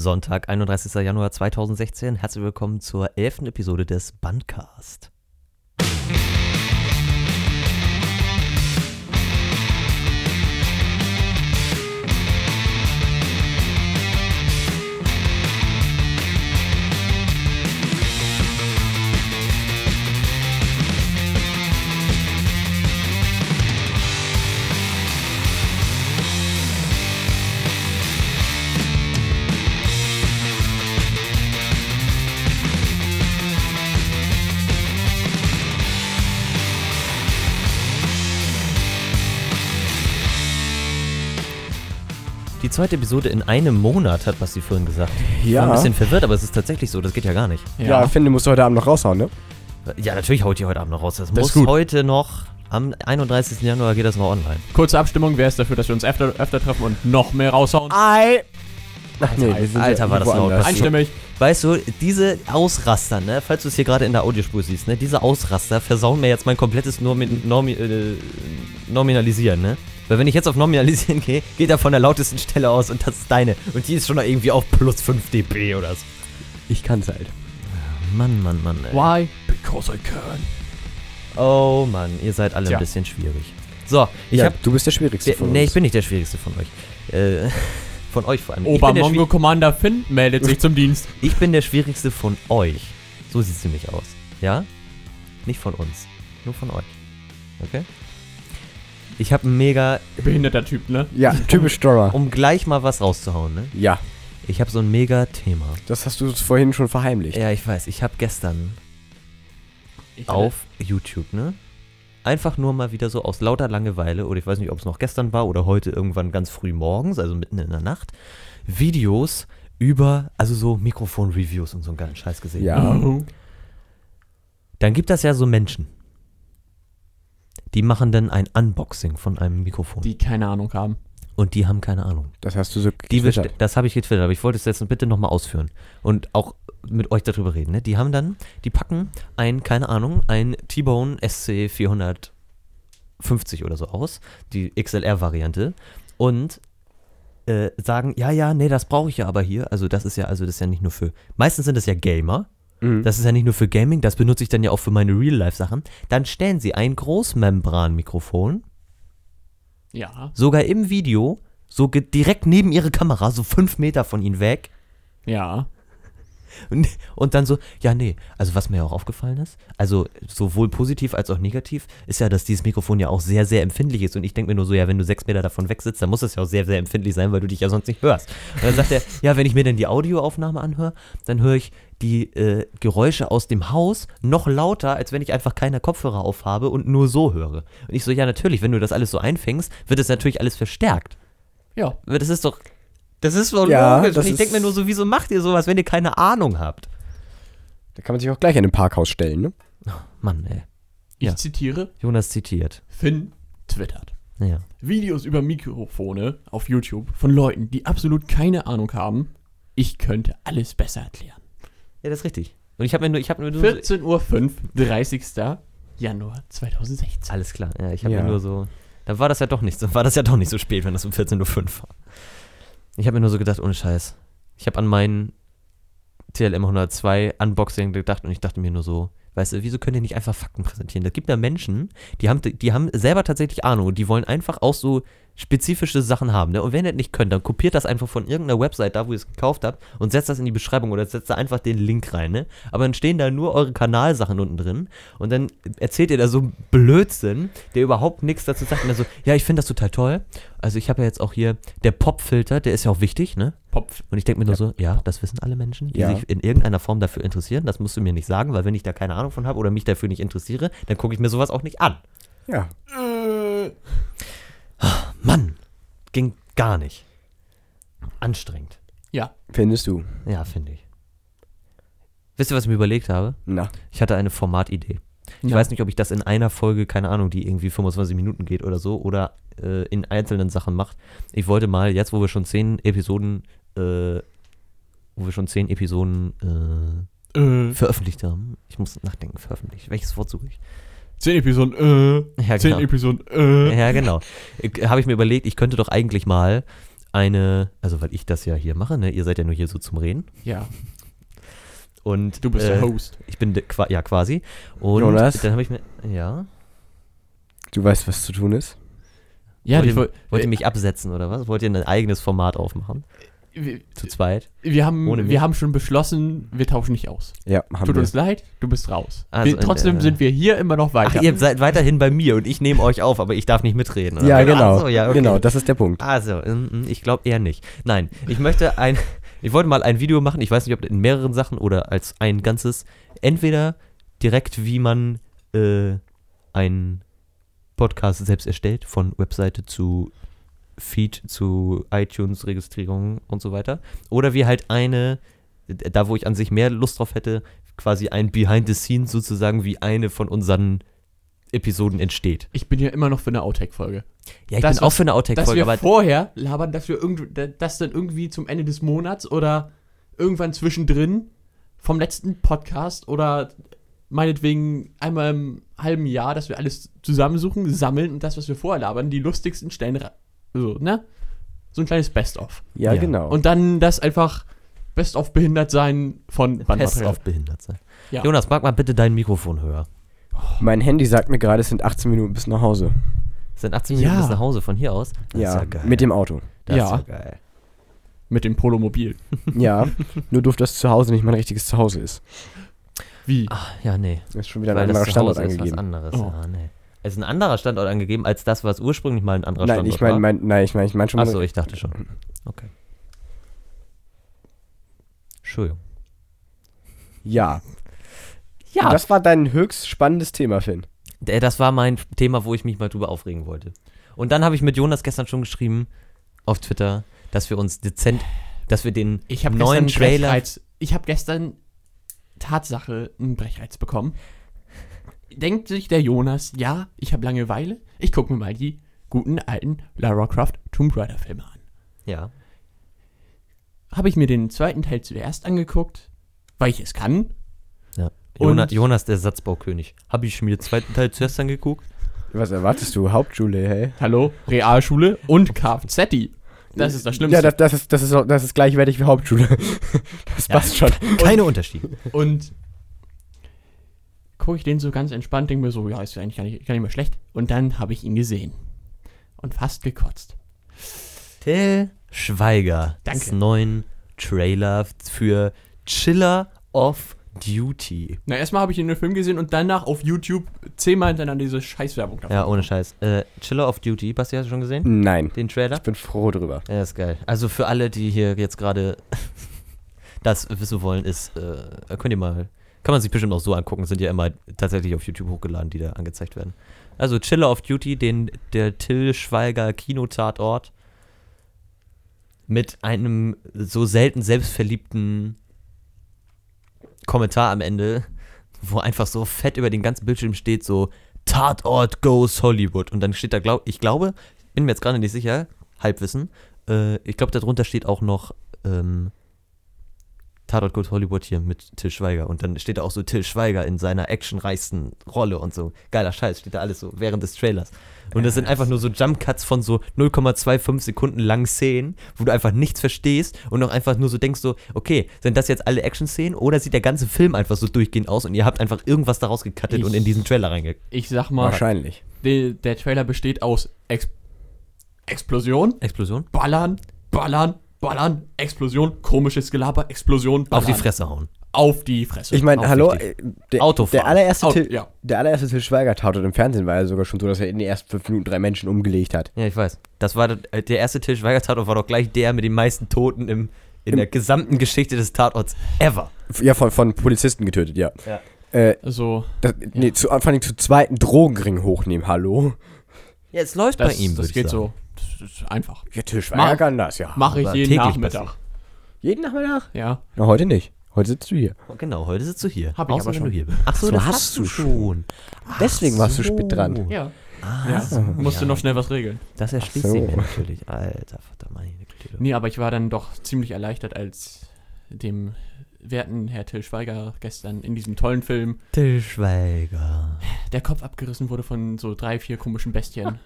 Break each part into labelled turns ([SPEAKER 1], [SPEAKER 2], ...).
[SPEAKER 1] Sonntag, 31. Januar 2016. Herzlich willkommen zur 11. Episode des Bandcast. Die zweite Episode in einem Monat hat Basti vorhin gesagt. Ich war
[SPEAKER 2] Ja.
[SPEAKER 1] ein bisschen verwirrt, aber es ist tatsächlich so. Das geht ja gar nicht.
[SPEAKER 2] Ja,
[SPEAKER 3] Ja,
[SPEAKER 2] Finde, musst du heute Abend noch raushauen, ne?
[SPEAKER 1] Ja, natürlich haut ihr heute Abend noch raus. Das,
[SPEAKER 2] ist
[SPEAKER 1] muss
[SPEAKER 2] gut.
[SPEAKER 1] heute noch. Am 31. Januar geht das noch online.
[SPEAKER 3] kurze Abstimmung. Wer ist dafür, dass wir uns öfter, öfter treffen und noch mehr raushauen?
[SPEAKER 2] Ei! Ach nee, wir sind
[SPEAKER 1] Alter,
[SPEAKER 2] ja
[SPEAKER 1] war das laut,
[SPEAKER 2] woanders.
[SPEAKER 1] was du-
[SPEAKER 3] Einstimmig.
[SPEAKER 1] Weißt du, diese Ausraster, ne, falls du es hier gerade in der Audiospur siehst, ne, diese Ausraster versauen mir jetzt mein komplettes Normi Normi äh, Nominalisieren, ne? Weil wenn ich jetzt auf Nominalisieren gehe, geht er von der lautesten Stelle aus und das ist deine. Und die ist schon noch irgendwie auf plus 5 dB oder so.
[SPEAKER 2] Ich kann's halt.
[SPEAKER 1] Mann, Mann, Mann, ey.
[SPEAKER 3] Why? Because I can.
[SPEAKER 1] Oh Mann, ihr seid alle
[SPEAKER 3] Tja.
[SPEAKER 1] ein bisschen schwierig. So, ich
[SPEAKER 2] ja,
[SPEAKER 1] hab.
[SPEAKER 2] du bist der Schwierigste
[SPEAKER 1] Der,
[SPEAKER 2] von
[SPEAKER 1] nee,
[SPEAKER 2] uns.
[SPEAKER 1] ich bin nicht der Schwierigste von euch. Äh, von euch vor allem. Ich bin, der Schwier-
[SPEAKER 3] Obermongo-Commander Finn meldet sich zum Dienst.
[SPEAKER 1] ich bin der Schwierigste von euch. So sieht's nämlich aus. Ja? Nicht von uns. Nur von euch. Okay? Ich habe mega,
[SPEAKER 3] Behinderter Typ, ne?
[SPEAKER 2] Ja, typisch Dora.
[SPEAKER 1] um gleich mal was rauszuhauen, ne?
[SPEAKER 2] Ja,
[SPEAKER 1] Ich habe so ein mega Thema.
[SPEAKER 2] das hast du vorhin schon verheimlicht.
[SPEAKER 1] Ja, ich weiß. Ich habe gestern
[SPEAKER 3] Ich
[SPEAKER 1] auf YouTube, ne? Einfach nur mal wieder so aus lauter Langeweile, oder ich weiß nicht, ob es noch gestern war oder heute irgendwann ganz früh morgens, also mitten in der Nacht, Videos über, also so Mikrofon-Reviews und so einen ganzen Scheiß gesehen.
[SPEAKER 2] Ja.
[SPEAKER 3] Oh.
[SPEAKER 1] Dann gibt das ja so Menschen, die machen dann ein Unboxing von einem Mikrofon.
[SPEAKER 3] Die keine Ahnung haben.
[SPEAKER 1] und die haben keine Ahnung.
[SPEAKER 2] Das hast du so
[SPEAKER 1] Die
[SPEAKER 2] getwittert.
[SPEAKER 1] bestell- das habe ich getwittert, aber ich wollte es jetzt bitte nochmal ausführen und auch mit euch darüber reden. Ne? Die haben dann, die packen ein, keine Ahnung, ein T-Bone SC 450 oder so aus, die XLR-Variante und äh, sagen, ja, ja, nee, das brauche ich ja aber hier. Also das ist ja, also das ist ja nicht nur für, meistens sind das ja Gamer,
[SPEAKER 2] Mhm.
[SPEAKER 1] das ist ja nicht nur für Gaming, das benutze ich dann ja auch für meine Real-Life-Sachen. Dann stellen sie ein Großmembran-Mikrofon
[SPEAKER 3] Ja.
[SPEAKER 1] sogar im Video, so ge- direkt neben ihre Kamera, so fünf Meter von ihnen weg.
[SPEAKER 3] Ja.
[SPEAKER 1] Und, und dann so, ja, nee, also was mir ja auch aufgefallen ist, also sowohl positiv als auch negativ, ist ja, dass dieses Mikrofon ja auch sehr, sehr empfindlich ist. Und ich denke mir nur so, ja, wenn du sechs Meter davon weg sitzt, dann muss das ja auch sehr, sehr empfindlich sein, weil du dich ja sonst nicht hörst. Und dann sagt er, ja, wenn ich mir denn die Audioaufnahme anhöre, dann höre ich die äh, Geräusche aus dem Haus noch lauter, als wenn ich einfach keine Kopfhörer aufhabe und nur so höre. Und ich so, ja, natürlich, wenn du das alles so einfängst, wird es natürlich alles verstärkt.
[SPEAKER 3] Ja.
[SPEAKER 1] Aber das ist doch. Das ist doch
[SPEAKER 2] Ja,
[SPEAKER 1] logisch.
[SPEAKER 2] das
[SPEAKER 1] ich denke
[SPEAKER 2] ist-
[SPEAKER 1] mir nur so, wieso macht ihr sowas, wenn ihr keine Ahnung habt?
[SPEAKER 2] Da kann man sich auch gleich in ein Parkhaus stellen, ne?
[SPEAKER 1] Mann, ey.
[SPEAKER 3] Ich
[SPEAKER 1] Ja.
[SPEAKER 3] zitiere.
[SPEAKER 1] Jonas zitiert.
[SPEAKER 3] Finn twittert.
[SPEAKER 1] Ja.
[SPEAKER 3] Videos über Mikrofone auf YouTube von Leuten, die absolut keine Ahnung haben. Ich könnte alles besser erklären.
[SPEAKER 1] Ja, das ist richtig. Und ich habe mir nur, ich habe mir nur.
[SPEAKER 3] 14.05 Uhr, 30. Januar 2016.
[SPEAKER 1] Alles klar, ja, ich habe
[SPEAKER 2] Ja.
[SPEAKER 1] mir nur so. Da war das ja doch nicht so, war das ja doch nicht so spät, wenn das um 14.05 Uhr war. Ich habe mir nur so gedacht, ohne Scheiß. Ich habe an meinen TLM 102 Unboxing gedacht und ich dachte mir nur so, weißt du, wieso könnt ihr nicht einfach Fakten präsentieren? Das gibt ja Menschen, die haben, die haben selber tatsächlich Ahnung und die wollen einfach auch so spezifische Sachen haben. Ne? Und wenn ihr das nicht könnt, dann kopiert das einfach von irgendeiner Website, da wo ihr es gekauft habt, und setzt das in die Beschreibung oder setzt da einfach den Link rein. Ne? Aber dann stehen da nur eure Kanalsachen unten drin und dann erzählt ihr da so einen Blödsinn, der überhaupt nichts dazu sagt. Und dann so, ja, ich finde das total toll. Also ich habe ja jetzt auch hier, der Popfilter, der ist ja auch wichtig, ne?
[SPEAKER 3] Popf.
[SPEAKER 1] Und ich denke mir nur so, ja, das wissen alle Menschen, die
[SPEAKER 2] Ja.
[SPEAKER 1] sich in irgendeiner Form dafür interessieren. Das musst du mir nicht sagen, weil wenn ich da keine Ahnung von habe oder mich dafür nicht interessiere, dann gucke ich mir sowas auch nicht an.
[SPEAKER 2] Ja.
[SPEAKER 3] Äh,
[SPEAKER 1] Mann, ging gar nicht. Anstrengend.
[SPEAKER 3] ja.
[SPEAKER 2] Findest du?
[SPEAKER 1] Ja, finde ich. Wisst ihr, was ich mir überlegt habe?
[SPEAKER 2] Na.
[SPEAKER 1] Ich hatte eine Formatidee. Ich
[SPEAKER 3] Ja.
[SPEAKER 1] weiß nicht, ob ich das in einer Folge, keine Ahnung, die irgendwie 25 Minuten geht oder so, oder äh, in einzelnen Sachen macht. Ich wollte mal, jetzt wo wir schon zehn Episoden, äh, wo wir schon zehn Episoden
[SPEAKER 3] Äh,
[SPEAKER 1] äh, veröffentlicht haben. Ich muss nachdenken, veröffentlicht. Welches Wort suche ich?
[SPEAKER 3] 10 Episoden, äh.
[SPEAKER 1] Ja, genau.
[SPEAKER 3] 10 Episoden, äh.
[SPEAKER 1] Ja, genau. Ich- Habe ich mir überlegt, ich könnte doch eigentlich mal eine, also weil ich das ja hier mache, ne? ihr seid ja nur hier so zum Reden.
[SPEAKER 3] Ja,
[SPEAKER 1] Und
[SPEAKER 3] du bist
[SPEAKER 1] äh,
[SPEAKER 3] der Host.
[SPEAKER 1] Ich bin de, qua, ja quasi. Und
[SPEAKER 2] Jonas?
[SPEAKER 1] dann habe ich mir, ja,
[SPEAKER 2] Du weißt, was zu tun ist.
[SPEAKER 3] Ja,
[SPEAKER 1] wollt,
[SPEAKER 3] ich
[SPEAKER 1] ihr,
[SPEAKER 3] woll-
[SPEAKER 1] wollt ihr mich absetzen oder was? Wollt ihr ein eigenes Format aufmachen?
[SPEAKER 3] äh, wir,
[SPEAKER 1] Zu zweit?
[SPEAKER 3] wir, haben,
[SPEAKER 1] Ohne mich.
[SPEAKER 3] wir haben schon beschlossen, wir tauschen nicht aus.
[SPEAKER 2] Ja, haben
[SPEAKER 3] Tut
[SPEAKER 2] wir.
[SPEAKER 3] uns leid, du bist raus.
[SPEAKER 1] Also,
[SPEAKER 3] wir, trotzdem
[SPEAKER 1] äh,
[SPEAKER 3] sind wir hier immer noch
[SPEAKER 1] Ach,
[SPEAKER 3] weiter.
[SPEAKER 1] ihr seid weiterhin bei mir und ich nehme euch auf, aber ich darf nicht mitreden. Oder?
[SPEAKER 2] Ja,
[SPEAKER 1] was?
[SPEAKER 2] genau.
[SPEAKER 1] Ach so, ja, okay.
[SPEAKER 2] Genau, das ist der Punkt.
[SPEAKER 1] Also, mm, mm, ich glaube eher nicht. Nein, ich möchte ein, ich wollte mal ein Video machen, ich weiß nicht, ob in mehreren Sachen oder als ein ganzes, entweder direkt, wie man äh, einen Podcast selbst erstellt, von Webseite zu Feed zu iTunes, Registrierung und so weiter. Oder wie halt eine, da wo ich an sich mehr Lust drauf hätte, quasi ein Behind the Scenes sozusagen, wie eine von unseren Episoden entsteht.
[SPEAKER 3] ich bin ja immer noch für eine Outtake-Folge.
[SPEAKER 1] Ja, ich
[SPEAKER 3] Das,
[SPEAKER 1] bin auch
[SPEAKER 3] was-
[SPEAKER 1] für eine
[SPEAKER 3] Dass
[SPEAKER 1] Outtake-Folge,
[SPEAKER 3] wir
[SPEAKER 1] aber
[SPEAKER 3] vorher labern, dass wir irgend, da- das dann irgendwie zum Ende des Monats oder irgendwann zwischendrin vom letzten Podcast oder meinetwegen einmal im halben Jahr, dass wir alles zusammensuchen, sammeln und das, was wir vorher labern, die lustigsten Stellen, ra- so, ne? So ein kleines Best-of.
[SPEAKER 2] Ja,
[SPEAKER 1] Ja.
[SPEAKER 2] genau.
[SPEAKER 3] Und dann das einfach Best-of behindert sein von
[SPEAKER 1] Pest
[SPEAKER 3] Bandmaterial.
[SPEAKER 1] auf behindert sein.
[SPEAKER 3] Ja.
[SPEAKER 1] Jonas, mag mal bitte dein Mikrofon höher.
[SPEAKER 2] mein Handy sagt mir gerade, es sind 18 Minuten bis nach Hause.
[SPEAKER 1] Es sind 18
[SPEAKER 3] Ja.
[SPEAKER 1] Minuten bis nach Hause von hier aus. Das
[SPEAKER 2] ja,
[SPEAKER 1] ist ja geil.
[SPEAKER 2] mit dem Auto.
[SPEAKER 1] das
[SPEAKER 3] Ja.
[SPEAKER 1] Ist ja geil.
[SPEAKER 3] Mit dem Polomobil.
[SPEAKER 2] Ja, nur doof, dass zu Hause nicht mein richtiges Zuhause ist.
[SPEAKER 3] Wie?
[SPEAKER 1] Ah, ja, nee.
[SPEAKER 2] Das ist schon wieder ein
[SPEAKER 1] Weil das
[SPEAKER 2] anderer
[SPEAKER 1] zu
[SPEAKER 2] Standort
[SPEAKER 1] Hause Ist was
[SPEAKER 2] angegeben.
[SPEAKER 1] anderes.
[SPEAKER 3] Oh.
[SPEAKER 1] Ja, nee. Es ist ein anderer Standort angegeben, als das, was ursprünglich mal ein anderer
[SPEAKER 2] Nein,
[SPEAKER 1] Standort
[SPEAKER 2] ich meine,
[SPEAKER 1] war.
[SPEAKER 2] mein, nein, ich meine, ich meine schon.
[SPEAKER 1] Achso, ich dachte schon. Okay. Entschuldigung.
[SPEAKER 2] Ja.
[SPEAKER 1] Ja, das,
[SPEAKER 2] Das war dein höchst spannendes Thema, Finn.
[SPEAKER 1] äh, das war mein Thema, wo ich mich mal drüber aufregen wollte. Und dann habe ich mit Jonas gestern schon geschrieben auf Twitter, dass wir uns dezent, dass wir den
[SPEAKER 3] Ich habe gestern
[SPEAKER 1] neuen
[SPEAKER 3] einen
[SPEAKER 1] Trailer
[SPEAKER 3] Brechreiz. Ich habe gestern Tatsache einen Brechreiz bekommen. Denkt sich der Jonas, ja, ich habe Langeweile. Ich gucke mir mal die guten alten Lara Croft Tomb Raider Filme an.
[SPEAKER 1] Ja.
[SPEAKER 3] Habe ich mir den zweiten Teil zuerst angeguckt, weil ich es kann.
[SPEAKER 1] ja.
[SPEAKER 3] Und-
[SPEAKER 1] Jonas, Jonas, der Satzbaukönig. Habe ich mir den zweiten Teil zuerst angeguckt?
[SPEAKER 2] Was erwartest du? Hauptschule, hey?
[SPEAKER 3] Hallo, Realschule und KFZ. Das ist das Schlimmste.
[SPEAKER 2] Ja, das, das, ist, das, ist, auch- das ist gleichwertig wie Hauptschule. Das
[SPEAKER 1] Ja.
[SPEAKER 2] passt schon.
[SPEAKER 1] Keine Unterschiede.
[SPEAKER 3] Und gucke ich den so ganz entspannt, denke mir so, ja, ist ja eigentlich gar nicht, gar nicht mehr schlecht. Und dann habe ich ihn gesehen. Und fast gekotzt.
[SPEAKER 1] Till Schweiger.
[SPEAKER 3] Danke.
[SPEAKER 1] Des neuen Trailer für Chiller of Duty.
[SPEAKER 3] Na, erstmal habe ich ihn in den Film gesehen und danach auf YouTube zehnmal hintereinander diese Scheißwerbung davon.
[SPEAKER 1] Ja, ohne Scheiß. Äh, Chiller of Duty. Basti, hast du schon gesehen?
[SPEAKER 2] Nein.
[SPEAKER 1] Den Trailer?
[SPEAKER 2] Ich bin froh drüber.
[SPEAKER 1] Ja, ist geil. Also für alle, die hier jetzt gerade das wissen wollen, ist, äh, könnt ihr mal, kann man sich bestimmt auch so angucken, sind ja immer tatsächlich auf YouTube hochgeladen, die da angezeigt werden. Also Chiller of Duty, den, der Till Schweiger Kinotatort mit einem so selten selbstverliebten Kommentar am Ende, wo einfach so fett über den ganzen Bildschirm steht, so Tatort goes Hollywood. Und dann steht da, glaub, ich glaube, bin mir jetzt gerade nicht sicher, Halbwissen, äh, ich glaube, darunter steht auch noch ähm, Tatort Gold Hollywood hier mit Till Schweiger. Und dann steht da auch so Till Schweiger in seiner actionreichsten Rolle und so. Geiler Scheiß, steht da alles so während des Trailers. Und das sind einfach nur so Jump-Cuts von so 0,25 Sekunden langen Szenen, wo du einfach nichts verstehst und auch einfach nur so denkst so, okay, sind das jetzt alle Action-Szenen oder sieht der ganze Film einfach so durchgehend aus und ihr habt einfach irgendwas daraus gecuttet und in diesen Trailer reinge...
[SPEAKER 3] Ich sag mal,
[SPEAKER 2] Wahrscheinlich.
[SPEAKER 3] de, der Trailer besteht aus Ex Explosion,
[SPEAKER 1] Explosion?
[SPEAKER 3] Ballern, Ballern, Ballern, Explosion, komisches Gelaber, Explosion, Ballern.
[SPEAKER 1] Auf die Fresse hauen.
[SPEAKER 3] Auf die Fresse.
[SPEAKER 2] Ich meine,
[SPEAKER 1] Auch
[SPEAKER 2] hallo,
[SPEAKER 1] wichtig.
[SPEAKER 2] äh, der,
[SPEAKER 1] Autofahren.
[SPEAKER 2] der allererste,
[SPEAKER 3] Auto,
[SPEAKER 2] Till,
[SPEAKER 3] ja.
[SPEAKER 2] der allererste Till Schweiger tatet im Fernsehen war ja sogar schon so, dass er in den ersten fünf Minuten drei Menschen umgelegt hat.
[SPEAKER 1] Ja, ich weiß. Das war der- äh, der erste Till Schweiger Tatort war doch gleich der mit den meisten Toten im, in der gesamten Geschichte des Tatorts ever.
[SPEAKER 2] F- Ja, von, von Polizisten getötet, ja.
[SPEAKER 1] Ja.
[SPEAKER 2] Äh,
[SPEAKER 3] Also,
[SPEAKER 2] das, nee, zu, vor allem zu zweiten Drogenring hochnehmen, hallo?
[SPEAKER 1] Ja, es läuft
[SPEAKER 3] das,
[SPEAKER 1] bei ihm,
[SPEAKER 3] das
[SPEAKER 1] würd ich
[SPEAKER 3] geht
[SPEAKER 1] sagen.
[SPEAKER 3] so. Das ist einfach.
[SPEAKER 2] Ja, Till
[SPEAKER 3] Mach-
[SPEAKER 2] Schweiger kann das, ja.
[SPEAKER 3] Mache ich
[SPEAKER 1] aber
[SPEAKER 3] jeden
[SPEAKER 1] täglich
[SPEAKER 3] Nachmittag.
[SPEAKER 2] Jeden Nachmittag?
[SPEAKER 3] Ja.
[SPEAKER 2] Na, heute nicht. Heute sitzt du hier.
[SPEAKER 1] Genau, heute sitzt du hier.
[SPEAKER 3] Hab ich
[SPEAKER 1] Außer
[SPEAKER 3] aber
[SPEAKER 1] wenn
[SPEAKER 3] schon.
[SPEAKER 1] Du hier bist. Ach so,
[SPEAKER 2] So
[SPEAKER 1] das
[SPEAKER 2] hast
[SPEAKER 1] hast
[SPEAKER 2] du
[SPEAKER 1] du schon.
[SPEAKER 2] Deswegen warst du spät dran.
[SPEAKER 3] Ja.
[SPEAKER 1] Ah,
[SPEAKER 3] ja.
[SPEAKER 1] so,
[SPEAKER 3] Musste
[SPEAKER 1] ja.
[SPEAKER 3] noch schnell was regeln.
[SPEAKER 1] Das erschließt
[SPEAKER 2] Ach so.
[SPEAKER 1] sich mir natürlich. Alter, verdammt, meine Güte.
[SPEAKER 3] Nee, aber ich war dann doch ziemlich erleichtert, als dem werten Herr Till Schweiger gestern in diesem tollen Film
[SPEAKER 1] Till Schweiger.
[SPEAKER 3] der Kopf abgerissen wurde von so drei, vier komischen Bestien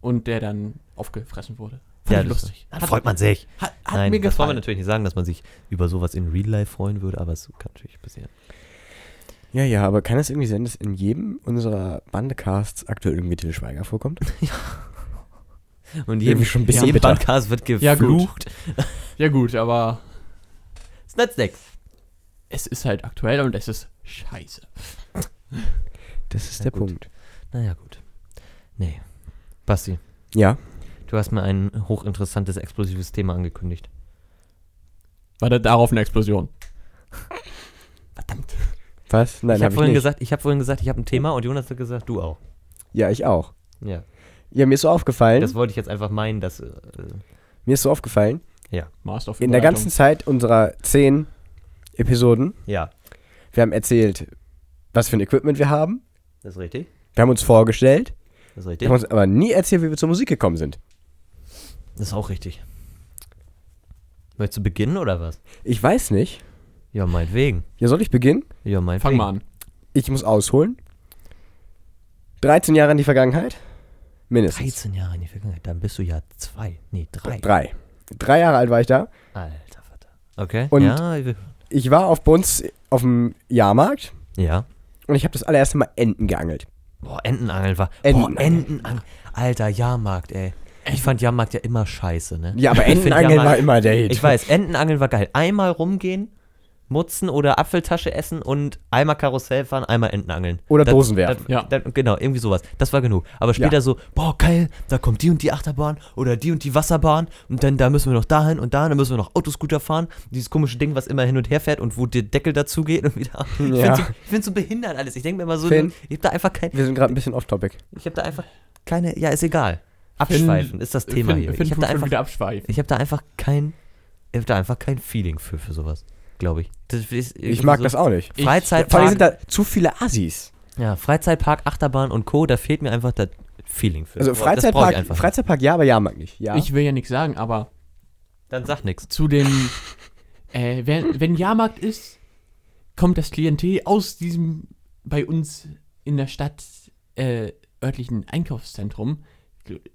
[SPEAKER 3] und der dann aufgefressen wurde. Fand
[SPEAKER 1] Ja,
[SPEAKER 3] ich
[SPEAKER 1] das-
[SPEAKER 3] lustig.
[SPEAKER 1] Dann
[SPEAKER 3] Hat-
[SPEAKER 1] freut man sich.
[SPEAKER 3] Hat,
[SPEAKER 1] Nein,
[SPEAKER 3] hat mir
[SPEAKER 1] das wollen wir
[SPEAKER 3] gefallen.
[SPEAKER 1] natürlich nicht sagen, dass man sich über sowas in Real Life freuen würde, aber es kann natürlich passieren.
[SPEAKER 2] Ja, ja, aber kann es irgendwie sein, dass in jedem unserer Bandecasts aktuell irgendwie Till Schweiger vorkommt?
[SPEAKER 1] Und
[SPEAKER 2] Irgendwie
[SPEAKER 1] jedem,
[SPEAKER 2] schon ein bisschen
[SPEAKER 1] jedem
[SPEAKER 2] bitter.
[SPEAKER 1] Podcast wird
[SPEAKER 3] Ja, gut.
[SPEAKER 1] geflucht.
[SPEAKER 3] Ja, gut, aber
[SPEAKER 1] Snacks.
[SPEAKER 3] es ist halt aktuell und es ist scheiße.
[SPEAKER 2] Das ist
[SPEAKER 1] Ja,
[SPEAKER 2] der
[SPEAKER 1] gut.
[SPEAKER 2] Punkt.
[SPEAKER 1] Naja, gut. Nee. Basti,
[SPEAKER 2] Ja,
[SPEAKER 1] du hast mir ein hochinteressantes, explosives Thema angekündigt.
[SPEAKER 3] War da darauf eine Explosion? Verdammt.
[SPEAKER 2] was? Nein,
[SPEAKER 1] ich
[SPEAKER 2] hab
[SPEAKER 1] habe
[SPEAKER 2] ich
[SPEAKER 1] vorhin,
[SPEAKER 2] nicht.
[SPEAKER 1] gesagt, ich hab vorhin gesagt, ich habe ein Thema und Jonas hat gesagt, du auch.
[SPEAKER 2] Ja, ich auch.
[SPEAKER 1] Ja.
[SPEAKER 2] Ja, mir ist so aufgefallen,
[SPEAKER 1] Das wollte ich jetzt einfach meinen, dass. Äh,
[SPEAKER 2] mir ist so aufgefallen,
[SPEAKER 3] Master of
[SPEAKER 2] in der ganzen
[SPEAKER 3] Überleitung.
[SPEAKER 2] Zeit unserer zehn Episoden,
[SPEAKER 1] ja,
[SPEAKER 2] wir haben erzählt, was für ein Equipment wir haben,
[SPEAKER 1] das ist richtig.
[SPEAKER 2] wir haben uns vorgestellt,
[SPEAKER 1] Das ist
[SPEAKER 2] wir
[SPEAKER 1] richtig.
[SPEAKER 2] haben uns aber nie erzählt, wie wir zur Musik gekommen sind.
[SPEAKER 1] Das ist auch richtig. Möchtest du beginnen oder was?
[SPEAKER 2] Ich weiß nicht.
[SPEAKER 1] Ja, meinetwegen.
[SPEAKER 2] Ja, soll ich beginnen?
[SPEAKER 1] Ja, meinetwegen.
[SPEAKER 3] Fang mal an.
[SPEAKER 2] Ich muss ausholen. 13 Jahre in die Vergangenheit? Mindestens.
[SPEAKER 1] 13 Jahre in die Vergangenheit, dann bist du ja zwei. Nee, drei.
[SPEAKER 2] Drei. Drei Jahre alt war ich da.
[SPEAKER 1] Alter Vater. Okay.
[SPEAKER 2] Und-
[SPEAKER 1] ja, ich will-
[SPEAKER 2] Ich war auf Bunz auf dem Jahrmarkt
[SPEAKER 1] ja.
[SPEAKER 2] und ich habe das allererste Mal Enten geangelt.
[SPEAKER 1] Boah, Entenangeln war.
[SPEAKER 2] Entenangeln.
[SPEAKER 1] Boah, Entenangeln. Alter, Jahrmarkt, ey. Ich fand Jahrmarkt ja immer scheiße, ne?
[SPEAKER 2] Ja, aber
[SPEAKER 1] Ich find
[SPEAKER 2] Entenangeln
[SPEAKER 1] Jahrmarkt-
[SPEAKER 2] war immer der Hit.
[SPEAKER 1] Ich weiß, Entenangeln war geil. Einmal rumgehen, mutzen oder Apfeltasche essen und einmal Karussell fahren, einmal Entenangeln.
[SPEAKER 2] Oder
[SPEAKER 1] Das-
[SPEAKER 2] Dosen werfen.
[SPEAKER 1] das-
[SPEAKER 3] Ja.
[SPEAKER 1] das- Genau, irgendwie sowas. Das war genug. Aber später so, boah, geil, da kommt die und die Achterbahn oder die und die Wasserbahn und dann da müssen wir noch dahin und dahin, dann müssen wir noch Autoscooter fahren. Dieses komische Ding, was immer hin und her fährt und wo der Deckel dazu geht und wieder. Ich
[SPEAKER 2] Ja.
[SPEAKER 1] find's so, ich find's so behindert alles. Ich denke mir immer so,
[SPEAKER 2] Finn.
[SPEAKER 1] ich hab da einfach kein,
[SPEAKER 2] Wir sind gerade ein bisschen off-topic.
[SPEAKER 1] ich habe da einfach keine, ja, ist egal. Abschweifen ist das Thema
[SPEAKER 3] Finn,
[SPEAKER 1] hier.
[SPEAKER 3] Finn
[SPEAKER 1] ich habe da
[SPEAKER 3] tut schon
[SPEAKER 1] einfach
[SPEAKER 3] wieder abschweifen.
[SPEAKER 1] ich habe da einfach kein, ich habe da einfach kein Feeling für, für sowas, glaube ich. Das ist irgendwie
[SPEAKER 2] Ich mag
[SPEAKER 1] so
[SPEAKER 2] das auch nicht.
[SPEAKER 3] Ich-
[SPEAKER 2] Vor allem
[SPEAKER 1] Freizeitpark,
[SPEAKER 2] sind da zu viele Assis.
[SPEAKER 1] ja, Freizeitpark, Achterbahn und Co. Da fehlt mir einfach das Feeling für.
[SPEAKER 2] Also
[SPEAKER 1] Das brauch ich
[SPEAKER 2] Freizeitpark,
[SPEAKER 1] einfach nicht.
[SPEAKER 2] Freizeitpark ja, aber Jahrmarkt nicht. Ja.
[SPEAKER 3] Ich will ja nichts sagen, aber
[SPEAKER 1] Dann sag nix.
[SPEAKER 3] zu dem, äh, wenn, wenn Jahrmarkt ist, kommt das Klientel aus diesem bei uns in der Stadt äh, örtlichen Einkaufszentrum,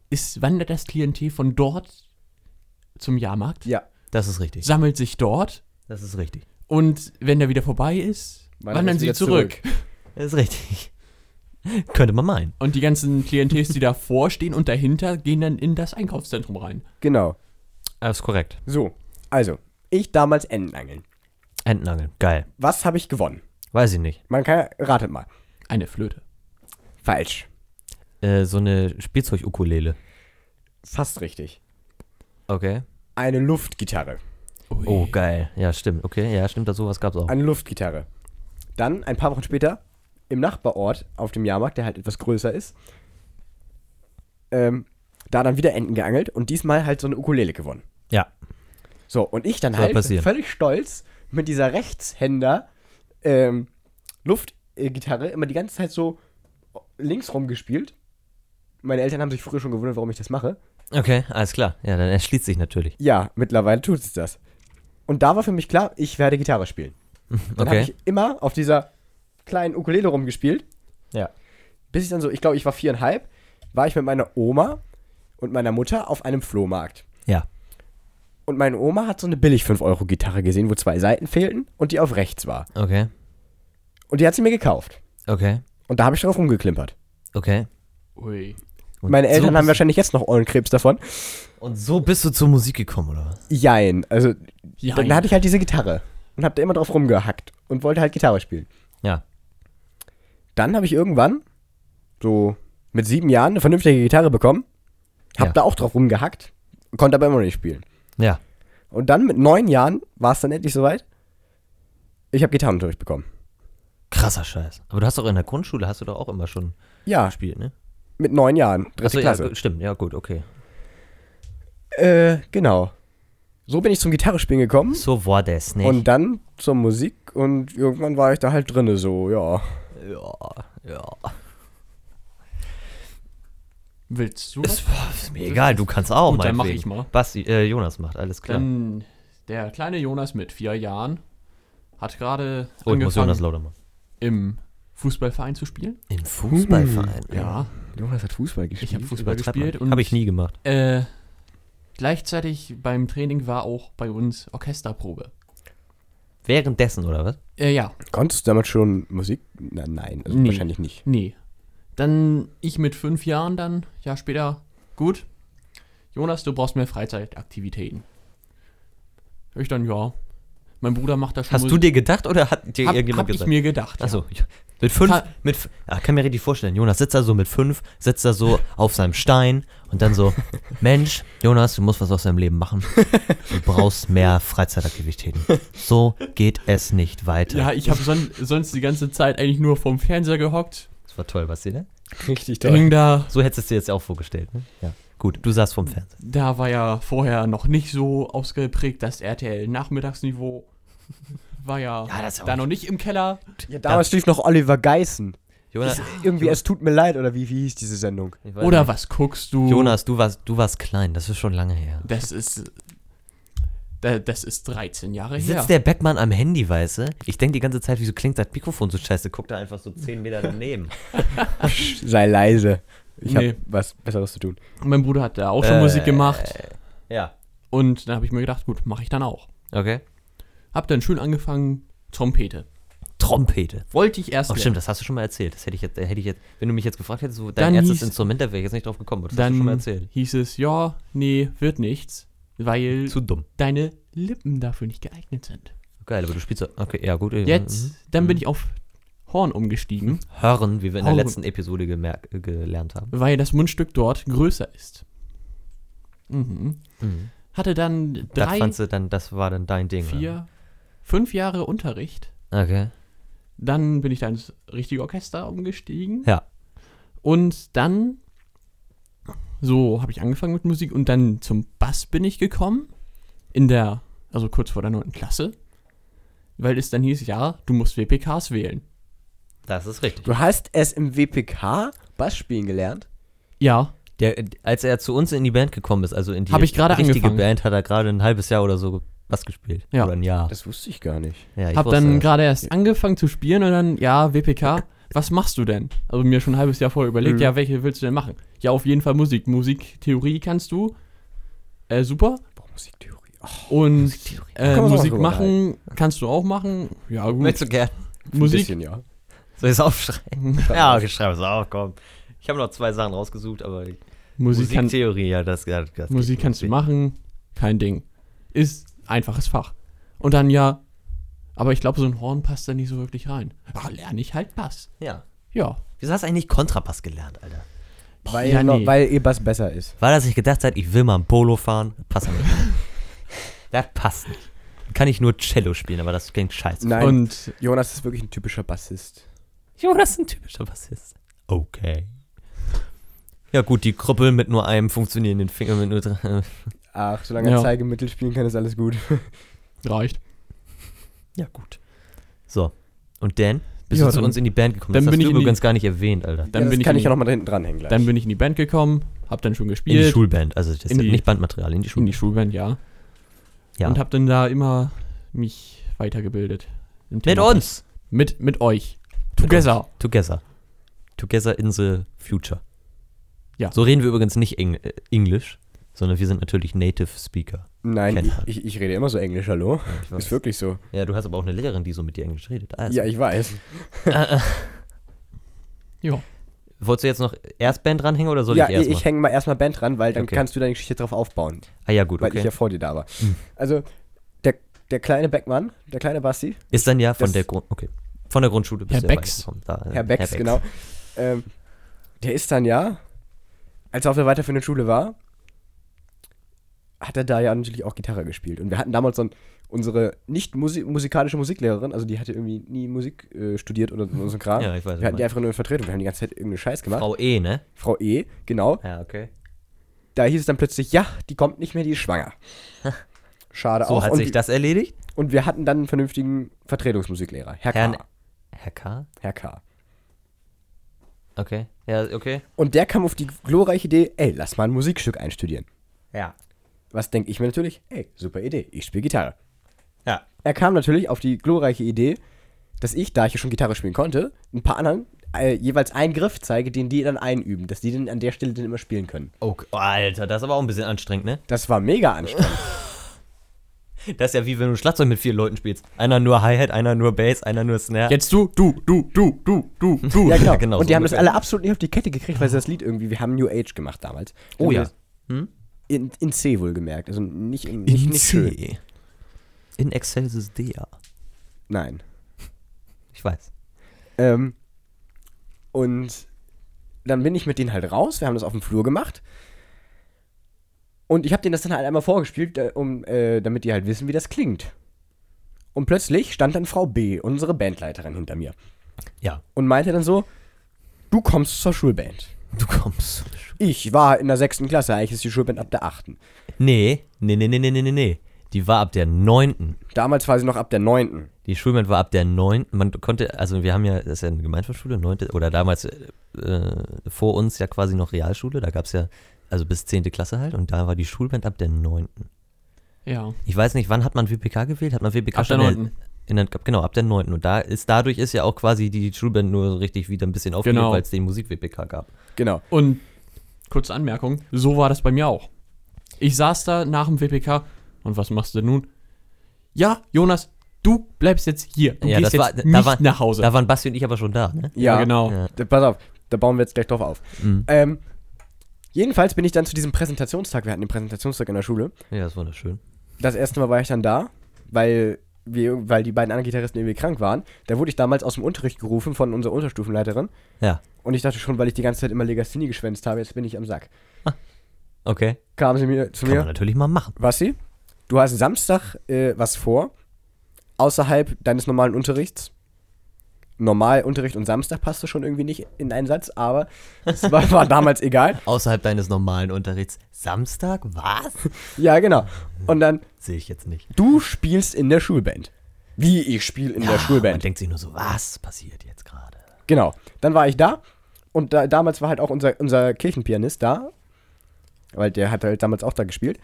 [SPEAKER 3] ist, wandert das Klientel von dort zum Jahrmarkt,
[SPEAKER 2] ja.
[SPEAKER 1] Das ist richtig.
[SPEAKER 3] sammelt sich dort
[SPEAKER 1] Das ist richtig.
[SPEAKER 3] und wenn der wieder vorbei ist,
[SPEAKER 2] Wandert
[SPEAKER 3] wandern
[SPEAKER 2] es
[SPEAKER 3] sie
[SPEAKER 2] wieder
[SPEAKER 3] zurück.
[SPEAKER 1] Das ist richtig. Könnte man meinen.
[SPEAKER 3] Und die ganzen Klientels, die davor stehen und dahinter, gehen dann in das Einkaufszentrum rein.
[SPEAKER 2] Genau.
[SPEAKER 1] Alles korrekt.
[SPEAKER 2] So. Also, ich damals Entenangeln.
[SPEAKER 1] Entenangeln, geil.
[SPEAKER 2] Was habe ich gewonnen?
[SPEAKER 1] Weiß ich nicht.
[SPEAKER 2] Man kann, ratet mal.
[SPEAKER 3] Eine Flöte.
[SPEAKER 2] Falsch.
[SPEAKER 1] Äh, so eine Spielzeug-Ukulele.
[SPEAKER 2] Fast richtig.
[SPEAKER 1] Okay.
[SPEAKER 2] Eine Luftgitarre.
[SPEAKER 3] Ui.
[SPEAKER 1] Oh, geil. Ja, stimmt. Okay, ja, stimmt. Da sowas gab's auch.
[SPEAKER 2] Eine Luftgitarre. Dann, ein paar Wochen später, im Nachbarort auf dem Jahrmarkt, der halt etwas größer ist, ähm, da dann wieder Enten geangelt und diesmal halt so eine Ukulele gewonnen.
[SPEAKER 1] Ja.
[SPEAKER 2] So, und ich dann
[SPEAKER 1] Soll
[SPEAKER 2] halt
[SPEAKER 1] passieren.
[SPEAKER 2] völlig stolz mit dieser Rechtshänder ähm, Luftgitarre immer die ganze Zeit so links rum gespielt. Meine Eltern haben sich früher schon gewundert, warum ich das mache.
[SPEAKER 1] Okay, alles klar. Ja, dann erschließt sich natürlich.
[SPEAKER 2] Ja, mittlerweile tut es das. Und da war für mich klar, ich werde Gitarre spielen. Dann habe
[SPEAKER 1] Okay.
[SPEAKER 2] ich immer auf dieser kleinen Ukulele rumgespielt,
[SPEAKER 1] Ja.
[SPEAKER 2] bis ich dann so, ich glaube, ich war viereinhalb, war ich mit meiner Oma und meiner Mutter auf einem Flohmarkt.
[SPEAKER 1] Ja.
[SPEAKER 2] Und meine Oma hat so eine billig 5-Euro-Gitarre gesehen, wo zwei Seiten fehlten und die auf rechts war.
[SPEAKER 1] Okay.
[SPEAKER 2] Und die hat sie mir gekauft.
[SPEAKER 1] Okay.
[SPEAKER 2] Und da habe ich drauf rumgeklimpert.
[SPEAKER 1] Okay.
[SPEAKER 3] Ui.
[SPEAKER 1] Und
[SPEAKER 2] Meine Eltern
[SPEAKER 1] so
[SPEAKER 2] haben
[SPEAKER 1] bist,
[SPEAKER 2] wahrscheinlich jetzt noch Ohrenkrebs davon.
[SPEAKER 1] Und so bist du zur Musik gekommen, oder was?
[SPEAKER 2] Jein. Also,
[SPEAKER 3] Ja,
[SPEAKER 2] dann hatte ich halt diese Gitarre und habe da immer drauf rumgehackt und wollte halt Gitarre spielen.
[SPEAKER 1] Ja.
[SPEAKER 2] Dann habe ich irgendwann, so mit sieben Jahren, eine vernünftige Gitarre bekommen. Hab
[SPEAKER 1] Ja.
[SPEAKER 2] da auch drauf rumgehackt, konnte aber immer noch nicht spielen.
[SPEAKER 1] Ja.
[SPEAKER 2] Und dann mit neun Jahren war es dann endlich soweit. Ich habe Gitarrenunterricht bekommen.
[SPEAKER 1] Krasser Scheiß. Aber du hast doch in der Grundschule, hast du doch auch immer schon
[SPEAKER 2] Ja,
[SPEAKER 1] gespielt, ne?
[SPEAKER 2] mit neun Jahren, dritte
[SPEAKER 1] Achso, ja,
[SPEAKER 2] Klasse.
[SPEAKER 1] gut, stimmt. Ja, gut, okay.
[SPEAKER 2] Äh, genau. So bin ich zum Gitarrespielen gekommen
[SPEAKER 1] So war das, ne?
[SPEAKER 2] und dann zur Musik und irgendwann war ich da halt drinne so, ja.
[SPEAKER 1] ja, ja.
[SPEAKER 3] Willst du? was?
[SPEAKER 1] Ist, ist mir egal, du kannst auch,
[SPEAKER 3] Gut, dann mach
[SPEAKER 1] meinetwegen.
[SPEAKER 3] ich mal.
[SPEAKER 1] Basti, äh, Jonas macht, alles klar.
[SPEAKER 3] Dann Ähm, der kleine Jonas mit vier Jahren hat gerade
[SPEAKER 1] oh, ich muss Jonas
[SPEAKER 3] angefangen,
[SPEAKER 1] lauter machen.
[SPEAKER 3] im Fußballverein zu spielen.
[SPEAKER 1] Im Fußballverein?
[SPEAKER 3] Ja,
[SPEAKER 2] Jonas hat Fußball gespielt.
[SPEAKER 3] ich habe Fußball gespielt und
[SPEAKER 1] Habe ich nie gemacht.
[SPEAKER 3] äh, Gleichzeitig beim Training war auch bei uns Orchesterprobe.
[SPEAKER 1] Währenddessen, oder was?
[SPEAKER 3] Äh, ja,
[SPEAKER 2] Konntest du damals schon Musik? Na, nein, also
[SPEAKER 3] Nee.
[SPEAKER 2] wahrscheinlich nicht.
[SPEAKER 3] Nee. Dann ich mit fünf Jahren dann, Jahr später, gut. Jonas, du brauchst mehr Freizeitaktivitäten. Ich dann, ja. Mein Bruder macht das schon.
[SPEAKER 1] Hast du dir gedacht oder hat dir
[SPEAKER 3] hab,
[SPEAKER 1] irgendjemand
[SPEAKER 3] hab ich
[SPEAKER 1] gesagt?
[SPEAKER 3] mir gedacht. ja.
[SPEAKER 1] Achso, ja. mit fünf,
[SPEAKER 3] Ka-
[SPEAKER 1] mit, f- ah, kann mir richtig vorstellen, Jonas sitzt da so mit fünf, sitzt da so auf seinem Stein und dann so, Mensch, Jonas, du musst was aus deinem Leben machen. Du brauchst mehr Freizeitaktivitäten. So geht es nicht weiter.
[SPEAKER 3] Ja, ich habe son sonst die ganze Zeit eigentlich nur vorm Fernseher gehockt.
[SPEAKER 1] Das war toll, was sie, ne?
[SPEAKER 2] Richtig
[SPEAKER 3] Hing da.
[SPEAKER 1] So hättest du es dir jetzt auch vorgestellt, ne? Ja. Gut, du saßt vorm Fernseher.
[SPEAKER 3] Da war ja vorher noch nicht so ausgeprägt, das RTL-Nachmittagsniveau war ja,
[SPEAKER 1] Ja, das ist auch
[SPEAKER 3] da noch nicht im Keller.
[SPEAKER 2] Ja, damals lief noch Oliver Geißen.
[SPEAKER 1] Jonas,
[SPEAKER 2] Irgendwie, es tut mir leid, oder wie, wie hieß diese Sendung?
[SPEAKER 1] ich weiß
[SPEAKER 3] Oder
[SPEAKER 1] nicht.
[SPEAKER 3] was guckst du?
[SPEAKER 1] Jonas, du warst, du warst klein, das ist schon lange her.
[SPEAKER 3] Das ist. da- Das ist 13 Jahre
[SPEAKER 1] Sitzt
[SPEAKER 3] her.
[SPEAKER 1] der Beckmann am Handy, weißt du? Ich denke die ganze Zeit, wieso klingt das Mikrofon so scheiße? Guckt da einfach so 10 Meter daneben.
[SPEAKER 2] Sei leise. Ich
[SPEAKER 3] Nee.
[SPEAKER 2] hab was Besseres zu tun.
[SPEAKER 3] Mein Bruder hat da auch schon
[SPEAKER 1] Äh,
[SPEAKER 3] Musik gemacht.
[SPEAKER 1] Ja.
[SPEAKER 3] Und dann habe ich mir gedacht, gut, mache ich dann auch.
[SPEAKER 1] Okay.
[SPEAKER 3] Hab dann schön angefangen, Trompete.
[SPEAKER 1] Trompete.
[SPEAKER 3] Wollte ich erst.
[SPEAKER 1] Oh,
[SPEAKER 3] lernen.
[SPEAKER 1] stimmt, das hast du schon mal erzählt. Das hätte ich jetzt, äh, hätte ich jetzt, wenn du mich jetzt gefragt hättest, so dein
[SPEAKER 3] Dann
[SPEAKER 1] erstes
[SPEAKER 3] hieß-
[SPEAKER 1] Instrument, da wäre ich jetzt nicht drauf gekommen. aber Das hast du schon mal
[SPEAKER 3] Dann
[SPEAKER 1] erzählt.
[SPEAKER 3] hieß es, ja, nee, wird nichts, weil
[SPEAKER 1] Zu dumm.
[SPEAKER 3] deine Lippen dafür nicht geeignet sind.
[SPEAKER 1] Geil, aber du spielst so. Okay, ja, gut.
[SPEAKER 3] Jetzt, dann bin
[SPEAKER 1] Mhm.
[SPEAKER 3] ich auf Horn umgestiegen,
[SPEAKER 1] Mhm. Hören, wie wir in der
[SPEAKER 3] Horn.
[SPEAKER 1] letzten Episode gemerkt, gelernt haben.
[SPEAKER 3] weil das Mundstück dort größer ist. Mhm.
[SPEAKER 1] Mhm.
[SPEAKER 3] Hatte dann
[SPEAKER 1] Das
[SPEAKER 3] drei,
[SPEAKER 1] fandst du dann, das war dann dein Ding. oder?
[SPEAKER 3] vier, fünf Jahre Unterricht.
[SPEAKER 1] Okay.
[SPEAKER 3] Dann bin ich dann ins richtige Orchester umgestiegen.
[SPEAKER 1] Ja.
[SPEAKER 3] Und dann, so habe ich angefangen mit Musik und dann zum Bass bin ich gekommen. In der, also kurz vor der 9. Klasse. Weil es dann hieß, ja, du musst WPKs wählen.
[SPEAKER 1] Das ist richtig.
[SPEAKER 2] Du hast es im WPK Bass spielen gelernt?
[SPEAKER 3] Ja,
[SPEAKER 1] Der, als er zu uns in die Band gekommen ist, also in die
[SPEAKER 3] Hab ich gerade
[SPEAKER 1] richtige
[SPEAKER 3] angefangen.
[SPEAKER 1] Band, hat er gerade ein halbes Jahr oder so was gespielt.
[SPEAKER 3] Ja.
[SPEAKER 1] Oder ein Jahr.
[SPEAKER 2] Das wusste ich gar nicht.
[SPEAKER 1] ja, ich
[SPEAKER 3] hab
[SPEAKER 1] wusste
[SPEAKER 3] dann
[SPEAKER 1] das.
[SPEAKER 3] gerade erst angefangen zu spielen und dann, ja, WPK, was machst du denn? Also mir schon ein halbes Jahr vorher überlegt,
[SPEAKER 2] Mhm.
[SPEAKER 3] ja, welche willst du denn machen? Ja, auf jeden Fall Musik. Musiktheorie kannst du. Äh, super.
[SPEAKER 2] Boah, Musiktheorie.
[SPEAKER 3] Und
[SPEAKER 2] Kann
[SPEAKER 3] äh,
[SPEAKER 2] man auch
[SPEAKER 3] Musik
[SPEAKER 2] drüber
[SPEAKER 3] machen
[SPEAKER 2] halt.
[SPEAKER 3] kannst du auch machen. Ja, gut.
[SPEAKER 1] Möchtest du gern?
[SPEAKER 2] Ein
[SPEAKER 3] Musik.
[SPEAKER 2] bisschen, ja.
[SPEAKER 1] Soll ich es aufschreiben? ja, okay, schreib es auf, komm. Ich habe noch zwei Sachen rausgesucht, aber
[SPEAKER 3] Musik, kann,
[SPEAKER 1] Musiktheorie, ja, das, ja, das
[SPEAKER 3] Musik kannst du machen, kein Ding. Ist einfaches Fach. Und dann ja, aber ich glaube, so ein Horn passt da nicht so wirklich rein. Ach, lerne ich halt Bass.
[SPEAKER 1] Ja.
[SPEAKER 3] Ja.
[SPEAKER 1] Wieso hast du eigentlich Kontrapass gelernt, Alter?
[SPEAKER 2] Weil,
[SPEAKER 3] ja,
[SPEAKER 2] noch,
[SPEAKER 3] nee.
[SPEAKER 2] weil ihr Bass besser ist.
[SPEAKER 1] War das ich gedacht hat, ich will mal ein Polo fahren? Passt aber nicht. das passt nicht. Kann ich nur Cello spielen, aber das klingt scheiße.
[SPEAKER 2] Nein,
[SPEAKER 3] Und
[SPEAKER 2] Jonas ist wirklich ein typischer Bassist.
[SPEAKER 1] Jonas ist ein typischer Bassist. Okay. Ja gut, die Krüppel mit nur einem funktionierenden Finger, mit nur drei.
[SPEAKER 2] Ach, solange er
[SPEAKER 3] Ja.
[SPEAKER 2] Zeigemittel spielen kann, ist alles gut.
[SPEAKER 3] reicht.
[SPEAKER 1] Ja gut. So. Und Dan? Bist
[SPEAKER 3] Ja,
[SPEAKER 1] du zu
[SPEAKER 3] dann-
[SPEAKER 1] uns in die Band gekommen?
[SPEAKER 3] dann
[SPEAKER 1] das hast
[SPEAKER 3] bin ich
[SPEAKER 1] du
[SPEAKER 3] in die-
[SPEAKER 1] übrigens gar nicht erwähnt, Alter.
[SPEAKER 3] Dann
[SPEAKER 2] ja, das
[SPEAKER 3] bin ich
[SPEAKER 2] kann
[SPEAKER 3] in
[SPEAKER 2] ich
[SPEAKER 3] die-
[SPEAKER 2] ja noch mal hinten dranhängen gleich.
[SPEAKER 3] Dann bin ich in die Band gekommen, hab dann schon
[SPEAKER 1] In die
[SPEAKER 3] gespielt.
[SPEAKER 1] Schulband, also das ist
[SPEAKER 3] In die-
[SPEAKER 1] nicht Bandmaterial, in die
[SPEAKER 3] in
[SPEAKER 1] Schulband.
[SPEAKER 3] die Schulband, ja.
[SPEAKER 1] Ja.
[SPEAKER 3] Und hab dann da immer mich weitergebildet. im
[SPEAKER 1] Mit
[SPEAKER 3] Thema
[SPEAKER 1] uns!
[SPEAKER 3] Bass. Mit, mit euch.
[SPEAKER 1] Mit
[SPEAKER 3] Together.
[SPEAKER 1] Together. Together in the future.
[SPEAKER 3] Ja.
[SPEAKER 1] So reden wir übrigens nicht Eng äh, Englisch, sondern wir sind natürlich Native Speaker.
[SPEAKER 2] Nein,
[SPEAKER 1] Kennt man.
[SPEAKER 2] ich, ich, ich rede immer so Englisch, hallo? Ist wirklich so.
[SPEAKER 1] Ja, du hast aber auch eine Lehrerin, die so mit dir Englisch redet. Also,
[SPEAKER 2] Ja, ich weiß.
[SPEAKER 1] äh, äh,
[SPEAKER 3] Ja.
[SPEAKER 1] wolltest du jetzt noch Erstband dranhängen oder soll
[SPEAKER 2] ja,
[SPEAKER 1] ich
[SPEAKER 2] ich,
[SPEAKER 1] erstmal?
[SPEAKER 2] ich hänge mal erstmal Band dran, weil dann
[SPEAKER 1] Okay.
[SPEAKER 2] kannst du deine Geschichte drauf aufbauen,
[SPEAKER 1] ah ja, gut,
[SPEAKER 2] weil ich
[SPEAKER 1] okay. Hm.
[SPEAKER 2] ja vor dir da war. Also, der, der kleine Beckmann, der kleine Basti,
[SPEAKER 1] Ist dann ja von
[SPEAKER 2] Das-
[SPEAKER 1] der Grund okay. von der Grundschule
[SPEAKER 3] Herr
[SPEAKER 1] du ja
[SPEAKER 3] Becks.
[SPEAKER 1] reingekommen. Da, äh,
[SPEAKER 2] Herr Becks, genau, ähm, der ist dann ja, als er auf der weiterführenden Schule war, hat er da ja natürlich auch Gitarre gespielt. Und wir hatten damals so ein, unsere nicht musi musikalische Musiklehrerin, also die hatte irgendwie nie Musik äh, studiert oder so ein Kram.
[SPEAKER 1] Ja, ich weiß,
[SPEAKER 2] wir hatten
[SPEAKER 1] was
[SPEAKER 2] die einfach nur in Vertretung, wir haben die ganze Zeit irgendeinen Scheiß gemacht. Frau,
[SPEAKER 1] Frau E, ne?
[SPEAKER 2] Frau E, genau.
[SPEAKER 1] Ja, okay.
[SPEAKER 2] Da hieß es dann plötzlich, ja, die kommt nicht mehr, die ist schwanger. Schade
[SPEAKER 1] So
[SPEAKER 2] auch.
[SPEAKER 1] hat
[SPEAKER 2] Und
[SPEAKER 1] sich das erledigt.
[SPEAKER 2] Und wir hatten dann einen vernünftigen Vertretungsmusiklehrer, Herr K.
[SPEAKER 1] Herrn- Herr K.
[SPEAKER 2] Herr K.
[SPEAKER 1] Okay. Ja, okay.
[SPEAKER 2] Und der kam auf die glorreiche Idee, ey, lass mal ein Musikstück einstudieren.
[SPEAKER 1] Ja.
[SPEAKER 2] Was denke ich mir natürlich? Ey, super Idee, ich spiele Gitarre.
[SPEAKER 1] Ja.
[SPEAKER 2] Er kam natürlich auf die glorreiche Idee, dass ich, da ich ja schon Gitarre spielen konnte, ein paar anderen äh, jeweils einen Griff zeige, den die dann einüben, dass die den an der Stelle dann immer spielen können.
[SPEAKER 1] Oh, Alter, das ist aber auch ein bisschen anstrengend, ne?
[SPEAKER 2] Das war mega anstrengend.
[SPEAKER 1] Das ist ja wie wenn du Schlagzeug mit vier Leuten spielst. Einer nur Hi-Hat, einer nur Bass, einer nur Snare.
[SPEAKER 3] Jetzt du, du, du, du, du, du, du.
[SPEAKER 2] ja, genau.
[SPEAKER 1] Genau,
[SPEAKER 2] Und die
[SPEAKER 1] so
[SPEAKER 2] haben das
[SPEAKER 1] ungefähr.
[SPEAKER 2] alle absolut nicht auf die Kette gekriegt, weil sie das Lied irgendwie, wir haben New Age gemacht damals.
[SPEAKER 1] Oh ja.
[SPEAKER 2] Hm?
[SPEAKER 1] Hm?
[SPEAKER 2] In, in C wohlgemerkt, also nicht in, nicht, nicht schön.
[SPEAKER 1] In Excelsis Dea.
[SPEAKER 2] Nein.
[SPEAKER 1] Ich weiß.
[SPEAKER 2] Ähm, und dann bin ich mit denen halt raus. Wir haben das auf dem Flur gemacht. Und ich habe denen das dann halt einmal vorgespielt, äh, um, äh, damit die halt wissen, wie das klingt. Und plötzlich stand dann Frau B, unsere Bandleiterin, hinter mir.
[SPEAKER 1] Ja,
[SPEAKER 2] Und meinte dann so, du kommst zur Schulband.
[SPEAKER 1] du kommst.
[SPEAKER 2] Ich war in der sechsten Klasse, eigentlich ist die Schulband ab der achten.
[SPEAKER 1] Nee, nee, nee, nee, nee, nee, nee, nee. Die war ab der neunten.
[SPEAKER 2] Damals war sie noch ab der neunten.
[SPEAKER 1] Die Schulband war ab der neunten. Man konnte, also wir haben ja, das ist ja eine Gemeinschaftsschule, neunte, oder damals äh, äh, vor uns ja quasi noch Realschule. Da gab es ja, also bis zehnte Klasse halt. Und da war die Schulband ab der neunten.
[SPEAKER 3] Ja,
[SPEAKER 1] Ich weiß nicht, wann hat man WPK gewählt? Hat man WPK
[SPEAKER 3] ab der
[SPEAKER 1] schon in
[SPEAKER 3] neunten.
[SPEAKER 1] In der, genau, ab der 9. Und da ist, dadurch ist ja auch quasi die Schulband nur so richtig wieder ein bisschen aufgelegt,
[SPEAKER 3] Genau.
[SPEAKER 1] weil es den Musik-WPK gab.
[SPEAKER 2] Genau.
[SPEAKER 3] Und kurze Anmerkung, so war das bei mir auch. Ich saß da nach dem WPK und was machst du denn nun? Ja, Jonas, du bleibst jetzt hier. Du
[SPEAKER 1] Ja,
[SPEAKER 3] gehst
[SPEAKER 1] das war-
[SPEAKER 3] jetzt
[SPEAKER 1] da
[SPEAKER 3] nicht
[SPEAKER 1] war-
[SPEAKER 3] nach Hause.
[SPEAKER 1] Da waren Basti und ich aber schon da, ne?
[SPEAKER 3] ja, genau.
[SPEAKER 1] Ja.
[SPEAKER 2] Da- Pass auf, da bauen wir jetzt gleich drauf auf.
[SPEAKER 1] Mhm.
[SPEAKER 2] Ähm, jedenfalls bin ich dann zu diesem Präsentationstag, wir hatten den Präsentationstag in der Schule.
[SPEAKER 1] Ja, das ist wunderschön.
[SPEAKER 2] Das erste Mal war ich dann da, weil, wir, weil die beiden anderen Gitarristen irgendwie krank waren. Da wurde ich damals aus dem Unterricht gerufen von unserer Unterstufenleiterin.
[SPEAKER 1] Ja,
[SPEAKER 2] Und ich dachte schon, weil ich die ganze Zeit immer Legasthenie geschwänzt habe, jetzt bin ich am Sack.
[SPEAKER 1] okay.
[SPEAKER 2] Kam sie mir zu
[SPEAKER 1] Kann man
[SPEAKER 2] mir,
[SPEAKER 1] natürlich mal machen.
[SPEAKER 2] Wassi, du hast Samstag äh, was vor, außerhalb deines normalen Unterrichts. Normal Unterricht und Samstag passte schon irgendwie nicht in einen Satz, aber es war, war damals egal.
[SPEAKER 1] Außerhalb deines normalen Unterrichts. Samstag? Was?
[SPEAKER 2] Ja, genau. Und dann,
[SPEAKER 1] Sehe ich jetzt nicht.
[SPEAKER 2] du spielst in der Schulband. Wie ich spiele in der
[SPEAKER 1] Man
[SPEAKER 2] Schulband.
[SPEAKER 1] denkt sich nur so, was passiert jetzt gerade?
[SPEAKER 2] Genau. Dann war ich da und da, damals war halt auch unser, unser Kirchenpianist da, weil der hat halt damals auch da gespielt.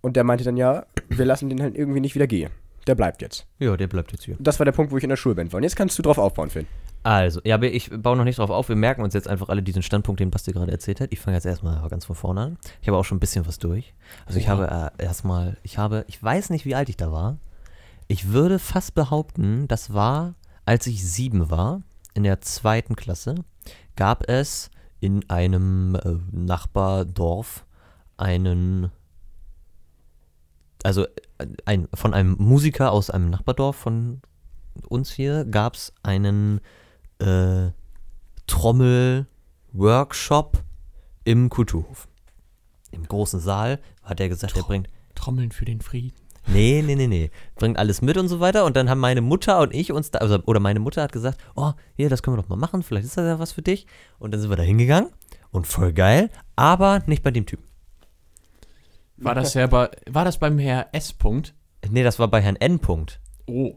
[SPEAKER 2] Und der meinte dann ja, wir lassen den halt irgendwie nicht wieder gehen. Der bleibt jetzt.
[SPEAKER 1] Ja, der bleibt jetzt hier.
[SPEAKER 2] Und Das war der Punkt, wo ich in der Schulband war. Und jetzt kannst du drauf aufbauen, Finn.
[SPEAKER 1] Also, ja, aber ich baue noch nicht drauf auf. Wir merken uns jetzt einfach alle diesen Standpunkt, den Basti gerade erzählt hat. Ich fange jetzt erstmal ganz von vorne an. Ich habe auch schon ein bisschen was durch. Also, ich habe äh, erstmal, ich habe, ich weiß nicht, wie alt ich da war. Ich würde fast behaupten, das war, als ich sieben war, in der zweiten Klasse, gab es in einem äh, Nachbardorf einen, also äh, ein, von einem Musiker aus einem Nachbardorf von uns hier, gab es einen äh, Trommel-Workshop im Kulturhof. Im großen Saal hat er gesagt, er bringt
[SPEAKER 3] Trommeln für den Frieden.
[SPEAKER 1] Nee, nee, nee, nee. Bringt alles mit und so weiter. Und dann haben meine Mutter und ich uns da, also, oder meine Mutter hat gesagt, oh, hier, das können wir doch mal machen, vielleicht ist das ja was für dich. Und dann sind wir da hingegangen und voll geil, aber nicht bei dem Typen.
[SPEAKER 3] War das, ja bei, war das beim Herr S. -Punkt?
[SPEAKER 1] Nee, das war bei Herrn N. -Punkt.
[SPEAKER 3] Oh,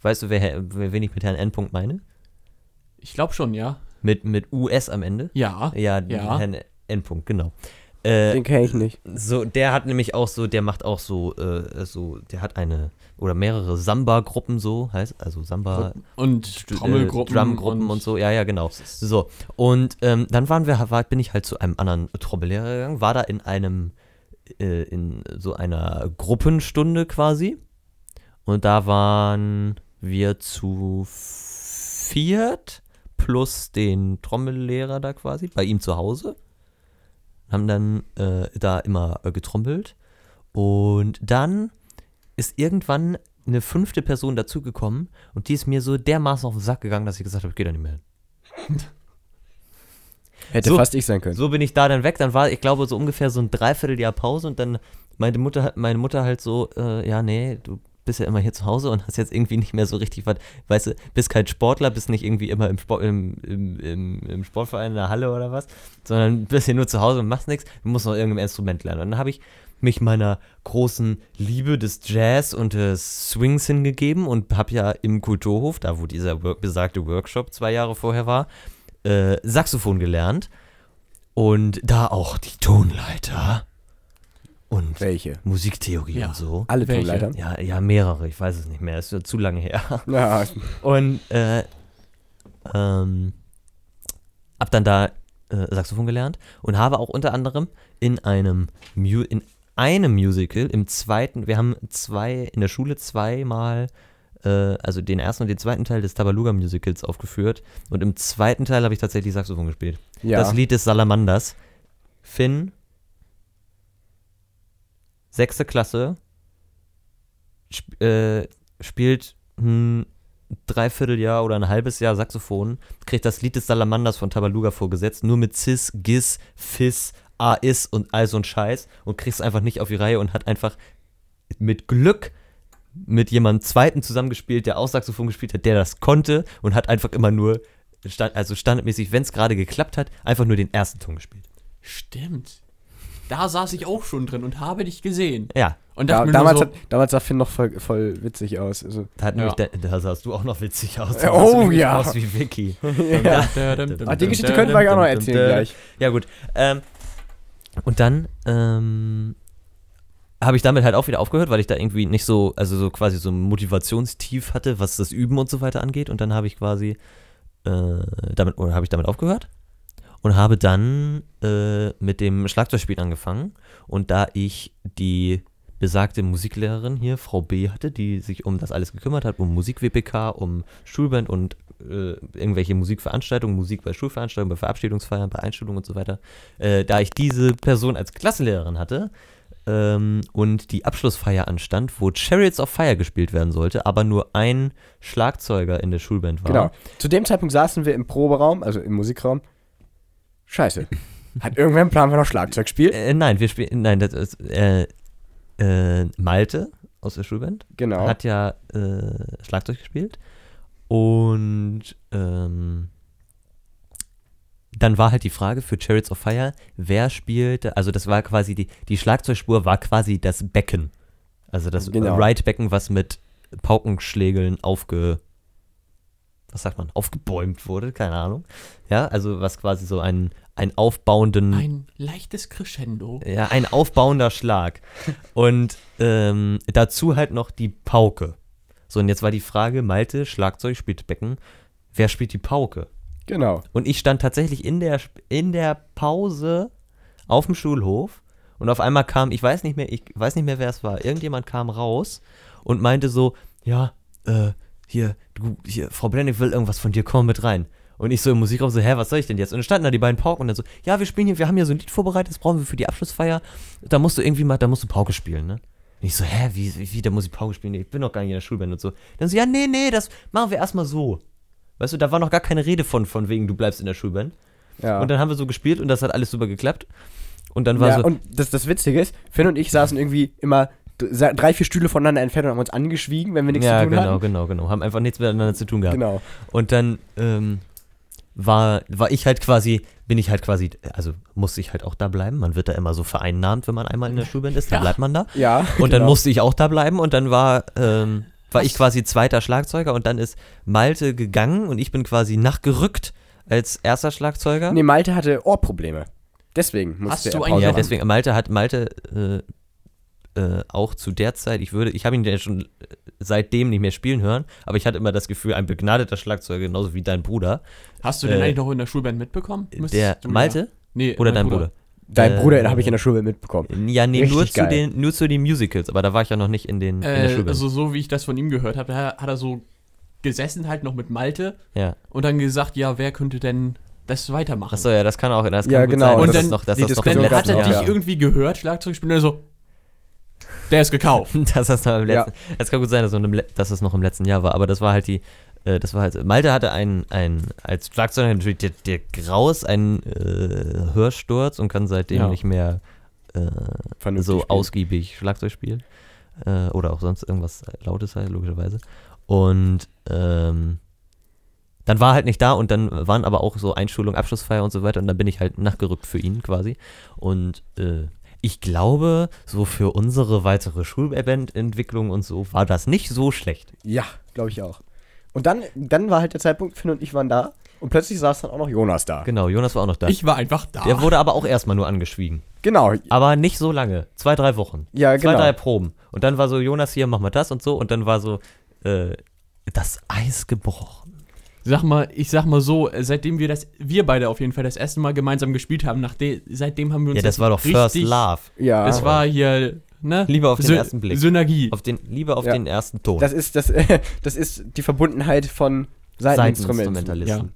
[SPEAKER 1] Weißt du, wer, Herr- wen ich mit Herrn N. -Punkt meine?
[SPEAKER 3] ich glaube schon, ja.
[SPEAKER 1] Mit, mit US am Ende?
[SPEAKER 3] Ja.
[SPEAKER 1] Ja,
[SPEAKER 3] Ja.
[SPEAKER 1] Herrn N. -Punkt, genau. Äh,
[SPEAKER 2] Den kenne ich nicht.
[SPEAKER 1] So, der hat nämlich auch so, der macht auch so, äh, so, der hat eine oder mehrere Samba-Gruppen so, heißt, also Samba,
[SPEAKER 3] Und
[SPEAKER 1] äh,
[SPEAKER 3] Trommelgruppen.
[SPEAKER 1] Drumgruppen und, so, ja, ja, genau. So, und ähm, dann waren wir, war, bin ich halt zu einem anderen Trommellehrer gegangen, war da in einem, äh, in so einer Gruppenstunde quasi. Und da waren wir zu viert plus den Trommellehrer da quasi, bei ihm zu Hause. Haben dann äh, da immer äh, getrommelt. Und dann ist irgendwann eine fünfte Person dazugekommen und die ist mir so dermaßen auf den Sack gegangen, dass ich gesagt habe, ich gehe da nicht mehr hin.
[SPEAKER 2] Hätte
[SPEAKER 1] So.
[SPEAKER 2] fast ich sein können.
[SPEAKER 1] So bin ich da dann weg. Dann war, ich glaube, so ungefähr so ein Dreivierteljahr Pause und dann meinte Mutter, meine Mutter halt so, äh, ja, nee, du bist ja immer hier zu Hause und hast jetzt irgendwie nicht mehr so richtig was, weißt du, bist kein Sportler, bist nicht irgendwie immer im, Sport, im, im, im, im Sportverein in der Halle oder was, sondern bist hier nur zu Hause und machst nichts, du musst noch irgendein Instrument lernen. Und dann habe ich mich meiner großen Liebe des Jazz und des Swings hingegeben und habe ja im Kulturhof, da wo dieser wor- besagte Workshop zwei Jahre vorher war, äh, Saxophon gelernt und da auch die Tonleiter und
[SPEAKER 2] Welche?
[SPEAKER 1] Musiktheorie
[SPEAKER 3] Ja.
[SPEAKER 1] und so.
[SPEAKER 2] Alle
[SPEAKER 3] Welche?
[SPEAKER 2] Tonleitern?
[SPEAKER 1] Ja, ja, mehrere, ich weiß es nicht mehr, ist ja zu lange her.
[SPEAKER 2] Ja.
[SPEAKER 1] Und äh, ähm, hab dann da äh, Saxophon gelernt und habe auch unter anderem in einem, Mu in einem Musical, im zweiten, wir haben zwei, in der Schule zweimal, äh, also den ersten und den zweiten Teil des Tabaluga Musicals aufgeführt und im zweiten Teil habe ich tatsächlich Saxophon gespielt.
[SPEAKER 2] Ja.
[SPEAKER 1] Das Lied des Salamanders. Finn, sechste Klasse, sp äh, spielt ein Dreivierteljahr oder ein halbes Jahr Saxophon, kriegt das Lied des Salamanders von Tabaluga vorgesetzt, nur mit Cis, Gis, Fis, A-Is und all so ein Scheiß und kriegt es einfach nicht auf die Reihe und hat einfach mit Glück mit jemandem zweiten zusammengespielt, der auch Saxophon gespielt hat, der das konnte und hat einfach immer nur, stand, also standardmäßig, wenn es gerade geklappt hat, einfach nur den ersten Ton gespielt.
[SPEAKER 3] Stimmt. Da saß ich auch schon drin und habe dich gesehen.
[SPEAKER 1] Ja,
[SPEAKER 3] Und
[SPEAKER 2] Da,
[SPEAKER 3] dachte mir
[SPEAKER 2] damals,
[SPEAKER 3] nur
[SPEAKER 2] hat, damals sah Finn noch voll, voll witzig aus. Also,
[SPEAKER 1] da, hat nämlich
[SPEAKER 3] Ja.
[SPEAKER 1] der- da sahst du auch noch witzig aus.
[SPEAKER 2] Äh,
[SPEAKER 1] Da sahst du
[SPEAKER 2] oh
[SPEAKER 1] nämlich
[SPEAKER 2] ja.
[SPEAKER 1] Aus wie Vicky.
[SPEAKER 2] ja.
[SPEAKER 3] so.
[SPEAKER 1] Ach,
[SPEAKER 2] Ach, die Geschichte könnten wir ja auch noch erzählen gleich.
[SPEAKER 1] Ja, gut. Ähm, und dann ähm, habe ich damit halt auch wieder aufgehört, weil ich da irgendwie nicht so, also so quasi so ein Motivationstief hatte, was das Üben und so weiter angeht. Und dann habe ich quasi äh, damit, oder habe ich damit aufgehört und habe dann äh, mit dem Schlagzeugspielen angefangen. Und da ich die besagte Musiklehrerin hier, Frau B, hatte, die sich um das alles gekümmert hat, um Musik-WPK, um Schulband und äh, irgendwelche Musikveranstaltungen, Musik bei Schulveranstaltungen, bei Verabschiedungsfeiern, bei Einstellungen und so weiter. Äh, da ich diese Person als Klassenlehrerin hatte ähm, und die Abschlussfeier anstand, wo Chariots of Fire gespielt werden sollte, aber nur ein Schlagzeuger in der Schulband war.
[SPEAKER 2] Genau. Zu dem Zeitpunkt saßen wir im Proberaum, also im Musikraum. Scheiße. Hat irgendwer einen Plan, wer noch Schlagzeug spielt?
[SPEAKER 1] Äh, nein, wir spielen, nein, das ist, äh, äh, Malte aus der Schulband
[SPEAKER 2] Genau.
[SPEAKER 1] hat ja äh, Schlagzeug gespielt und ähm, dann war halt die Frage für Chariots of Fire, wer spielte, also das war quasi die, die Schlagzeugspur war quasi das Becken. Also das
[SPEAKER 2] Genau.
[SPEAKER 1] Right-Becken, was mit Paukenschlägeln aufge, was sagt man, aufgebäumt wurde, keine Ahnung. Ja, also was quasi so einen, einen aufbauenden
[SPEAKER 3] Ein leichtes Crescendo.
[SPEAKER 1] ja, ein aufbauender Schlag. Und ähm, dazu halt noch die Pauke. So, und jetzt war die Frage, Malte, Schlagzeug, spielt Becken. Wer spielt die Pauke?
[SPEAKER 2] Genau.
[SPEAKER 1] Und ich stand tatsächlich in der, Sp- in der Pause auf dem Schulhof und auf einmal kam, ich weiß nicht mehr, ich weiß nicht mehr, wer es war, irgendjemand kam raus und meinte so, ja, äh, hier, du, hier, Frau Blennick will irgendwas von dir, komm mit rein. Und ich so im Musikraum so, hä, was soll ich denn jetzt? Und dann standen da die beiden Pauken und dann so, ja, wir spielen hier, wir haben hier so ein Lied vorbereitet, das brauchen wir für die Abschlussfeier. Da musst du irgendwie mal, da musst du Pauke spielen, ne? Und ich so, hä, wie, wie, wie da muss ich Pauke spielen? Ich bin doch gar nicht in der Schulband und so. Dann so, ja, nee, nee, das machen wir erstmal so. Weißt du, da war noch gar keine Rede von, von wegen, du bleibst in der Schulband.
[SPEAKER 2] Ja.
[SPEAKER 1] Und dann haben wir so gespielt und das hat alles super geklappt. Und dann war
[SPEAKER 2] ja,
[SPEAKER 1] so,
[SPEAKER 2] und das, das Witzige ist, Finn und ich saßen irgendwie immer d- sa- drei, vier Stühle voneinander entfernt und haben uns angeschwiegen, wenn wir nichts
[SPEAKER 1] ja,
[SPEAKER 2] zu tun
[SPEAKER 1] genau,
[SPEAKER 2] hatten.
[SPEAKER 1] genau, genau. Haben einfach nichts miteinander zu tun gehabt.
[SPEAKER 2] Genau.
[SPEAKER 1] Und dann ähm, war, war ich halt quasi, bin ich halt quasi, also musste ich halt auch da bleiben. Man wird da immer so vereinnahmt, wenn man einmal in der Schulband ist, dann
[SPEAKER 3] Ja.
[SPEAKER 1] bleibt man da.
[SPEAKER 2] Ja.
[SPEAKER 1] Und dann
[SPEAKER 2] genau.
[SPEAKER 1] musste ich auch da bleiben und dann war, ähm, war ich quasi zweiter Schlagzeuger und dann ist Malte gegangen und ich bin quasi nachgerückt als erster Schlagzeuger.
[SPEAKER 2] Nee, Malte hatte Ohrprobleme. Deswegen musste
[SPEAKER 3] Hast
[SPEAKER 2] er
[SPEAKER 3] du
[SPEAKER 2] Pause
[SPEAKER 3] eigentlich
[SPEAKER 1] Ja,
[SPEAKER 2] machen.
[SPEAKER 3] noch-
[SPEAKER 1] deswegen, Malte hat Malte äh, äh, auch zu der Zeit, ich würde, ich habe ihn ja schon äh, seitdem nicht mehr spielen hören, aber ich hatte immer das Gefühl, ein begnadeter Schlagzeuger, genauso wie dein Bruder,
[SPEAKER 3] Hast du den
[SPEAKER 1] Äh,
[SPEAKER 3] eigentlich noch in der Schulband mitbekommen?
[SPEAKER 1] der
[SPEAKER 3] Müsstest du-
[SPEAKER 1] Malte
[SPEAKER 3] Nee,
[SPEAKER 1] oder
[SPEAKER 3] mein
[SPEAKER 1] dein Bruder?
[SPEAKER 2] Dein
[SPEAKER 1] äh,
[SPEAKER 2] Bruder, den habe ich in der Schule mitbekommen.
[SPEAKER 1] Ja, nee, nur
[SPEAKER 2] Richtig
[SPEAKER 1] zu,
[SPEAKER 2] geil.
[SPEAKER 1] den, nur zu den Musicals, aber da war ich ja noch nicht in, den, in der
[SPEAKER 3] Äh,
[SPEAKER 1] Schule.
[SPEAKER 3] also so wie ich das von ihm gehört habe, da hat er so gesessen halt noch mit Malte
[SPEAKER 1] ja.
[SPEAKER 3] und dann gesagt, ja, wer könnte denn das weitermachen?
[SPEAKER 1] Achso, ja, das kann auch, das kann
[SPEAKER 2] Ja,
[SPEAKER 1] gut
[SPEAKER 2] genau,
[SPEAKER 1] sein,
[SPEAKER 3] und
[SPEAKER 1] dass
[SPEAKER 3] dann
[SPEAKER 1] das noch, dass
[SPEAKER 2] die
[SPEAKER 1] das noch im
[SPEAKER 3] dann
[SPEAKER 1] letzten
[SPEAKER 2] Diskussion
[SPEAKER 3] hat
[SPEAKER 2] gab's
[SPEAKER 3] er
[SPEAKER 1] Jahr
[SPEAKER 3] dich
[SPEAKER 2] noch, ja.
[SPEAKER 3] irgendwie gehört, Schlagzeugspieler, und so, der ist gekauft.
[SPEAKER 1] dass das noch im
[SPEAKER 2] Ja.
[SPEAKER 1] letzten, das kann gut sein, dass, noch im le- dass das noch im letzten Jahr war, aber das war halt die, äh, das war halt, Malte hatte einen, einen als Schlagzeuger natürlich der, der Graus, einen äh, Hörsturz und kann seitdem
[SPEAKER 3] Ja.
[SPEAKER 1] nicht mehr äh,
[SPEAKER 2] Vernünftig
[SPEAKER 1] so
[SPEAKER 2] spielen.
[SPEAKER 1] ausgiebig Schlagzeug spielen äh, oder auch sonst irgendwas Lautes halt, logischerweise. Und ähm, dann war er halt nicht da und dann waren aber auch so Einschulung, Abschlussfeier und so weiter und dann bin ich halt nachgerückt für ihn quasi. Und äh, ich glaube, so für unsere weitere Schulbandentwicklung und so war das nicht so schlecht.
[SPEAKER 2] Ja, glaube ich auch. Und dann, dann war halt der Zeitpunkt, Finn und ich waren da und plötzlich saß dann auch noch Jonas da.
[SPEAKER 1] Genau, Jonas war auch noch da.
[SPEAKER 3] Ich war einfach da.
[SPEAKER 1] Der wurde aber auch erstmal nur angeschwiegen.
[SPEAKER 2] Genau.
[SPEAKER 1] Aber nicht so lange. Zwei, drei Wochen.
[SPEAKER 2] Ja,
[SPEAKER 1] Zwei,
[SPEAKER 2] genau.
[SPEAKER 1] drei Proben. Und dann war so, Jonas, hier, mach mal das und so. Und dann war so, äh, das Eis gebrochen.
[SPEAKER 3] Sag mal, ich sag mal so, äh, seitdem wir das, wir beide auf jeden Fall das erste Mal gemeinsam gespielt haben, nachdem, seitdem haben wir uns
[SPEAKER 1] Ja, das war doch First
[SPEAKER 3] richtig-
[SPEAKER 1] Love.
[SPEAKER 2] Ja.
[SPEAKER 3] Das war hier, ne?
[SPEAKER 1] Lieber auf den
[SPEAKER 3] Sy-
[SPEAKER 1] ersten Blick.
[SPEAKER 3] Synergie.
[SPEAKER 1] Auf den, lieber auf
[SPEAKER 2] Ja.
[SPEAKER 1] den ersten Ton.
[SPEAKER 2] Das ist, das, das ist die Verbundenheit von Seiteninstrumenten.
[SPEAKER 1] Seiteninstrumentalisten.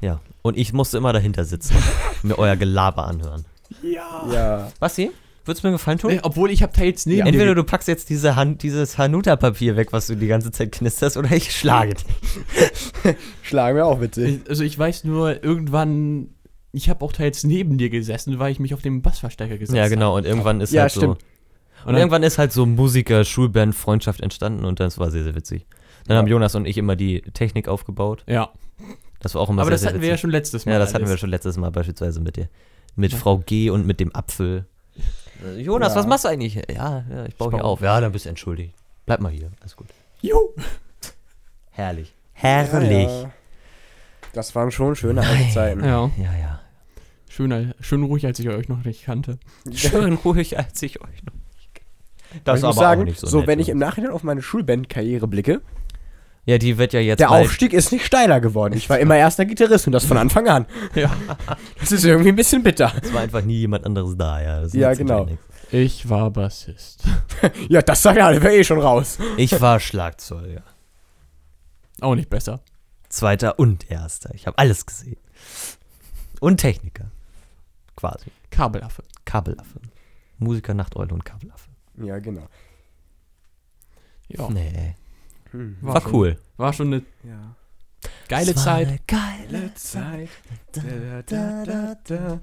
[SPEAKER 1] Ja. Und ich musste immer dahinter sitzen. und mir euer Gelaber anhören.
[SPEAKER 3] ja.
[SPEAKER 1] halt.
[SPEAKER 2] Ja.
[SPEAKER 1] Basti, würdest du mir einen Gefallen tun?
[SPEAKER 3] Nee, Ne? obwohl ich habe Tails neben
[SPEAKER 2] Ja.
[SPEAKER 3] dir
[SPEAKER 1] Entweder du packst jetzt diese Hand, dieses Hanuta-Papier weg, was du die ganze Zeit knisterst, oder ich schlage dich.
[SPEAKER 2] Schlagen wir auch witzig.
[SPEAKER 3] Ich- Also ich weiß nur, irgendwann, ich habe auch teils neben dir gesessen, weil ich mich auf den Bassverstärker gesetzt
[SPEAKER 1] Ja, genau. Und irgendwann ist
[SPEAKER 2] Ja,
[SPEAKER 1] halt so.
[SPEAKER 2] stimmt.
[SPEAKER 3] habe.
[SPEAKER 1] Und irgendwann ist halt so Musiker-Schulband-Freundschaft entstanden und das war sehr, sehr witzig. Dann haben Jonas und ich immer die Technik aufgebaut.
[SPEAKER 3] Ja,
[SPEAKER 1] Das war auch immer
[SPEAKER 3] aber
[SPEAKER 1] sehr,
[SPEAKER 3] das
[SPEAKER 1] sehr
[SPEAKER 3] hatten wir
[SPEAKER 1] witzig.
[SPEAKER 3] ja schon letztes Mal.
[SPEAKER 1] Ja, das hatten
[SPEAKER 3] alles.
[SPEAKER 1] wir schon letztes Mal beispielsweise mit dir. Mit
[SPEAKER 3] Ja.
[SPEAKER 1] Frau G und mit dem Apfel. Äh, Jonas,
[SPEAKER 2] Ja.
[SPEAKER 1] was machst du eigentlich? Ja, ja ich baue
[SPEAKER 3] Ich
[SPEAKER 1] hier
[SPEAKER 3] baue-
[SPEAKER 1] auf. Ja, dann bist du entschuldigt. Bleib mal hier. Alles gut.
[SPEAKER 3] Juhu.
[SPEAKER 1] Herrlich. Herrlich.
[SPEAKER 2] Ja, ja. Das waren schon schöne alte Zeiten.
[SPEAKER 3] Ja,
[SPEAKER 1] Ja, ja.
[SPEAKER 3] schöner, schön ruhig, als ich euch noch nicht kannte.
[SPEAKER 1] Schön ruhig, als ich euch noch nicht kenn-
[SPEAKER 2] Aber
[SPEAKER 1] Das
[SPEAKER 2] ich
[SPEAKER 1] ist aber
[SPEAKER 2] muss sagen,
[SPEAKER 1] auch nicht so.
[SPEAKER 2] so
[SPEAKER 1] nett,
[SPEAKER 2] wenn ich
[SPEAKER 1] ne?
[SPEAKER 2] im Nachhinein auf meine Schulbandkarriere blicke,
[SPEAKER 1] ja, die wird ja jetzt.
[SPEAKER 2] der
[SPEAKER 1] bald-
[SPEAKER 2] Aufstieg ist nicht steiler geworden. Ich war immer erster Gitarrist und das von Anfang an.
[SPEAKER 3] Ja.
[SPEAKER 2] Das ist irgendwie ein bisschen bitter.
[SPEAKER 1] Es war einfach nie jemand anderes da, ja. Das
[SPEAKER 2] Ja,
[SPEAKER 1] nützt natürlich
[SPEAKER 2] genau.
[SPEAKER 1] nichts.
[SPEAKER 3] Ich war Bassist.
[SPEAKER 2] Ja, das sagen alle, wäre eh schon raus.
[SPEAKER 1] Ich war Schlagzeuger.
[SPEAKER 3] Auch nicht besser.
[SPEAKER 1] Zweiter und Erster. Ich habe alles gesehen. Und Techniker. Quasi.
[SPEAKER 3] Kabelaffe.
[SPEAKER 1] Kabelaffe. Musiker, Nachteule und Kabelaffe.
[SPEAKER 2] Ja, genau.
[SPEAKER 3] Ja,
[SPEAKER 1] Nee.
[SPEAKER 3] war,
[SPEAKER 1] War,
[SPEAKER 3] schon,
[SPEAKER 1] cool.
[SPEAKER 3] War schon eine
[SPEAKER 2] Hm. Ja.
[SPEAKER 3] geile
[SPEAKER 1] Es war
[SPEAKER 3] Zeit.
[SPEAKER 1] eine Geile
[SPEAKER 2] Eine Zeit.
[SPEAKER 1] Da,
[SPEAKER 2] da, da, da, da,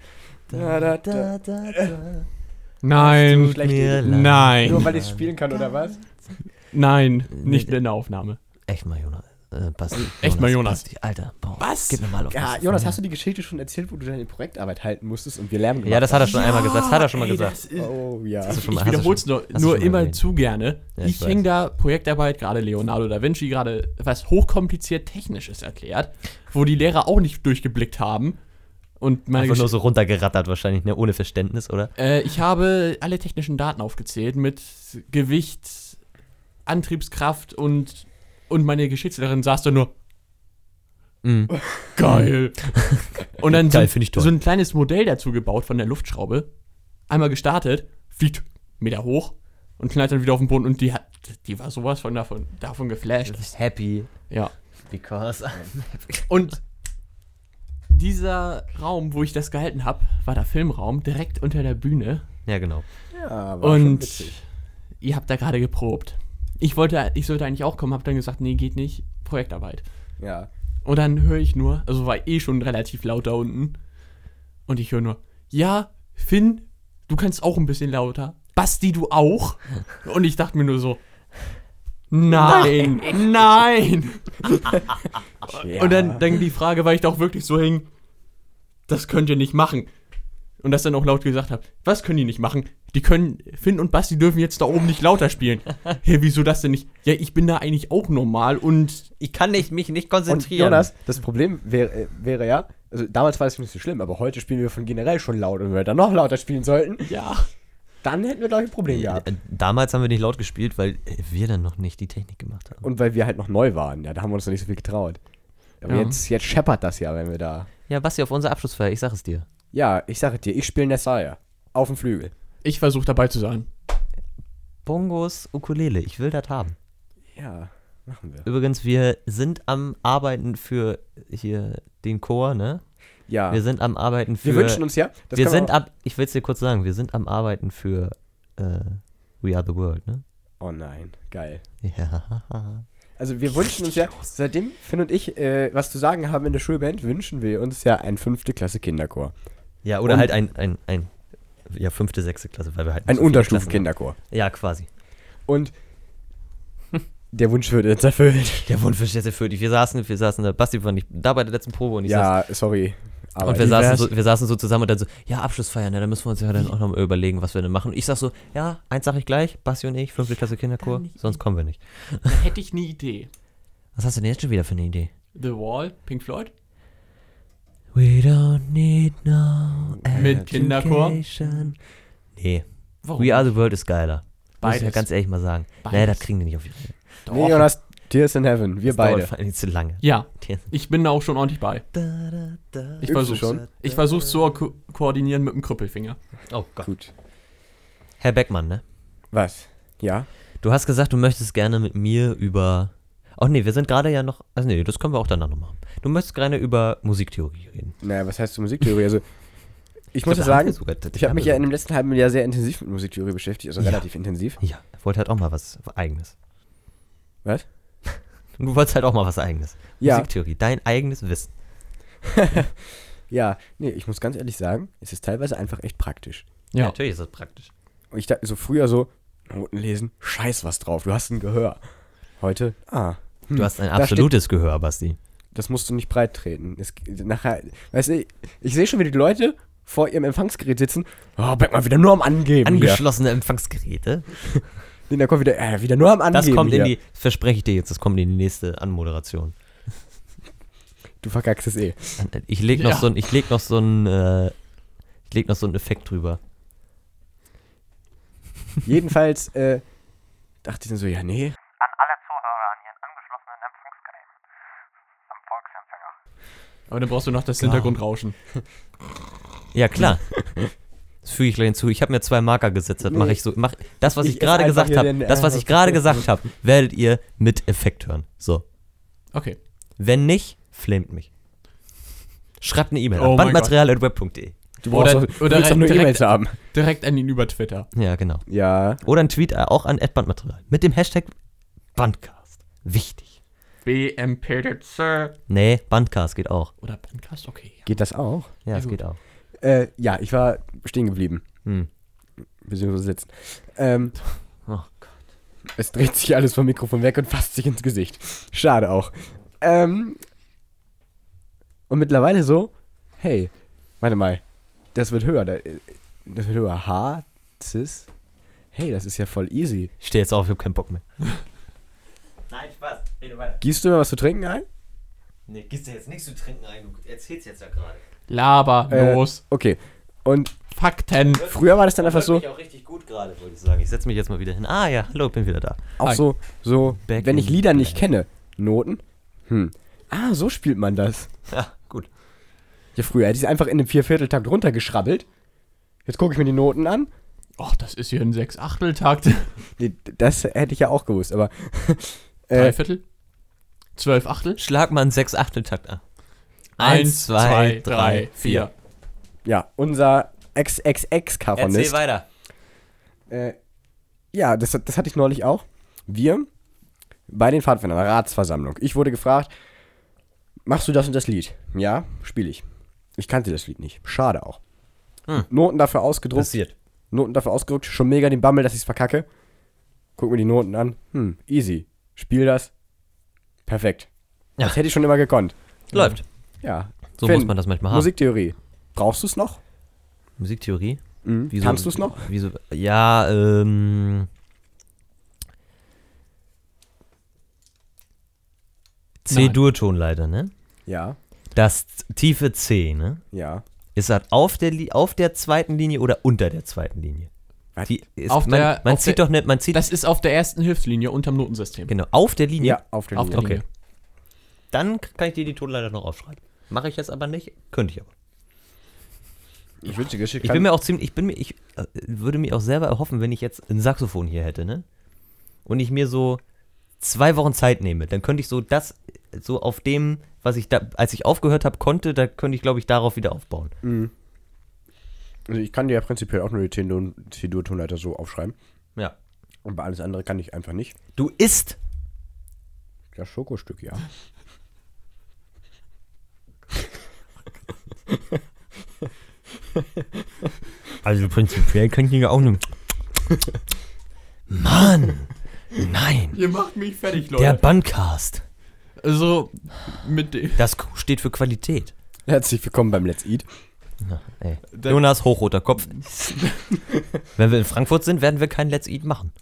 [SPEAKER 1] da,
[SPEAKER 2] da, da.
[SPEAKER 1] da, da, da.
[SPEAKER 3] Nein,
[SPEAKER 2] Schlecht.
[SPEAKER 1] Mir leid.
[SPEAKER 3] nein,
[SPEAKER 2] Nur weil ich spielen kann, oder was?
[SPEAKER 3] nein, nicht
[SPEAKER 1] Nee.
[SPEAKER 3] in der Aufnahme.
[SPEAKER 1] Echt mal, Jonas. Äh, Basti.
[SPEAKER 3] Echt mal, Jonas.
[SPEAKER 1] Basti, Alter. Boah,
[SPEAKER 3] Was?
[SPEAKER 1] Gib mir mal auf.
[SPEAKER 2] Ja, Jonas, hast du die Geschichte schon erzählt, wo du deine Projektarbeit halten musstest und wir Lärm gemacht
[SPEAKER 1] Ja, das hat er schon einmal gesagt. Das hat er schon mal
[SPEAKER 3] Ey,
[SPEAKER 1] gesagt.
[SPEAKER 3] das ist-
[SPEAKER 2] Oh, ja.
[SPEAKER 1] Hast du schon mal-
[SPEAKER 3] Ich
[SPEAKER 1] hast du
[SPEAKER 3] wiederhole es
[SPEAKER 1] schon-
[SPEAKER 3] nur,
[SPEAKER 1] hast du
[SPEAKER 3] nur
[SPEAKER 1] schon mal
[SPEAKER 3] immer
[SPEAKER 1] erwähnt.
[SPEAKER 3] zu gerne.
[SPEAKER 1] Ja, ich
[SPEAKER 3] ich hänge
[SPEAKER 1] weiß.
[SPEAKER 3] da Projektarbeit, gerade Leonardo da Vinci, gerade was hochkompliziert Technisches erklärt, wo die Lehrer auch nicht durchgeblickt haben. Und meine
[SPEAKER 1] Einfach nur
[SPEAKER 3] Gesch
[SPEAKER 1] so runtergerattert wahrscheinlich, ne? Ohne Verständnis, oder?
[SPEAKER 3] äh, ich habe alle technischen Daten aufgezählt mit Gewicht, Antriebskraft und, und meine Geschichtslehrerin saß da nur,
[SPEAKER 1] Mhm.
[SPEAKER 3] geil. und dann
[SPEAKER 1] Geil,
[SPEAKER 3] so,
[SPEAKER 1] find ich toll.
[SPEAKER 3] so ein kleines Modell dazu gebaut von der Luftschraube. Einmal gestartet, fliegt Meter hoch und knallt dann wieder auf den Boden und die hat, die war sowas von davon, davon geflasht.
[SPEAKER 1] happy
[SPEAKER 3] Ja.
[SPEAKER 1] because I'm happy.
[SPEAKER 3] Und dieser Raum, wo ich das gehalten habe, war der Filmraum direkt unter der Bühne.
[SPEAKER 1] Ja, genau.
[SPEAKER 2] Ja, war schon
[SPEAKER 3] Und
[SPEAKER 2] witzig.
[SPEAKER 3] ihr habt da gerade geprobt. Ich wollte, ich sollte eigentlich auch kommen, hab dann gesagt, nee, geht nicht, Projektarbeit.
[SPEAKER 2] Ja.
[SPEAKER 3] Und dann höre ich nur, also war eh schon relativ laut da unten. Und ich höre nur, ja, Finn, du kannst auch ein bisschen lauter. Basti, du auch. Und ich dachte mir nur so, nein, nein.
[SPEAKER 2] ja.
[SPEAKER 3] Und dann, dann die Frage, weil ich da auch wirklich so hing, das könnt ihr nicht machen. Und das dann auch laut gesagt habe, was können die nicht machen? Die können, Finn und Basti dürfen jetzt da oben nicht lauter spielen. Hä, wieso das denn nicht? Ja, ich bin da eigentlich auch normal und
[SPEAKER 1] Ich kann nicht, mich nicht
[SPEAKER 2] Und
[SPEAKER 1] konzentrieren.
[SPEAKER 2] Jonas, das Problem wäre, äh, wäre ja, also damals war das nicht so schlimm, aber heute spielen wir von generell schon laut und wenn wir dann noch lauter spielen sollten,
[SPEAKER 3] ja.
[SPEAKER 2] dann hätten wir, glaube ich, ein Problem gehabt.
[SPEAKER 1] Äh, Damals haben wir nicht laut gespielt, weil äh, wir dann noch nicht die Technik gemacht haben.
[SPEAKER 2] Und weil wir halt noch neu waren, ja, da haben wir uns noch nicht so viel getraut. Aber
[SPEAKER 3] Ja.
[SPEAKER 2] jetzt, jetzt scheppert das ja, wenn wir da.
[SPEAKER 1] Ja, Basti, auf unsere Abschlussfeier, ich sag es dir.
[SPEAKER 2] Ja, ich sage dir, ich spiele Nessaya. Auf dem Flügel.
[SPEAKER 3] Ich versuche dabei zu sein.
[SPEAKER 1] Bongos, Ukulele, ich will das haben.
[SPEAKER 2] Ja, machen wir.
[SPEAKER 1] Übrigens, wir sind am Arbeiten für hier den Chor, ne?
[SPEAKER 2] Ja.
[SPEAKER 1] Wir
[SPEAKER 2] Wir,
[SPEAKER 1] sind am Arbeiten für.
[SPEAKER 2] wünschen uns ja. das
[SPEAKER 1] wir
[SPEAKER 2] kann man
[SPEAKER 1] sind
[SPEAKER 2] auch-
[SPEAKER 1] ab, ich will's dir kurz sagen, wir sind am Arbeiten für äh, We Are the World, ne?
[SPEAKER 2] Oh nein, geil.
[SPEAKER 1] Ja.
[SPEAKER 2] Also wir wünschen uns ja, seitdem Finn und ich äh, was zu sagen haben in der Schulband, wünschen wir uns ja einen fünfte Klasse Kinderchor.
[SPEAKER 1] Ja, oder
[SPEAKER 2] Und-
[SPEAKER 1] halt ein, ein, ein, ja, fünfte, sechste Klasse, weil wir halt. nicht
[SPEAKER 2] Ein
[SPEAKER 1] so viele
[SPEAKER 2] Unterstufen
[SPEAKER 1] Klassen
[SPEAKER 2] Kinderchor.
[SPEAKER 1] haben. Ja, quasi.
[SPEAKER 2] Und der Wunsch wird jetzt erfüllt.
[SPEAKER 1] Der Wunsch ist jetzt erfüllt. Wir saßen, wir saßen da, Basti war nicht da bei der letzten Probe und ich saß.
[SPEAKER 2] Ja, sorry. Aber
[SPEAKER 1] Und wir
[SPEAKER 2] die-
[SPEAKER 1] saßen,
[SPEAKER 3] wär's-
[SPEAKER 1] so, wir saßen so zusammen und dann so, ja, Abschlussfeier, ne, da müssen wir uns ja dann auch noch mal überlegen, was wir denn machen. Ich sag so, ja, eins sag ich gleich, Basti und ich, fünfte Klasse Kinderchor, sonst kommen wir nicht.
[SPEAKER 3] Da hätte ich eine Idee.
[SPEAKER 1] Was hast du denn jetzt schon wieder für eine Idee?
[SPEAKER 3] The Wall, Pink Floyd.
[SPEAKER 1] We don't need no
[SPEAKER 3] Mit Kinderchor?
[SPEAKER 1] education. Nee,
[SPEAKER 3] Warum?
[SPEAKER 1] We Are The World ist geiler. Muss ich ja
[SPEAKER 3] Beides.
[SPEAKER 1] ganz ehrlich mal sagen. Nee,
[SPEAKER 3] Beides.
[SPEAKER 1] das kriegen wir nicht auf die Reihe.
[SPEAKER 3] Doch.
[SPEAKER 2] nee, Jonas, Tears in Heaven, wir
[SPEAKER 1] Das dauert
[SPEAKER 2] beide.
[SPEAKER 1] vor allen Dingen zu lange.
[SPEAKER 3] Ja, ich bin da auch schon ordentlich bei. Ich
[SPEAKER 2] Übst du
[SPEAKER 3] versuch's.
[SPEAKER 2] schon?
[SPEAKER 3] Ich versuch's zu ko koordinieren mit dem Krüppelfinger.
[SPEAKER 1] Oh Gott.
[SPEAKER 2] Gut.
[SPEAKER 1] Herr Beckmann, ne?
[SPEAKER 2] Was? Ja?
[SPEAKER 1] Du hast gesagt, du möchtest gerne mit mir über. Ach nee, wir sind gerade ja noch. Also nee, das können wir auch danach noch machen. Du möchtest gerne über Musiktheorie reden.
[SPEAKER 2] Naja, was heißt so Musiktheorie? Also, ich, muss
[SPEAKER 1] glaub,
[SPEAKER 2] ja
[SPEAKER 1] da haben wir
[SPEAKER 2] sagen,
[SPEAKER 1] sogar-
[SPEAKER 2] ich habe mich ja
[SPEAKER 1] sogar-
[SPEAKER 2] in dem letzten halben Jahr sehr intensiv mit Musiktheorie beschäftigt, also
[SPEAKER 1] Ja.
[SPEAKER 2] relativ intensiv.
[SPEAKER 1] Ja, ich wollte halt auch mal was Eigenes.
[SPEAKER 2] Was?
[SPEAKER 1] Du wolltest halt auch mal was Eigenes.
[SPEAKER 2] Ja.
[SPEAKER 1] Musiktheorie, dein eigenes Wissen.
[SPEAKER 2] Ja, nee, ich muss ganz ehrlich sagen, es ist teilweise einfach echt praktisch.
[SPEAKER 3] Ja.
[SPEAKER 1] Natürlich ist das praktisch.
[SPEAKER 2] Und ich dachte so früher so, Noten lesen, scheiß was drauf, du hast ein Gehör. Heute, ah,
[SPEAKER 1] Du hast ein
[SPEAKER 2] Da steht-
[SPEAKER 1] absolutes Gehör, Basti.
[SPEAKER 2] das musst du nicht breit treten. Es, nachher, weißt du, ich, ich sehe schon, wie die Leute vor ihrem Empfangsgerät sitzen. Oh, bleib mal wieder nur am Angeben. Hier.
[SPEAKER 1] Angeschlossene Empfangsgeräte.
[SPEAKER 2] Nee, da kommt wieder, äh, wieder nur am Angeben.
[SPEAKER 1] Das kommt in
[SPEAKER 2] hier.
[SPEAKER 1] die, verspreche ich dir jetzt, das kommt in die nächste Anmoderation.
[SPEAKER 2] Du verkackst es eh.
[SPEAKER 1] Ich leg noch
[SPEAKER 3] Ja.
[SPEAKER 1] so ein, ich leg noch so ein, äh, ich leg noch so einen Effekt drüber.
[SPEAKER 2] Jedenfalls äh, dachte ich dann so, ja, nee.
[SPEAKER 4] an alle Zuhörer an ihren angeschlossenen Empfangsgeräten am Volksempfänger.
[SPEAKER 3] Aber dann brauchst du noch das
[SPEAKER 1] Klar.
[SPEAKER 3] Hintergrundrauschen.
[SPEAKER 1] Ja, klar. Das füge ich gleich hinzu. Ich habe mir zwei Marker gesetzt, das mache ich so. Mach, das, was ich,
[SPEAKER 2] Ich esse
[SPEAKER 1] gerade
[SPEAKER 2] einfach
[SPEAKER 1] gesagt
[SPEAKER 2] hier
[SPEAKER 1] habe,
[SPEAKER 2] den,
[SPEAKER 1] das, was
[SPEAKER 2] äh,
[SPEAKER 1] ich gerade gesagt habe, werdet ihr mit Effekt hören. So.
[SPEAKER 3] Okay.
[SPEAKER 1] Wenn nicht, flamet mich. Schreibt eine E-Mail
[SPEAKER 3] Oh
[SPEAKER 1] an
[SPEAKER 3] mein
[SPEAKER 1] bandmaterial.web.de.
[SPEAKER 2] Du
[SPEAKER 3] Oder-
[SPEAKER 2] brauchst doch, du
[SPEAKER 3] oder
[SPEAKER 2] willst doch nur
[SPEAKER 3] direkt-
[SPEAKER 2] E-Mails haben.
[SPEAKER 3] Direkt an ihn über Twitter.
[SPEAKER 1] Ja, genau.
[SPEAKER 2] Ja.
[SPEAKER 1] Oder ein Tweet äh, auch an bandmaterial mit dem Hashtag Bandcast. Wichtig.
[SPEAKER 3] BMP
[SPEAKER 1] Nee, Bandcast geht auch.
[SPEAKER 3] Oder Podcast, okay. ja.
[SPEAKER 2] Geht das auch?
[SPEAKER 1] Ja,
[SPEAKER 3] Ja,
[SPEAKER 1] es
[SPEAKER 3] gut.
[SPEAKER 1] geht auch.
[SPEAKER 2] Äh, ja, ich war stehen geblieben.
[SPEAKER 1] Hm.
[SPEAKER 2] Beziehungsweise sitzen. Ähm,
[SPEAKER 1] Oh
[SPEAKER 2] Es dreht sich alles vom Mikrofon weg und fasst sich ins Gesicht. Schade auch. Ähm, und mittlerweile so, hey, warte mal, das wird höher. da- Das wird höher. H, cis. Hey, das ist ja voll easy.
[SPEAKER 1] Ich stehe jetzt auf, ich habe keinen Bock mehr. Nein, Spaß. Rede weiter.
[SPEAKER 2] Gießt du mir was zu trinken ein?
[SPEAKER 1] Nee, gibst dir jetzt nichts zu trinken ein. Du erzählst jetzt ja gerade.
[SPEAKER 3] Laber,
[SPEAKER 2] Äh,
[SPEAKER 3] los.
[SPEAKER 2] Okay. Und
[SPEAKER 3] Fakten.
[SPEAKER 2] früher war das dann einfach so,
[SPEAKER 1] auch richtig gut gerade, wollte ich sagen. Ich setze mich jetzt mal wieder hin. Ah ja, hallo, bin wieder da.
[SPEAKER 2] auch
[SPEAKER 3] Hi.
[SPEAKER 2] so, so
[SPEAKER 1] Back
[SPEAKER 2] wenn ich
[SPEAKER 1] in
[SPEAKER 2] Lieder nicht kenne, Noten. Hm. Ah, so spielt man das.
[SPEAKER 1] Ja, gut.
[SPEAKER 2] Ja, früher hätte ich es einfach in einem Viervierteltakt runtergeschrabbelt. Jetzt gucke ich mir die Noten an.
[SPEAKER 3] Och, das ist hier ein Sechsachteltakt.
[SPEAKER 2] Nee, das hätte ich ja auch gewusst, aber. äh,
[SPEAKER 3] Dreiviertel. Zwölf Achtel.
[SPEAKER 1] Schlag mal einen Sechs-Achtel-Takt an.
[SPEAKER 3] Eins, zwei, drei, vier.
[SPEAKER 2] ja, unser XXX-Kafonist.
[SPEAKER 1] Erzähl weiter.
[SPEAKER 2] Äh, ja, das, das hatte ich neulich auch. Wir bei den Pfadfindern, einer Ratsversammlung. Ich wurde gefragt, machst du das und das Lied? Ja, spiele ich. Ich kannte das Lied nicht. Schade auch.
[SPEAKER 1] Hm.
[SPEAKER 2] Noten dafür ausgedruckt.
[SPEAKER 1] Passiert.
[SPEAKER 2] Noten dafür ausgedruckt. Schon mega den Bammel, dass ich es verkacke. Guck mir die Noten an. Hm, easy. Spiel das. Perfekt.
[SPEAKER 1] Ja.
[SPEAKER 2] Das hätte ich schon immer gekonnt.
[SPEAKER 1] Läuft.
[SPEAKER 2] Ja.
[SPEAKER 1] So muss man das manchmal haben.
[SPEAKER 2] Musiktheorie. Brauchst du es noch?
[SPEAKER 1] Musiktheorie?
[SPEAKER 2] Mhm.
[SPEAKER 1] Wieso-
[SPEAKER 2] Kannst du es noch?
[SPEAKER 1] Wieso? Ja, ähm.
[SPEAKER 3] Nein.
[SPEAKER 1] C-Dur-Ton leider, ne?
[SPEAKER 2] Ja,
[SPEAKER 1] Das tiefe C, ne?
[SPEAKER 2] ja.
[SPEAKER 1] Ist das auf der, Li- auf der zweiten Linie oder unter der zweiten Linie?
[SPEAKER 2] Was?
[SPEAKER 1] Die ist,
[SPEAKER 3] Auf
[SPEAKER 1] man,
[SPEAKER 3] der-
[SPEAKER 1] man
[SPEAKER 3] auf
[SPEAKER 1] zieht
[SPEAKER 3] der-
[SPEAKER 1] doch nicht, man zieht
[SPEAKER 3] Das ist auf der ersten Hilfslinie unterm Notensystem.
[SPEAKER 1] genau auf der Linie.
[SPEAKER 2] Ja, auf der
[SPEAKER 3] Auf
[SPEAKER 2] Linie.
[SPEAKER 3] der Linie.
[SPEAKER 1] Dann kann ich dir die Tonleiter noch aufschreiben. Mache ich jetzt aber nicht, könnte ich aber.
[SPEAKER 2] Ich wünsche Geschichte.
[SPEAKER 1] Ich bin mir auch ziemlich, ich bin mir, ich äh, würde mir auch selber erhoffen, wenn ich jetzt ein Saxophon hier hätte, ne? Und ich mir so zwei Wochen Zeit nehme, dann könnte ich so das, so auf dem, was ich da, als ich aufgehört habe, konnte, da könnte ich, glaube ich, darauf wieder aufbauen.
[SPEAKER 2] also ich kann dir ja prinzipiell auch nur die C-Dur-Tonleiter so aufschreiben.
[SPEAKER 1] Ja.
[SPEAKER 2] Und bei alles andere kann ich einfach nicht.
[SPEAKER 1] Du isst.
[SPEAKER 2] Das Schokostück, ja.
[SPEAKER 1] Also prinzipiell könnte ich ja auch nur. Mann! Nein!
[SPEAKER 3] Ihr macht mich fertig,
[SPEAKER 1] Der Bandcast.
[SPEAKER 3] also, mit dem.
[SPEAKER 1] Das Q steht für Qualität.
[SPEAKER 2] Herzlich willkommen beim Let's Eat.
[SPEAKER 1] Ja, ey.
[SPEAKER 3] Da-
[SPEAKER 1] Jonas, hochroter Kopf. Wenn wir in Frankfurt sind, werden wir kein Let's Eat machen.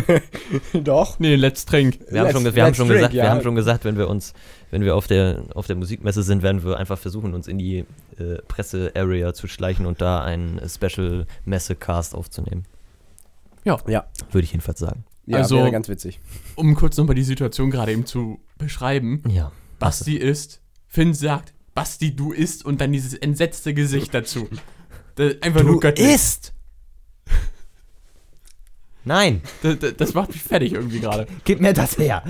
[SPEAKER 2] Doch.
[SPEAKER 3] Nee, let's drink.
[SPEAKER 1] Wir haben
[SPEAKER 2] Let's-
[SPEAKER 1] schon, ge- wir haben
[SPEAKER 2] let's
[SPEAKER 1] schon
[SPEAKER 2] drink,
[SPEAKER 1] gesagt, wir
[SPEAKER 2] ja.
[SPEAKER 1] haben schon gesagt, wenn wir uns, wenn wir auf der, auf der Musikmesse sind, werden wir einfach versuchen, uns in die äh, Presse-Area zu schleichen und da einen Special Messe-Cast aufzunehmen.
[SPEAKER 3] Ja.
[SPEAKER 2] Ja.
[SPEAKER 1] Würde ich jedenfalls sagen.
[SPEAKER 2] Ja,
[SPEAKER 3] Also-
[SPEAKER 2] wäre ganz witzig.
[SPEAKER 3] Um kurz nochmal die Situation gerade eben zu beschreiben.
[SPEAKER 1] Ja.
[SPEAKER 3] Basti isst, Finn sagt, Basti, du isst und dann dieses entsetzte Gesicht dazu. Das ist einfach nur göttlich.
[SPEAKER 1] isst! Nein,
[SPEAKER 3] Das, das, das macht mich fertig irgendwie gerade.
[SPEAKER 1] gib mir das her.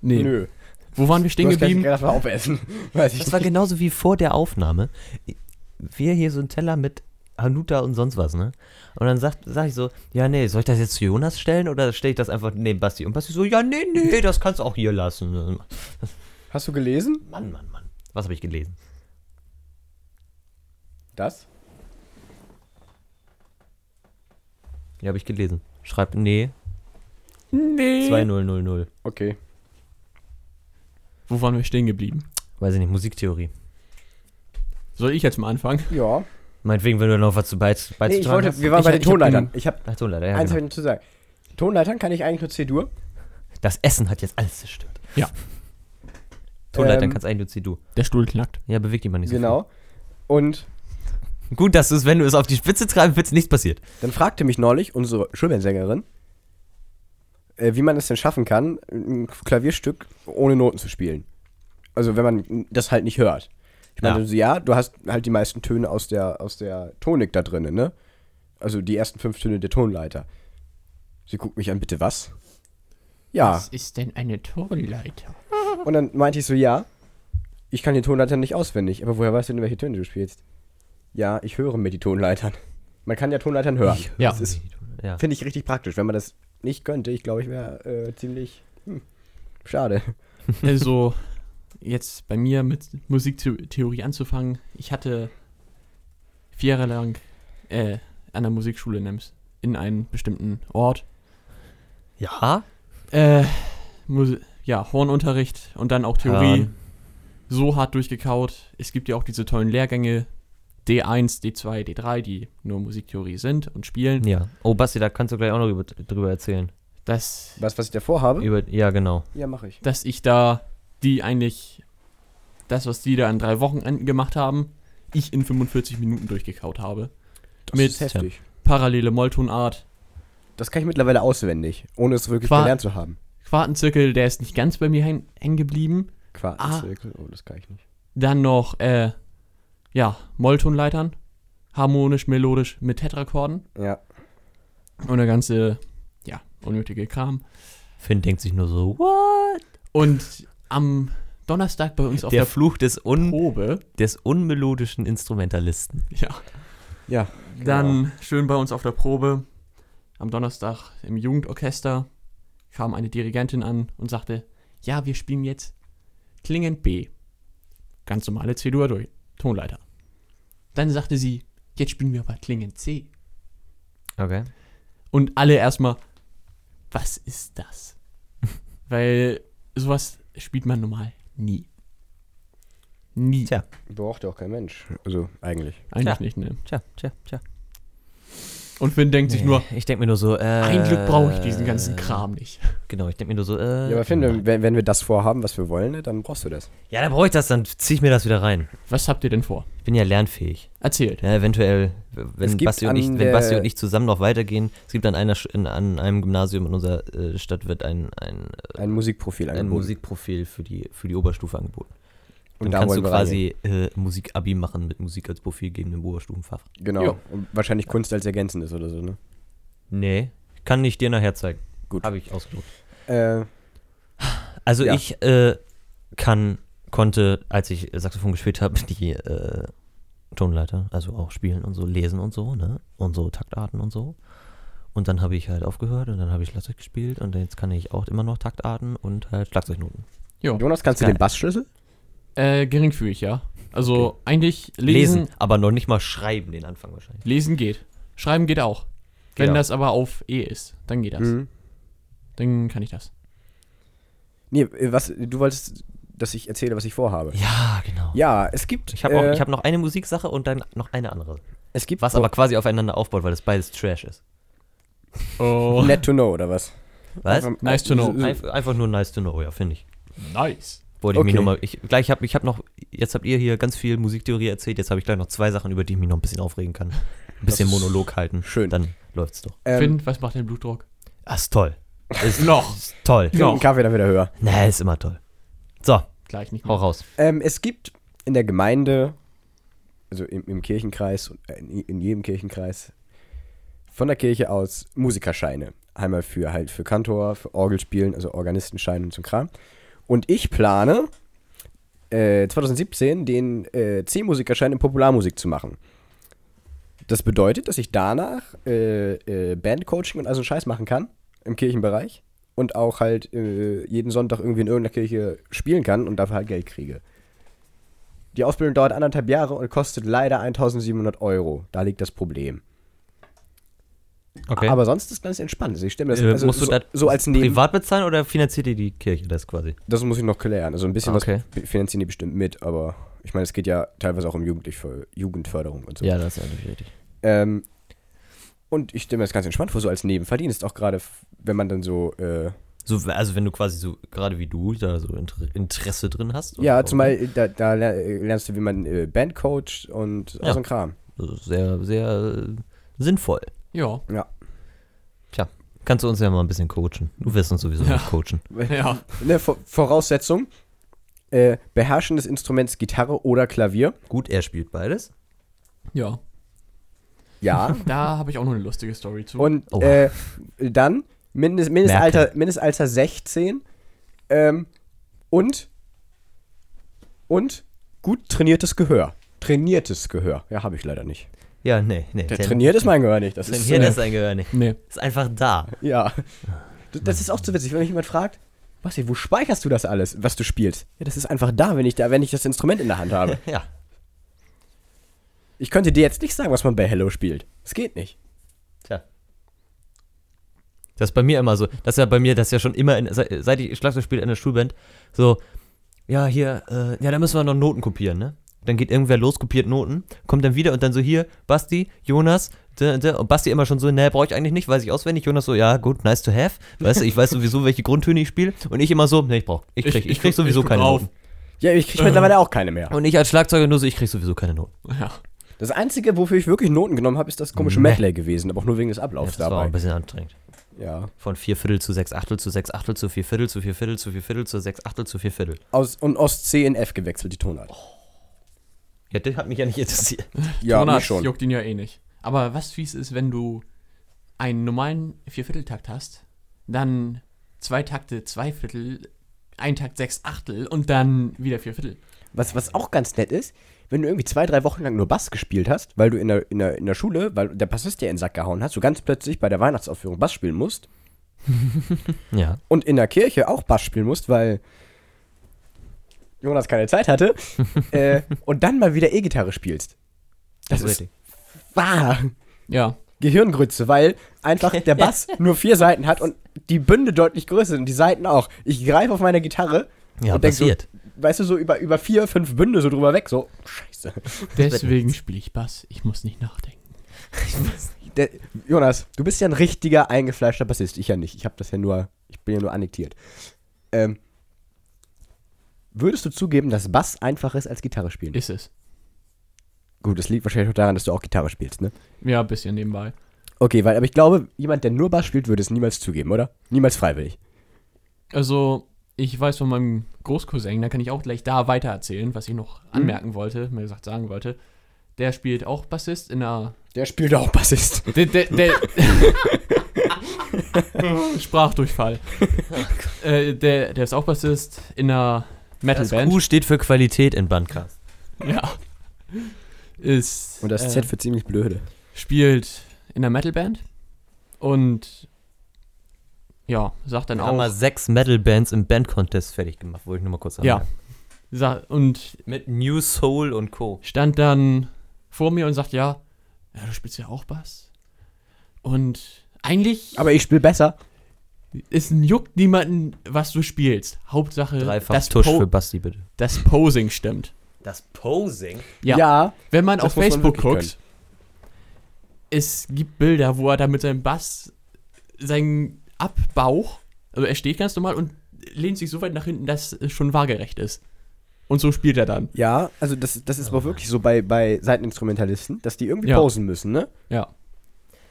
[SPEAKER 3] Nee.
[SPEAKER 2] Nö.
[SPEAKER 3] Wo waren wir stehen
[SPEAKER 2] Du hast gleich
[SPEAKER 3] geblieben?
[SPEAKER 2] gerade mal aufessen. Weiß ich
[SPEAKER 1] Das war
[SPEAKER 2] nicht.
[SPEAKER 1] genauso wie vor der Aufnahme. Wir hier so einen Teller mit Hanuta und sonst was, ne? Und dann sagt, sag ich so, ja, nee, soll ich das jetzt zu Jonas stellen oder stelle ich das einfach neben Basti? Und Basti so, ja, nee, nee, das kannst du auch hier lassen.
[SPEAKER 2] Hast du gelesen?
[SPEAKER 1] Mann, Mann, Mann. Was habe ich gelesen?
[SPEAKER 2] Das?
[SPEAKER 1] Ja, habe ich gelesen. Schreibt, nee,
[SPEAKER 3] Nee.
[SPEAKER 1] 2000.
[SPEAKER 2] Okay.
[SPEAKER 3] Wo waren wir stehen geblieben?
[SPEAKER 1] Weiß ich nicht, Musiktheorie.
[SPEAKER 3] Soll ich jetzt mal anfangen?
[SPEAKER 2] Ja.
[SPEAKER 1] Meinetwegen, wenn du noch was zu beiz- beizutragen
[SPEAKER 2] Nee, ich wollte,
[SPEAKER 1] hast.
[SPEAKER 2] wir waren
[SPEAKER 1] Ich-
[SPEAKER 2] bei den
[SPEAKER 1] ich hab
[SPEAKER 2] Tonleitern.
[SPEAKER 1] genug-
[SPEAKER 2] Ich habe
[SPEAKER 1] Ach, Tonleiter, ja.
[SPEAKER 2] eins
[SPEAKER 1] Genau.
[SPEAKER 2] hab ich noch zu sagen. Tonleitern kann ich eigentlich nur C-Dur.
[SPEAKER 1] Das Essen hat jetzt alles zerstört.
[SPEAKER 3] Ja.
[SPEAKER 1] Tonleitern
[SPEAKER 2] Ähm,
[SPEAKER 1] kannst eigentlich nur C-Du.
[SPEAKER 3] Der Stuhl knackt.
[SPEAKER 1] Ja, beweg dich mal nicht so
[SPEAKER 2] Genau. Und
[SPEAKER 1] viel. Gut, dass du es, wenn du es auf die Spitze treiben willst, nichts passiert.
[SPEAKER 2] dann fragte mich neulich unsere Schulbandsängerin, äh, wie man es denn schaffen kann, ein Klavierstück ohne Noten zu spielen. Also wenn man das halt nicht hört. Ich
[SPEAKER 1] Ja.
[SPEAKER 2] meine, so, ja, du hast halt die meisten Töne aus der, aus der Tonik da drinnen, ne? Also die ersten fünf Töne der Tonleiter. Sie guckt mich an, bitte was? Ja.
[SPEAKER 3] ist denn eine Torleiter?
[SPEAKER 2] Und dann meinte ich so, ja, ich kann die Tonleitern nicht auswendig, aber woher weißt du denn, welche Töne du spielst? Ja, ich höre mir die Tonleitern. Man kann ja Tonleitern hören.
[SPEAKER 3] Ja.
[SPEAKER 2] Das ist,
[SPEAKER 1] Ja.
[SPEAKER 2] finde ich richtig praktisch. Wenn man das nicht könnte, ich glaube, ich wäre äh, ziemlich hm, schade.
[SPEAKER 3] Also, jetzt bei mir mit Musiktheorie anzufangen. Ich hatte vier Jahre lang äh, an der Musikschule in Ems in einem bestimmten Ort.
[SPEAKER 1] Ja?
[SPEAKER 3] Äh, Musi ja, Hornunterricht und dann auch Theorie.
[SPEAKER 1] Hörn.
[SPEAKER 3] So hart durchgekaut. Es gibt ja auch diese tollen Lehrgänge D1, D2, D3, die nur Musiktheorie sind und spielen.
[SPEAKER 1] Ja. Oh, Basti, da kannst du gleich auch noch über, drüber erzählen.
[SPEAKER 3] Dass
[SPEAKER 2] Was, was ich davor habe?
[SPEAKER 1] Über, ja, genau.
[SPEAKER 2] Ja, mache ich.
[SPEAKER 3] dass ich da die eigentlich das, was die da an drei Wochenenden gemacht haben, ich in 45 Minuten durchgekaut habe.
[SPEAKER 2] Das
[SPEAKER 3] Mit-
[SPEAKER 2] ist heftig.
[SPEAKER 3] Parallele Molltonart,
[SPEAKER 2] Das kann ich mittlerweile auswendig, ohne es wirklich
[SPEAKER 3] Qua-
[SPEAKER 2] gelernt zu haben.
[SPEAKER 3] Quartenzirkel, der ist nicht ganz bei mir hängen hängen geblieben.
[SPEAKER 1] Ah.
[SPEAKER 2] Quartenzirkel, oh, das kann ich nicht.
[SPEAKER 3] Dann noch, äh, ja, Molltonleitern, harmonisch, melodisch mit Tetrakorden
[SPEAKER 2] Ja.
[SPEAKER 3] und der ganze, ja, unnötige Kram.
[SPEAKER 1] Finn denkt sich nur so,
[SPEAKER 3] Und am Donnerstag bei uns auf
[SPEAKER 1] der
[SPEAKER 3] der,
[SPEAKER 1] Fluch des, un,
[SPEAKER 3] Probe,
[SPEAKER 1] des unmelodischen Instrumentalisten.
[SPEAKER 3] ja,
[SPEAKER 2] Ja.
[SPEAKER 3] Dann schön bei uns auf der Probe. Am Donnerstag im Jugendorchester kam eine Dirigentin an und sagte, ja, wir spielen jetzt klingend B. Ganz normale C-Dur durch, Tonleiter. Dann sagte sie, jetzt spielen wir aber klingend C.
[SPEAKER 1] Okay.
[SPEAKER 3] Und alle erstmal, was ist das? Weil sowas spielt man normal nie. Nie.
[SPEAKER 1] Tja.
[SPEAKER 2] Braucht ja auch kein Mensch. Also, eigentlich.
[SPEAKER 3] Eigentlich
[SPEAKER 1] Tja.
[SPEAKER 3] nicht, ne?
[SPEAKER 1] Tja, tja, tja.
[SPEAKER 3] Und Finn denkt sich nur,
[SPEAKER 1] ich denke mir nur so, äh,
[SPEAKER 3] ein Glück brauche ich diesen ganzen Kram nicht.
[SPEAKER 1] Genau, ich denke mir nur so, äh.
[SPEAKER 2] Ja, aber Finn, wenn, wenn wir das vorhaben, was wir wollen, ne, dann brauchst du das.
[SPEAKER 1] Ja, dann brauche ich das, dann ziehe ich mir das wieder rein.
[SPEAKER 3] Was habt ihr denn vor?
[SPEAKER 1] Ich bin ja lernfähig.
[SPEAKER 3] Erzählt.
[SPEAKER 1] Ja, eventuell, wenn
[SPEAKER 2] Es gibt
[SPEAKER 1] Basti, und ich,
[SPEAKER 2] an
[SPEAKER 1] wenn Basti
[SPEAKER 2] der-
[SPEAKER 1] und ich zusammen noch weitergehen, es gibt an, einer, Sch- in, an einem Gymnasium in unserer äh, Stadt wird ein, ein,
[SPEAKER 2] Ein Musikprofil
[SPEAKER 1] äh, ein
[SPEAKER 2] angeboten.
[SPEAKER 1] Musikprofil für die, für die Oberstufe angeboten.
[SPEAKER 2] Und
[SPEAKER 1] Dann
[SPEAKER 2] da
[SPEAKER 1] kannst du
[SPEAKER 2] wollen wir
[SPEAKER 1] quasi äh, Musik-Abi machen mit Musik als Profil geben im Oberstufenfach.
[SPEAKER 2] Genau.
[SPEAKER 3] Ja.
[SPEAKER 2] Und wahrscheinlich Kunst als ergänzendes oder so, ne?
[SPEAKER 1] Nee, kann ich dir nachher zeigen.
[SPEAKER 2] Gut.
[SPEAKER 1] Habe ich ausgedruckt.
[SPEAKER 2] Äh,
[SPEAKER 1] Also
[SPEAKER 2] Ja.
[SPEAKER 1] ich äh, kann, konnte, als ich Saxophon gespielt habe, die äh, Tonleiter, also auch spielen und so, lesen und so, ne? Und so Taktarten und so. Und dann habe ich halt aufgehört und dann habe ich Schlagzeug gespielt und jetzt kann ich auch immer noch Taktarten und halt Schlagzeugnoten.
[SPEAKER 2] Jonas, kannst du
[SPEAKER 1] Geil.
[SPEAKER 2] den Bassschlüssel?
[SPEAKER 3] Äh, geringfügig, ja. Also eigentlich lesen,
[SPEAKER 1] Lesen,
[SPEAKER 3] lesen.
[SPEAKER 1] aber noch nicht mal schreiben, den Anfang wahrscheinlich.
[SPEAKER 3] geht. Schreiben geht auch.
[SPEAKER 1] Geht
[SPEAKER 3] Wenn
[SPEAKER 1] auch.
[SPEAKER 3] das aber auf E ist, dann geht das.
[SPEAKER 1] Mhm.
[SPEAKER 2] Mhm.
[SPEAKER 3] Dann kann ich das.
[SPEAKER 2] Nee, äh, was, du wolltest, dass ich erzähle, was ich vorhabe.
[SPEAKER 1] Ja, genau.
[SPEAKER 2] Ja, es gibt.
[SPEAKER 1] Ich habe
[SPEAKER 2] äh,
[SPEAKER 1] auch, ich hab noch eine Musiksache und dann noch eine andere.
[SPEAKER 2] es gibt
[SPEAKER 1] Was aber quasi aufeinander aufbaut, weil das beides Trash ist.
[SPEAKER 3] Oh.
[SPEAKER 2] Net to know oder was?
[SPEAKER 1] Was?
[SPEAKER 2] Einfach-
[SPEAKER 3] Nice to know.
[SPEAKER 2] so-
[SPEAKER 1] Einf einfach nur nice to know, ja, finde ich.
[SPEAKER 3] Nice.
[SPEAKER 1] Wollte ich mich
[SPEAKER 2] Okay.
[SPEAKER 1] nochmal. Ich, gleich habe ich hab noch. Jetzt habt ihr hier ganz viel Musiktheorie erzählt. Jetzt habe ich gleich noch zwei Sachen, über die ich mich noch ein bisschen aufregen kann. Ein bisschen
[SPEAKER 2] ist
[SPEAKER 1] Monolog halten.
[SPEAKER 2] schön.
[SPEAKER 1] Dann läuft's doch.
[SPEAKER 2] Ähm,
[SPEAKER 3] Finn, was macht dein Blutdruck?
[SPEAKER 1] Das ist toll. Ist
[SPEAKER 3] Noch.
[SPEAKER 1] toll.
[SPEAKER 2] Trink einen Kaffee dann wieder höher.
[SPEAKER 1] Nee, ist immer toll. So,
[SPEAKER 3] Gleich nicht
[SPEAKER 1] hau
[SPEAKER 3] mehr.
[SPEAKER 1] raus.
[SPEAKER 2] Ähm, es gibt in der Gemeinde, also im, im Kirchenkreis, und, äh, in, in jedem Kirchenkreis, von der Kirche aus Musikerscheine. Einmal für halt für Kantor, für Orgelspielen, also Organistenscheine und so ein Kram. Und ich plane, äh, 2017 den äh, C-Musikerschein in Popularmusik zu machen. Das bedeutet, dass ich danach äh, äh, Bandcoaching und also Scheiß machen kann im Kirchenbereich und auch halt äh, jeden Sonntag irgendwie in irgendeiner Kirche spielen kann und dafür halt Geld kriege. Die Ausbildung dauert anderthalb Jahre und kostet leider 1700 Euro. Da liegt das Problem.
[SPEAKER 1] Okay.
[SPEAKER 2] Aber sonst ist ganz entspannt. Also ich stelle mir das
[SPEAKER 1] Äh,
[SPEAKER 2] also
[SPEAKER 1] musst du
[SPEAKER 2] so,
[SPEAKER 1] das
[SPEAKER 2] so als Neben
[SPEAKER 1] privat bezahlen oder finanziert dir die Kirche das quasi?
[SPEAKER 2] Das muss ich noch klären. Also ein bisschen
[SPEAKER 1] Okay.
[SPEAKER 2] was finanzieren die bestimmt mit, aber ich meine, es geht ja teilweise auch um Jugendlich- Jugendförderung und so.
[SPEAKER 1] das ist natürlich richtig.
[SPEAKER 2] Ähm, und ich stelle mir das ganz entspannt vor, so als Nebenverdienst, auch gerade, f- wenn man dann so, äh,
[SPEAKER 1] So, also wenn du quasi so, gerade wie du, da so Inter- Interesse drin hast. und-
[SPEAKER 2] ja, zumal äh, da, da ler- äh, lernst du, wie man äh, Band coacht und
[SPEAKER 1] Ja.
[SPEAKER 2] all so ein Kram.
[SPEAKER 1] Also Sehr, sehr äh, sinnvoll.
[SPEAKER 3] Ja.
[SPEAKER 1] Kannst du uns ja mal ein bisschen coachen. Du wirst uns sowieso
[SPEAKER 3] Ja.
[SPEAKER 1] nicht coachen.
[SPEAKER 3] Ja.
[SPEAKER 2] Ne, Vo- Voraussetzung, äh, Beherrschen des Instruments Gitarre oder Klavier.
[SPEAKER 1] Gut, er spielt beides.
[SPEAKER 3] Ja.
[SPEAKER 2] Ja.
[SPEAKER 3] Da habe ich auch noch eine lustige Story zu.
[SPEAKER 2] und
[SPEAKER 1] Oh.
[SPEAKER 2] äh, dann Mindest, Mindestalter, Mindestalter 16 ähm, und, und gut trainiertes Gehör. Trainiertes Gehör. Ja, habe ich leider nicht.
[SPEAKER 1] Ja, nee, nee.
[SPEAKER 2] Der
[SPEAKER 1] Train-
[SPEAKER 2] trainiert ist mein Gehör nicht. Das ist,
[SPEAKER 1] Trainiert
[SPEAKER 2] äh,
[SPEAKER 1] ist ein Gehör nicht.
[SPEAKER 3] nee.
[SPEAKER 1] Ist einfach da.
[SPEAKER 2] Ja. D- Das ist auch zu witzig, wenn mich jemand fragt, Basti, wo speicherst du das alles, was du spielst? Ja, das ist einfach da, wenn ich da, wenn ich das Instrument in der Hand habe.
[SPEAKER 1] Ja.
[SPEAKER 2] Ich könnte dir jetzt nicht sagen, was man bei Hello spielt. Es geht nicht.
[SPEAKER 1] Tja. Das ist bei mir immer so. Das ist ja bei mir, das ist ja schon immer, in, seit seit ich Schlagzeug spiele in der Schulband, so, ja, hier, äh, ja, da müssen wir noch Noten kopieren, ne? Dann geht irgendwer los, kopiert Noten, kommt dann wieder und dann so hier, Basti, Jonas, d- d- und Basti immer schon so, ne, brauche ich eigentlich nicht, weiß ich auswendig. Jonas so, ja, gut, nice to have. Weißt du, ich weiß sowieso, welche Grundtöne ich spiele. Und ich immer so, ne, ich brauch, ich krieg, ich, krieg sowieso keine
[SPEAKER 3] auf.
[SPEAKER 1] Noten.
[SPEAKER 2] Ja, ich kriege mittlerweile auch keine mehr.
[SPEAKER 1] Und ich als Schlagzeuger nur so, ich krieg sowieso keine Noten.
[SPEAKER 3] Ja.
[SPEAKER 2] Das Einzige, wofür ich wirklich Noten genommen habe, ist das komische
[SPEAKER 1] Meh.
[SPEAKER 2] Medley gewesen, aber auch nur wegen des
[SPEAKER 1] Mhm. Ja,
[SPEAKER 2] Ablaufs
[SPEAKER 1] das war auch ein
[SPEAKER 2] dabei.
[SPEAKER 1] bisschen anstrengend.
[SPEAKER 2] Ja.
[SPEAKER 1] Von vier Viertel zu sechs Achtel zu sechs Achtel zu vier Viertel zu vier Viertel zu vier Viertel zu sechs Achtel zu vier Viertel.
[SPEAKER 2] Aus, und aus C in F gewechselt, die Tonart.
[SPEAKER 1] Ja, das hat mich ja nicht interessiert.
[SPEAKER 2] ja,
[SPEAKER 3] Jonas
[SPEAKER 2] mich schon.
[SPEAKER 3] juckt ihn ja eh nicht. Aber was fies ist, wenn du einen normalen Viervierteltakt hast, dann zwei Takte, zwei Viertel, ein Takt, sechs Achtel und dann wieder vier Viertel.
[SPEAKER 2] Was, was auch ganz nett ist, wenn du irgendwie zwei, drei Wochen lang nur Bass gespielt hast, weil du in der, in der, in der Schule, weil der Bassist dir in den Sack gehauen hat, du ganz plötzlich bei der Weihnachtsaufführung Bass spielen musst
[SPEAKER 1] Ja.
[SPEAKER 2] und in der Kirche auch Bass spielen musst, weil Jonas keine Zeit hatte äh, und dann mal wieder E-Gitarre spielst. Das ist wahr.
[SPEAKER 3] Ja.
[SPEAKER 2] Gehirngrütze, weil einfach der Bass nur vier Seiten hat und die Bünde deutlich größer sind und die Seiten auch. Ich greife auf meine Gitarre
[SPEAKER 1] Ja,
[SPEAKER 2] und denk so,
[SPEAKER 1] passiert.
[SPEAKER 2] weißt du, so über, über vier, fünf Bünde so drüber weg, so, scheiße.
[SPEAKER 3] Deswegen spiele ich Bass. Ich muss nicht nachdenken.
[SPEAKER 2] Der, Jonas, du bist ja ein richtiger eingefleischter Bassist. Ich ja nicht. Ich habe das ja nur, ich bin ja nur annektiert. Ähm, würdest du zugeben, dass Bass einfacher ist als Gitarre spielen?
[SPEAKER 3] Ist es.
[SPEAKER 2] Gut, das liegt wahrscheinlich auch daran, dass du auch Gitarre spielst, ne?
[SPEAKER 3] Ja, ein bisschen nebenbei.
[SPEAKER 2] Okay, weil, aber ich glaube, jemand, der nur Bass spielt, würde es niemals zugeben, oder? Niemals freiwillig.
[SPEAKER 3] Also, ich weiß von meinem Großcousin, da kann ich auch gleich da weitererzählen, was ich noch
[SPEAKER 2] Hm.
[SPEAKER 3] anmerken wollte, mir gesagt sagen wollte. Der spielt auch Bassist in einer.
[SPEAKER 2] Der spielt auch Bassist.
[SPEAKER 3] Der, der, der Sprachdurchfall. äh, der, der ist auch Bassist in einer
[SPEAKER 1] Das
[SPEAKER 3] Metalband.
[SPEAKER 1] Q steht für Qualität in Bandcast.
[SPEAKER 3] Ja. Ist.
[SPEAKER 2] Und das
[SPEAKER 3] äh,
[SPEAKER 2] Z für ziemlich blöde.
[SPEAKER 3] spielt in einer Metalband und. Ja, sagt dann
[SPEAKER 1] Wir
[SPEAKER 3] auch.
[SPEAKER 1] haben mal sechs Metal-Bands im Band-Contest fertig gemacht, wollte ich nur mal kurz
[SPEAKER 3] Ja.
[SPEAKER 1] anmerken.
[SPEAKER 3] Sa und
[SPEAKER 1] Mit New Soul und Co.
[SPEAKER 3] stand dann vor mir und sagt, ja, ja, du spielst ja auch Bass. Und eigentlich
[SPEAKER 2] Aber ich spiele besser.
[SPEAKER 3] ist ein Juckt niemanden, was du spielst. Hauptsache,
[SPEAKER 1] Dreifach
[SPEAKER 3] das,
[SPEAKER 1] Tusch
[SPEAKER 3] Po-
[SPEAKER 1] für Basti, bitte.
[SPEAKER 3] das Posing stimmt.
[SPEAKER 1] Das Posing?
[SPEAKER 3] Ja.
[SPEAKER 2] ja.
[SPEAKER 3] Wenn man
[SPEAKER 2] Das
[SPEAKER 3] auf
[SPEAKER 2] muss man
[SPEAKER 3] Facebook
[SPEAKER 2] wirklich
[SPEAKER 3] guckt, es gibt Bilder, wo er da mit seinem Bass seinen Abbauch, also er steht ganz normal und lehnt sich so weit nach hinten, dass es schon waagerecht ist. Und so spielt er dann.
[SPEAKER 2] Ja, also das, das ist aber wirklich so bei, bei Seiteninstrumentalisten, dass die irgendwie
[SPEAKER 3] Ja.
[SPEAKER 2] posen müssen, ne?
[SPEAKER 3] Ja.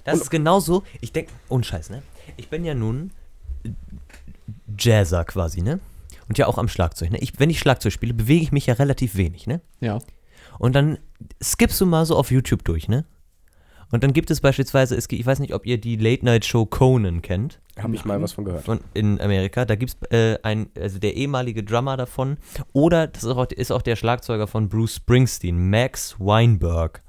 [SPEAKER 1] Das
[SPEAKER 2] Und-
[SPEAKER 1] ist genauso, ich denke, ohne Scheiß, ne? Ich bin ja nun Jazzer quasi, ne? Und ja auch am Schlagzeug, ne? Ich, wenn ich Schlagzeug spiele, bewege ich mich ja relativ wenig, ne?
[SPEAKER 3] Ja.
[SPEAKER 1] Und dann skippst du mal so auf YouTube durch, ne? Und dann gibt es beispielsweise, es, gibt- ich weiß nicht, ob ihr die Late-Night-Show Conan kennt.
[SPEAKER 2] Habe ich mal was von gehört.
[SPEAKER 1] Von, in Amerika. Da gibt es äh, ein, also der ehemalige Drummer davon oder das ist auch, ist auch der Schlagzeuger von Bruce Springsteen, Max Weinberg.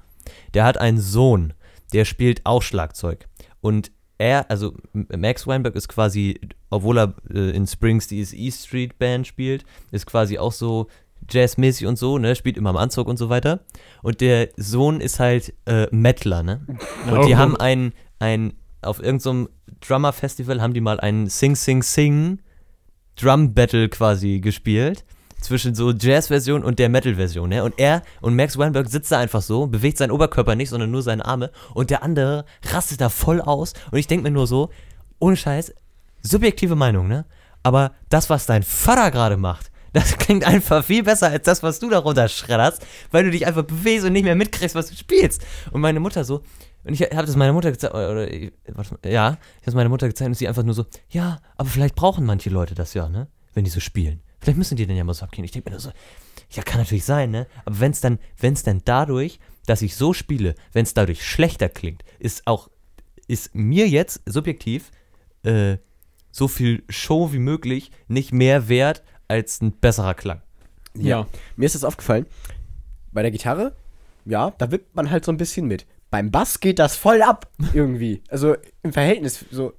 [SPEAKER 1] Der hat einen Sohn, der spielt auch Schlagzeug. Und er, also M- Max Weinberg ist quasi, obwohl er äh, in Springsteens E Street Band spielt, ist quasi auch so jazzmäßig und so, ne, spielt immer im Anzug und so weiter. Und der Sohn ist halt äh, Mettler, ne? Und die haben ein, ein auf irgendeinem Drummer-Festival haben die mal einen Sing Sing Sing Drum Battle quasi gespielt. Zwischen so Jazz-Version und der Metal-Version, ne? Und er und Max Weinberg sitzt da einfach so, bewegt seinen Oberkörper nicht, sondern nur seine Arme. Und der andere rastet da voll aus. Und ich denke mir nur so, ohne Scheiß, subjektive Meinung, ne? Aber das, was dein Vater gerade macht, das klingt einfach viel besser als das, was du darunter schredderst, weil du dich einfach bewegst und nicht mehr mitkriegst, was du spielst. Und meine Mutter so, und ich habe das meiner Mutter gezeigt, oder, oder ich- warte mal, ja, ich habe meiner Mutter gezeigt und sie einfach nur so, ja, aber vielleicht brauchen manche Leute das ja, ne? Wenn die so spielen. Vielleicht müssen die dann ja mal so abgehen. Ich denke mir nur so, ja, kann natürlich sein, ne? Aber wenn es dann, wenn's dann dadurch, dass ich so spiele, wenn es dadurch schlechter klingt, ist auch, ist mir jetzt subjektiv äh, so viel Show wie möglich nicht mehr wert als ein besserer Klang.
[SPEAKER 3] Ja.
[SPEAKER 2] Mir ist das aufgefallen. Bei der Gitarre, ja, da wippt man halt so ein bisschen mit. Beim Bass geht das voll ab irgendwie. Also im Verhältnis so.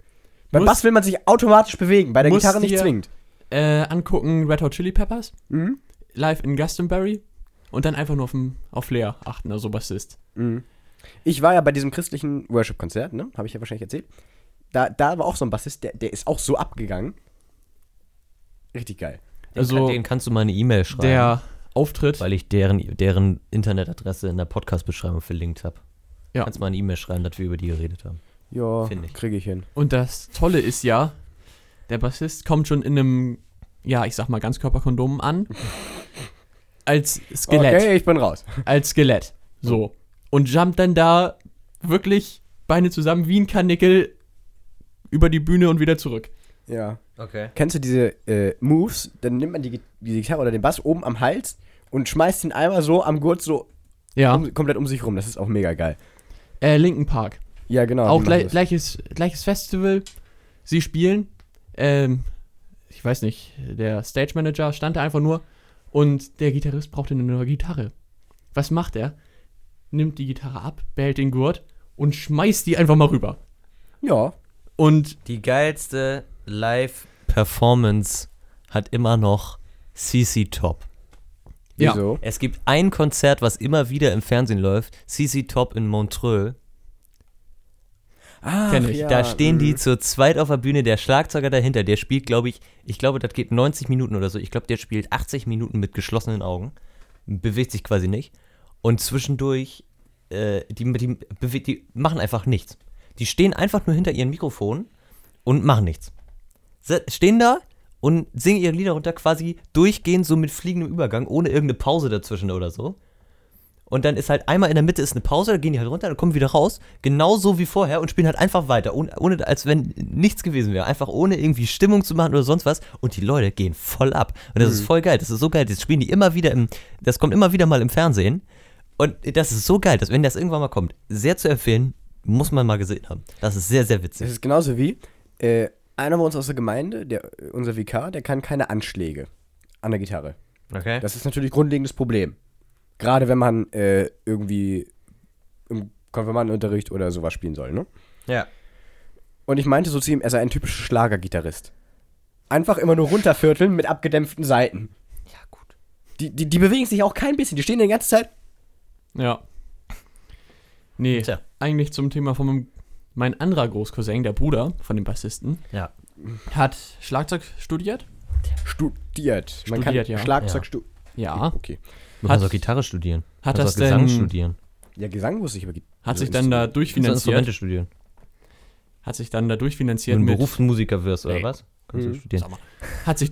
[SPEAKER 2] Beim
[SPEAKER 3] Muss-
[SPEAKER 2] Bass will man sich automatisch bewegen, bei der
[SPEAKER 3] Muss
[SPEAKER 2] Gitarre nicht
[SPEAKER 3] dir-
[SPEAKER 2] zwingend.
[SPEAKER 3] Äh, angucken Red Hot Chili Peppers.
[SPEAKER 2] Mhm.
[SPEAKER 3] Live in Glastonbury. Und dann einfach nur auf, dem, auf Flair achten, also Bassist.
[SPEAKER 2] Ich war ja bei diesem christlichen Worship-Konzert, ne? Habe ich ja wahrscheinlich erzählt. Da, da war auch so ein Bassist, der, der ist auch so abgegangen. Richtig geil.
[SPEAKER 3] Also
[SPEAKER 1] den kannst du mal eine E-Mail schreiben.
[SPEAKER 3] der Auftritt.
[SPEAKER 1] Weil ich deren, deren Internetadresse in der Podcast-Beschreibung verlinkt habe.
[SPEAKER 3] Ja.
[SPEAKER 1] Kannst mal eine E-Mail schreiben, dass wir über die geredet haben.
[SPEAKER 2] Ja,
[SPEAKER 1] Finde ich.
[SPEAKER 2] kriege ich hin.
[SPEAKER 3] Und das Tolle ist ja, der Bassist kommt schon in einem, ja, ich sag mal Ganzkörperkondom an. Als Skelett.
[SPEAKER 2] Okay, ich bin raus.
[SPEAKER 3] Als Skelett. So. Und jumpt dann da wirklich Beine zusammen wie ein Karnickel über die Bühne und wieder zurück.
[SPEAKER 2] Ja.
[SPEAKER 1] Okay.
[SPEAKER 2] Kennst du diese äh, Moves? Dann nimmt man die, Gi- die Gitarre oder den Bass oben am Hals und schmeißt ihn einmal so am Gurt so
[SPEAKER 3] Ja.
[SPEAKER 2] um, komplett um sich rum. Das ist auch mega geil.
[SPEAKER 3] Äh, Linken Park.
[SPEAKER 2] Ja, genau.
[SPEAKER 3] auch
[SPEAKER 2] die
[SPEAKER 3] gleich,
[SPEAKER 2] machen das.
[SPEAKER 3] gleiches, gleiches Festival. Sie spielen. Ähm, ich weiß nicht, der Stage Manager stand da einfach nur und der Gitarrist brauchte eine neue Gitarre. Was macht er? Nimmt die Gitarre ab, behält den Gurt und schmeißt die einfach mal rüber.
[SPEAKER 2] Ja.
[SPEAKER 3] Und
[SPEAKER 1] Die geilste Live-Performance hat immer noch CC Top.
[SPEAKER 3] ja,
[SPEAKER 2] Wieso?
[SPEAKER 1] Es gibt ein Konzert, was immer wieder im Fernsehen läuft: CC Top in Montreux.
[SPEAKER 2] Ah,
[SPEAKER 3] Kenn ich.
[SPEAKER 1] da stehen die zu zweit auf der Bühne. Der Schlagzeuger dahinter, der spielt, glaube ich, ich glaube, das geht 90 Minuten oder so. Ich glaube, der spielt 80 Minuten mit geschlossenen Augen. Bewegt sich quasi nicht. Und zwischendurch, äh, die, die, bewe- die machen einfach nichts. Die stehen einfach nur hinter ihren Mikrofonen und machen nichts. Se- Stehen da und singen ihre Lieder runter quasi durchgehend so mit fliegendem Übergang, ohne irgendeine Pause dazwischen oder so. Und dann ist halt einmal in der Mitte ist eine Pause, dann gehen die halt runter, dann kommen wieder raus, genauso wie vorher und spielen halt einfach weiter, ohne, ohne als wenn nichts gewesen wäre. Einfach ohne irgendwie Stimmung zu machen oder sonst was. Und die Leute gehen voll ab. Und das ist voll geil. Das ist so geil. Das spielen die immer wieder im, das kommt immer wieder mal im Fernsehen. Und das ist so geil, dass wenn das irgendwann mal kommt, sehr zu empfehlen, muss man mal gesehen haben. Das ist sehr, sehr
[SPEAKER 2] Das
[SPEAKER 1] witzig.
[SPEAKER 2] ist genauso wie äh, einer bei uns aus der Gemeinde, der, äh, unser Vikar, der kann keine Anschläge an der Gitarre.
[SPEAKER 1] Okay.
[SPEAKER 2] Das ist natürlich ein grundlegendes Problem. Gerade wenn man äh, irgendwie im Konfirmandenunterricht oder sowas spielen soll, ne?
[SPEAKER 1] ja.
[SPEAKER 2] Und ich meinte so zu ihm, er sei ein typischer Schlagergitarrist. Einfach immer nur runtervierteln mit abgedämpften Saiten.
[SPEAKER 1] Ja, gut.
[SPEAKER 2] Die, die, die bewegen sich auch kein bisschen, die stehen die ganze Zeit.
[SPEAKER 3] ja. Nee,
[SPEAKER 1] Tja.
[SPEAKER 3] eigentlich zum Thema von meinem, mein anderer Großcousin, der Bruder von dem Bassisten,
[SPEAKER 1] Ja.
[SPEAKER 3] hat Schlagzeug studiert.
[SPEAKER 2] Studiert. Man kann
[SPEAKER 3] Studiert, ja.
[SPEAKER 2] Schlagzeug
[SPEAKER 1] Ja.
[SPEAKER 2] stu-
[SPEAKER 3] Ja.
[SPEAKER 2] Okay.
[SPEAKER 1] Man
[SPEAKER 3] Hat-
[SPEAKER 1] kann auch Gitarre studieren. Man
[SPEAKER 3] hat
[SPEAKER 1] kann
[SPEAKER 3] das
[SPEAKER 1] auch Gesang
[SPEAKER 3] denn-
[SPEAKER 1] studieren.
[SPEAKER 2] Ja, Gesang wusste ich aber. Git-
[SPEAKER 3] Hat
[SPEAKER 2] also
[SPEAKER 3] sich dann da
[SPEAKER 2] Instru-
[SPEAKER 1] Kannst auch Instrumente
[SPEAKER 3] durchfinanziert.
[SPEAKER 1] studieren.
[SPEAKER 3] Hat sich dann da
[SPEAKER 1] Wenn
[SPEAKER 3] durchfinanziert
[SPEAKER 1] du
[SPEAKER 3] mit. Hm.
[SPEAKER 1] Berufsmusiker wirst oder
[SPEAKER 3] Ey.
[SPEAKER 1] was? Kannst du
[SPEAKER 2] Mhm.
[SPEAKER 1] studieren.
[SPEAKER 3] Hat sich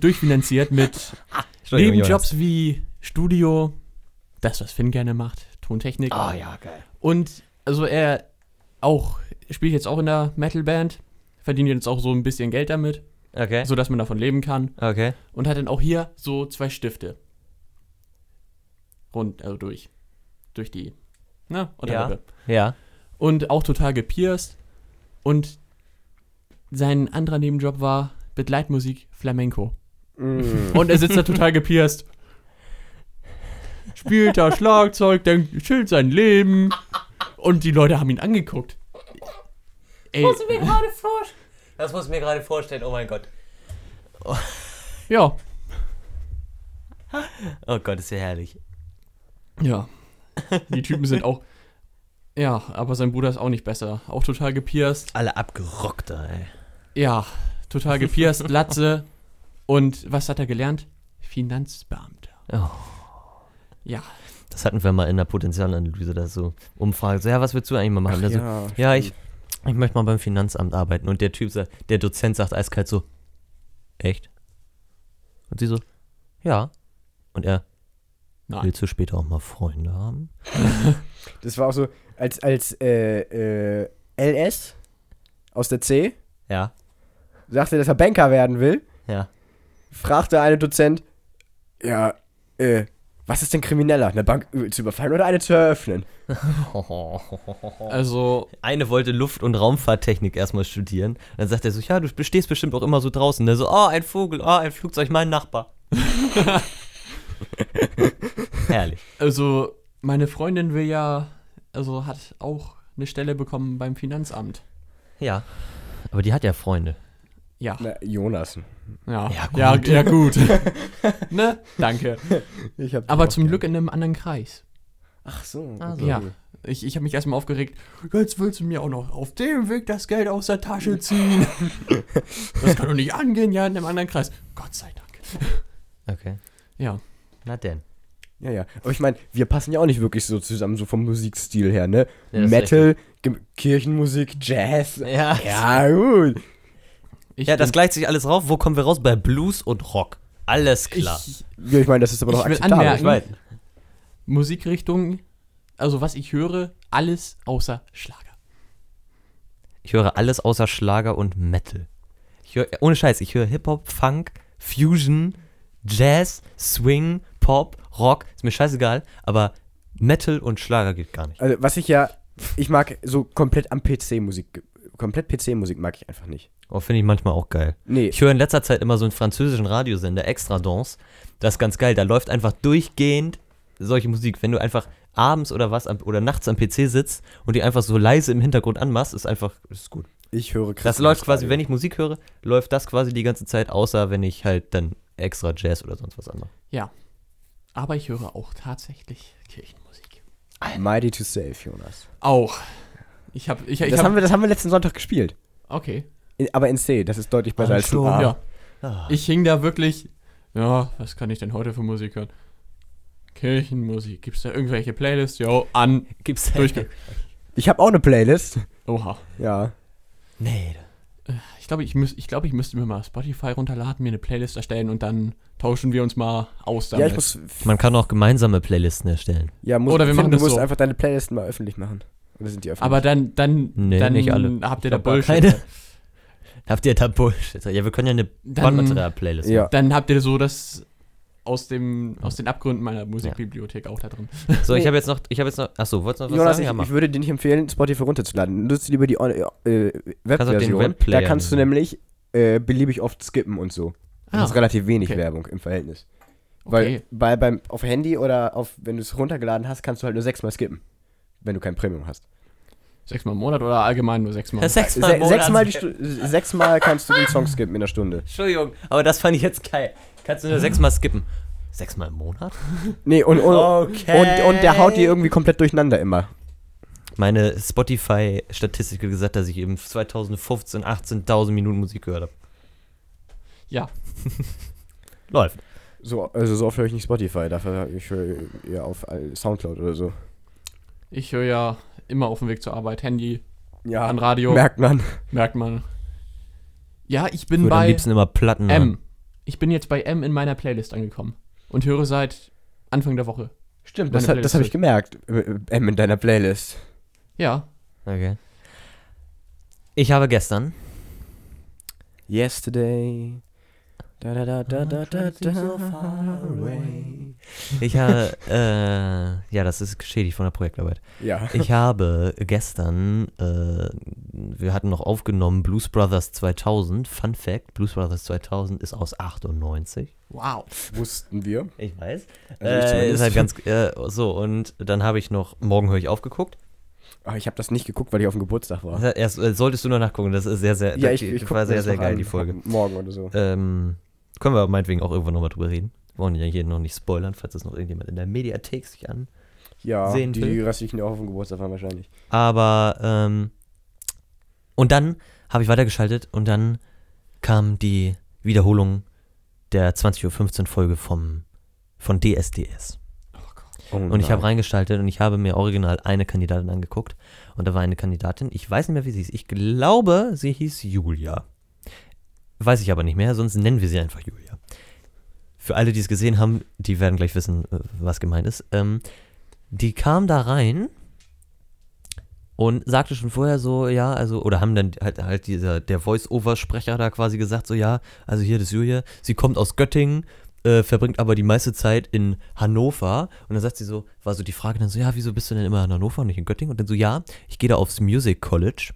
[SPEAKER 3] durchfinanziert mit
[SPEAKER 1] Entschuldigung, Jonas.
[SPEAKER 3] Nebenjobs wie Studio, das, was Finn gerne macht, Tontechnik.
[SPEAKER 1] Ah ja, geil.
[SPEAKER 3] Und also er auch, spielt jetzt auch in der Metalband, verdient jetzt auch so ein bisschen Geld damit.
[SPEAKER 1] Okay.
[SPEAKER 3] sodass man davon leben kann.
[SPEAKER 1] Okay.
[SPEAKER 3] Und hat dann auch hier so zwei Stifte. Rund, also durch. Durch die. Ne? Unterlippe.
[SPEAKER 1] Ja.
[SPEAKER 3] Und auch total gepierst. Und sein anderer Nebenjob war mit Leitmusik Flamenco.
[SPEAKER 2] Mm.
[SPEAKER 3] Und er sitzt da total gepierst. Spielt da Schlagzeug, dann chillt sein Leben. Und die Leute haben ihn angeguckt. Ey,
[SPEAKER 1] gerade vorstellen? Das muss ich mir gerade vorstellen, oh mein Gott.
[SPEAKER 3] ja.
[SPEAKER 1] Oh Gott, ist ja herrlich.
[SPEAKER 3] Ja. Die Typen sind auch. Ja, aber sein Bruder ist auch nicht besser. Auch total gepierst.
[SPEAKER 1] Alle abgerockt, ey.
[SPEAKER 3] Ja, total gepierst, Latze. Und was hat er gelernt? Finanzbeamter.
[SPEAKER 1] Oh.
[SPEAKER 3] Ja.
[SPEAKER 1] Das hatten wir mal in der Potenzialanalyse, da so Umfrage. So, ja, was willst du eigentlich mal machen? Da so,
[SPEAKER 2] ja,
[SPEAKER 1] Ja, ich, ich möchte mal beim Finanzamt arbeiten. Und der Typ sagt, der Dozent sagt eiskalt so, echt? Und sie so, ja. Und er,
[SPEAKER 3] Nein.
[SPEAKER 1] willst du später auch mal Freunde haben?
[SPEAKER 2] Das war auch so, als, als äh, äh, LS aus der C
[SPEAKER 1] Ja,
[SPEAKER 2] sagte, dass er Banker werden will,
[SPEAKER 1] ja.
[SPEAKER 2] fragte eine Dozent, ja, äh, was ist denn krimineller? Eine Bank äh, zu überfallen oder eine zu eröffnen?
[SPEAKER 3] Also,
[SPEAKER 1] Eine wollte Luft- und Raumfahrttechnik erstmal studieren. Dann sagt er so, ja, du stehst bestimmt auch immer so draußen. Der so, oh, ein Vogel, oh, ein Flugzeug, mein Nachbar. Herrlich.
[SPEAKER 3] also, meine Freundin will ja, also hat auch eine Stelle bekommen beim Finanzamt.
[SPEAKER 1] Ja. Aber die hat ja Freunde.
[SPEAKER 3] Ja.
[SPEAKER 2] Na, Jonas.
[SPEAKER 3] Ja,
[SPEAKER 1] Ja,
[SPEAKER 3] ja,
[SPEAKER 1] gut.
[SPEAKER 3] ja, gut. ne? Danke.
[SPEAKER 2] Ich hab
[SPEAKER 3] Aber zum Glück in einem anderen Kreis.
[SPEAKER 2] Ach so.
[SPEAKER 1] Ah,
[SPEAKER 2] okay.
[SPEAKER 1] so.
[SPEAKER 3] Ja. Ich, ich habe mich erstmal aufgeregt. Jetzt willst du mir auch noch auf dem Weg das Geld aus der Tasche ziehen. das kann doch nicht angehen, ja, in einem anderen Kreis. Gott sei Dank.
[SPEAKER 1] Okay.
[SPEAKER 3] Ja.
[SPEAKER 1] Na denn.
[SPEAKER 2] Ja, ja. Aber ich meine, wir passen ja auch nicht wirklich so zusammen, so vom Musikstil her, ne?
[SPEAKER 1] Ja, das ist
[SPEAKER 2] Metal, Ge- Kirchenmusik, Jazz.
[SPEAKER 1] Ja.
[SPEAKER 2] Ja, gut.
[SPEAKER 3] Ich
[SPEAKER 1] Ja, das
[SPEAKER 3] bin-
[SPEAKER 1] gleicht sich alles rauf. Wo kommen wir raus? Bei Blues und Rock. Alles klar.
[SPEAKER 3] Ich,
[SPEAKER 2] Ja, ich meine, das ist aber noch
[SPEAKER 3] Ich will
[SPEAKER 2] akzeptabel.
[SPEAKER 3] anmerken- Musikrichtung, also was ich höre, alles außer Schlager.
[SPEAKER 1] Ich höre alles außer Schlager und Metal. Ich höre, ohne Scheiß, ich höre Hip-Hop, Funk, Fusion, Jazz, Swing, Pop, Rock. Ist mir scheißegal, aber Metal und Schlager geht gar nicht.
[SPEAKER 2] Also, was ich ja, ich mag so komplett am PC Musik, komplett PC Musik mag ich einfach nicht.
[SPEAKER 1] Oh, finde ich manchmal auch geil.
[SPEAKER 2] Nee,
[SPEAKER 1] Ich höre in letzter Zeit immer so einen französischen Radiosender, Extra Dance. Das ist ganz geil. Da läuft einfach durchgehend solche Musik. Wenn du einfach abends oder was am, oder nachts am PC sitzt und die einfach so leise im Hintergrund anmachst, ist einfach, ist gut.
[SPEAKER 2] ich höre
[SPEAKER 1] Das läuft quasi, wenn ich Musik höre, läuft das quasi die ganze Zeit, außer wenn ich halt dann extra Jazz oder sonst was anderes.
[SPEAKER 3] Aber ich höre auch tatsächlich Kirchenmusik.
[SPEAKER 2] Mighty to Save, Jonas.
[SPEAKER 3] Auch. Ich habe, ich, ich
[SPEAKER 2] das, haben
[SPEAKER 3] habe,
[SPEAKER 2] wir, das haben wir letzten Sonntag gespielt.
[SPEAKER 3] okay.
[SPEAKER 2] In, aber in C, das ist deutlich besser
[SPEAKER 1] Ach
[SPEAKER 2] als in
[SPEAKER 1] so,
[SPEAKER 2] A.
[SPEAKER 3] Ja.
[SPEAKER 1] Ah.
[SPEAKER 3] Ich hing da wirklich, ja, was kann ich denn heute für Musik hören? Kirchenmusik. Gibt's da irgendwelche Playlists? Jo, an.
[SPEAKER 1] Gibt's
[SPEAKER 3] Durchge
[SPEAKER 2] Ich habe auch eine Playlist.
[SPEAKER 3] Oha.
[SPEAKER 2] Ja.
[SPEAKER 1] Nee.
[SPEAKER 3] Ich glaube, ich, müß, ich, glaub, ich müsste mir mal Spotify runterladen, mir eine Playlist erstellen und dann tauschen wir uns mal aus damit.
[SPEAKER 2] Ja, ich muss,
[SPEAKER 1] Man kann auch gemeinsame Playlisten erstellen.
[SPEAKER 2] ja, muss,
[SPEAKER 3] Oder wir
[SPEAKER 2] Finn,
[SPEAKER 3] machen
[SPEAKER 2] du
[SPEAKER 3] das
[SPEAKER 2] musst
[SPEAKER 3] so.
[SPEAKER 2] einfach deine Playlisten mal öffentlich machen. Oder sind die öffentlich?
[SPEAKER 3] Aber dann, dann,
[SPEAKER 1] Nee,
[SPEAKER 3] dann
[SPEAKER 1] nicht alle.
[SPEAKER 3] habt
[SPEAKER 1] Ich
[SPEAKER 3] ihr da
[SPEAKER 1] hab gar
[SPEAKER 3] Bullshit.
[SPEAKER 1] keine. Habt ihr da Bullshit? Ja, wir können ja eine
[SPEAKER 3] Dann-
[SPEAKER 1] Bandmaterial-Playlist
[SPEAKER 2] ja.
[SPEAKER 3] Dann habt ihr so das aus, dem, aus den Abgründen meiner Musikbibliothek auch da drin.
[SPEAKER 1] machen. So, ich
[SPEAKER 2] Nee.
[SPEAKER 1] habe jetzt noch, ich habe jetzt noch, achso, wolltest du noch was
[SPEAKER 2] Jonas,
[SPEAKER 1] sagen?
[SPEAKER 2] ich,
[SPEAKER 1] Ja, mach.
[SPEAKER 2] ich würde dir nicht empfehlen, Spotify runterzuladen. Nutzt lieber die On- äh,
[SPEAKER 1] Kannst auch den
[SPEAKER 2] Webversion.
[SPEAKER 1] Webplayer
[SPEAKER 2] Da kannst du
[SPEAKER 1] nehmen.
[SPEAKER 2] nämlich äh, beliebig oft skippen und so.
[SPEAKER 3] Ah,
[SPEAKER 2] Das ist relativ wenig
[SPEAKER 3] okay.
[SPEAKER 2] Werbung im Verhältnis.
[SPEAKER 3] Okay.
[SPEAKER 2] Weil bei, beim, auf Handy oder auf, wenn du es runtergeladen hast, kannst du halt nur sechsmal skippen. Wenn du kein Premium hast.
[SPEAKER 3] Sechsmal im Monat oder allgemein nur sechsmal?
[SPEAKER 1] sechsmal,
[SPEAKER 2] Se
[SPEAKER 1] im Monat.
[SPEAKER 2] sechsmal, die Stu- sechsmal kannst du den Song skippen in der Stunde.
[SPEAKER 1] Entschuldigung, aber das fand ich jetzt geil. Kannst du nur sechsmal skippen. Sechsmal im Monat?
[SPEAKER 2] Nee, und, und,
[SPEAKER 1] Okay.
[SPEAKER 2] und, und der haut die irgendwie komplett durcheinander immer.
[SPEAKER 1] Meine Spotify-Statistik hat gesagt, dass ich eben 2015 18.000 Minuten Musik gehört habe.
[SPEAKER 3] Ja.
[SPEAKER 1] Läuft.
[SPEAKER 2] So, also so oft höre ich nicht Spotify, dafür höre ich höre eher auf äh, Soundcloud oder so.
[SPEAKER 3] Ich höre ja immer auf dem Weg zur Arbeit Handy,
[SPEAKER 2] Ja,
[SPEAKER 3] an Radio,
[SPEAKER 2] merkt man.
[SPEAKER 3] merkt man. Ja, ich
[SPEAKER 1] Ich
[SPEAKER 3] bin
[SPEAKER 1] würde am
[SPEAKER 3] bei
[SPEAKER 1] liebsten immer Platten
[SPEAKER 3] M.
[SPEAKER 1] hören.
[SPEAKER 3] Ich bin jetzt bei M in meiner Playlist angekommen und höre seit Anfang der Woche.
[SPEAKER 2] Stimmt,
[SPEAKER 3] meine
[SPEAKER 2] das, hab- das
[SPEAKER 3] Playlist
[SPEAKER 2] habe ich
[SPEAKER 3] ist-
[SPEAKER 2] gemerkt. äh, M in deiner Playlist.
[SPEAKER 3] Ja,
[SPEAKER 1] Okay. Ich habe gestern
[SPEAKER 2] Yesterday. Da, da, da, da, da, da, da.
[SPEAKER 1] Ich habe, äh, ja, das ist geschädigt von der Projektarbeit.
[SPEAKER 2] Ja.
[SPEAKER 1] Ich habe gestern, äh, wir hatten noch aufgenommen Blues Brothers 2000. Fun Fact: Blues Brothers 2000 ist aus 98.
[SPEAKER 3] Wow.
[SPEAKER 2] Wussten wir.
[SPEAKER 1] Ich weiß.
[SPEAKER 2] Also ich
[SPEAKER 1] äh, ist
[SPEAKER 2] zumindest.
[SPEAKER 1] halt ganz, äh, so, und dann habe ich noch, morgen höre ich aufgeguckt.
[SPEAKER 2] Ah, ich habe das nicht geguckt, weil ich auf dem Geburtstag war.
[SPEAKER 1] Erst, äh, solltest du noch nachgucken, das ist sehr, sehr, das
[SPEAKER 2] guck mir
[SPEAKER 1] war sehr,
[SPEAKER 2] das
[SPEAKER 1] sehr
[SPEAKER 2] noch
[SPEAKER 1] geil,
[SPEAKER 2] an.
[SPEAKER 1] die Folge.
[SPEAKER 2] Morgen oder so.
[SPEAKER 1] Ähm, können wir meinetwegen auch irgendwann nochmal drüber reden. Wollen ja hier noch nicht spoilern, falls das noch irgendjemand in der Mediathek sich an.
[SPEAKER 2] Ja,
[SPEAKER 1] sehen
[SPEAKER 2] die,
[SPEAKER 1] will.
[SPEAKER 2] die restlichen auch auf dem Geburtstag waren wahrscheinlich.
[SPEAKER 1] Aber, ähm, und dann habe ich weitergeschaltet und dann kam die Wiederholung der 20.15 Uhr Folge vom, von DSDS.
[SPEAKER 2] Oh,
[SPEAKER 1] Und ich habe reingestaltet und ich habe mir original eine Kandidatin angeguckt. Und da war eine Kandidatin, ich weiß nicht mehr, wie sie hieß. Ich glaube, sie hieß Julia. Weiß ich aber nicht mehr, sonst nennen wir sie einfach Julia. Für alle, die es gesehen haben, die werden gleich wissen, äh, was gemeint ist. Ähm, die kam da rein und sagte schon vorher so, ja, also, oder haben dann halt, halt dieser, der Voice-Over-Sprecher da quasi gesagt, so, ja, also hier, das ist Julia, sie kommt aus Göttingen, äh, verbringt aber die meiste Zeit in Hannover. Und dann sagt sie so, war so die Frage dann so, ja, wieso bist du denn immer in Hannover und nicht in Göttingen? Und dann so, ja, ich gehe da aufs Music College.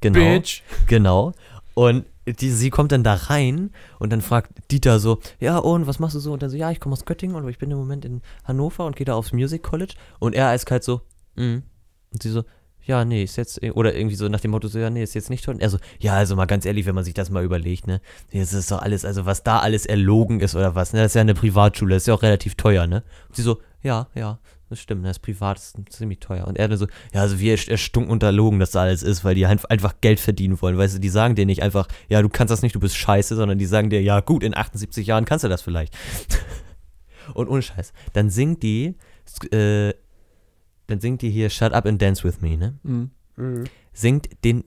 [SPEAKER 1] Genau.
[SPEAKER 3] Bitch.
[SPEAKER 1] Genau. Und die, sie kommt dann da rein und dann fragt Dieter so, ja und, was machst du so? Und dann so, ja, ich komme aus Göttingen, aber ich bin im Moment in Hannover und gehe da aufs Music College. Und er eiskalt so, mhm. Und sie so, ja, nee, ist jetzt, e-" oder irgendwie so nach dem Motto so, ja, nee, ist jetzt nicht toll. Und er so, ja, also mal ganz ehrlich, wenn man sich das mal überlegt, ne, das ist doch alles, also was da alles erlogen ist oder was, ne, das ist ja eine Privatschule, das ist ja auch relativ teuer, ne. Und sie so, ja, ja, das stimmt, ne, das ist privat, das ist ziemlich teuer. Und er dann so, ja, also wir erstunken unterlogen, dass da alles ist, weil die einf- einfach Geld verdienen wollen, weißt du, die sagen dir nicht einfach, ja, du kannst das nicht, du bist scheiße, sondern die sagen dir, ja, gut, in 78 Jahren kannst du das vielleicht. Und ohne Scheiß, dann singt die, äh, dann singt die hier Shut Up and Dance With Me, ne?
[SPEAKER 3] Mhm.
[SPEAKER 2] Mhm.
[SPEAKER 1] singt den,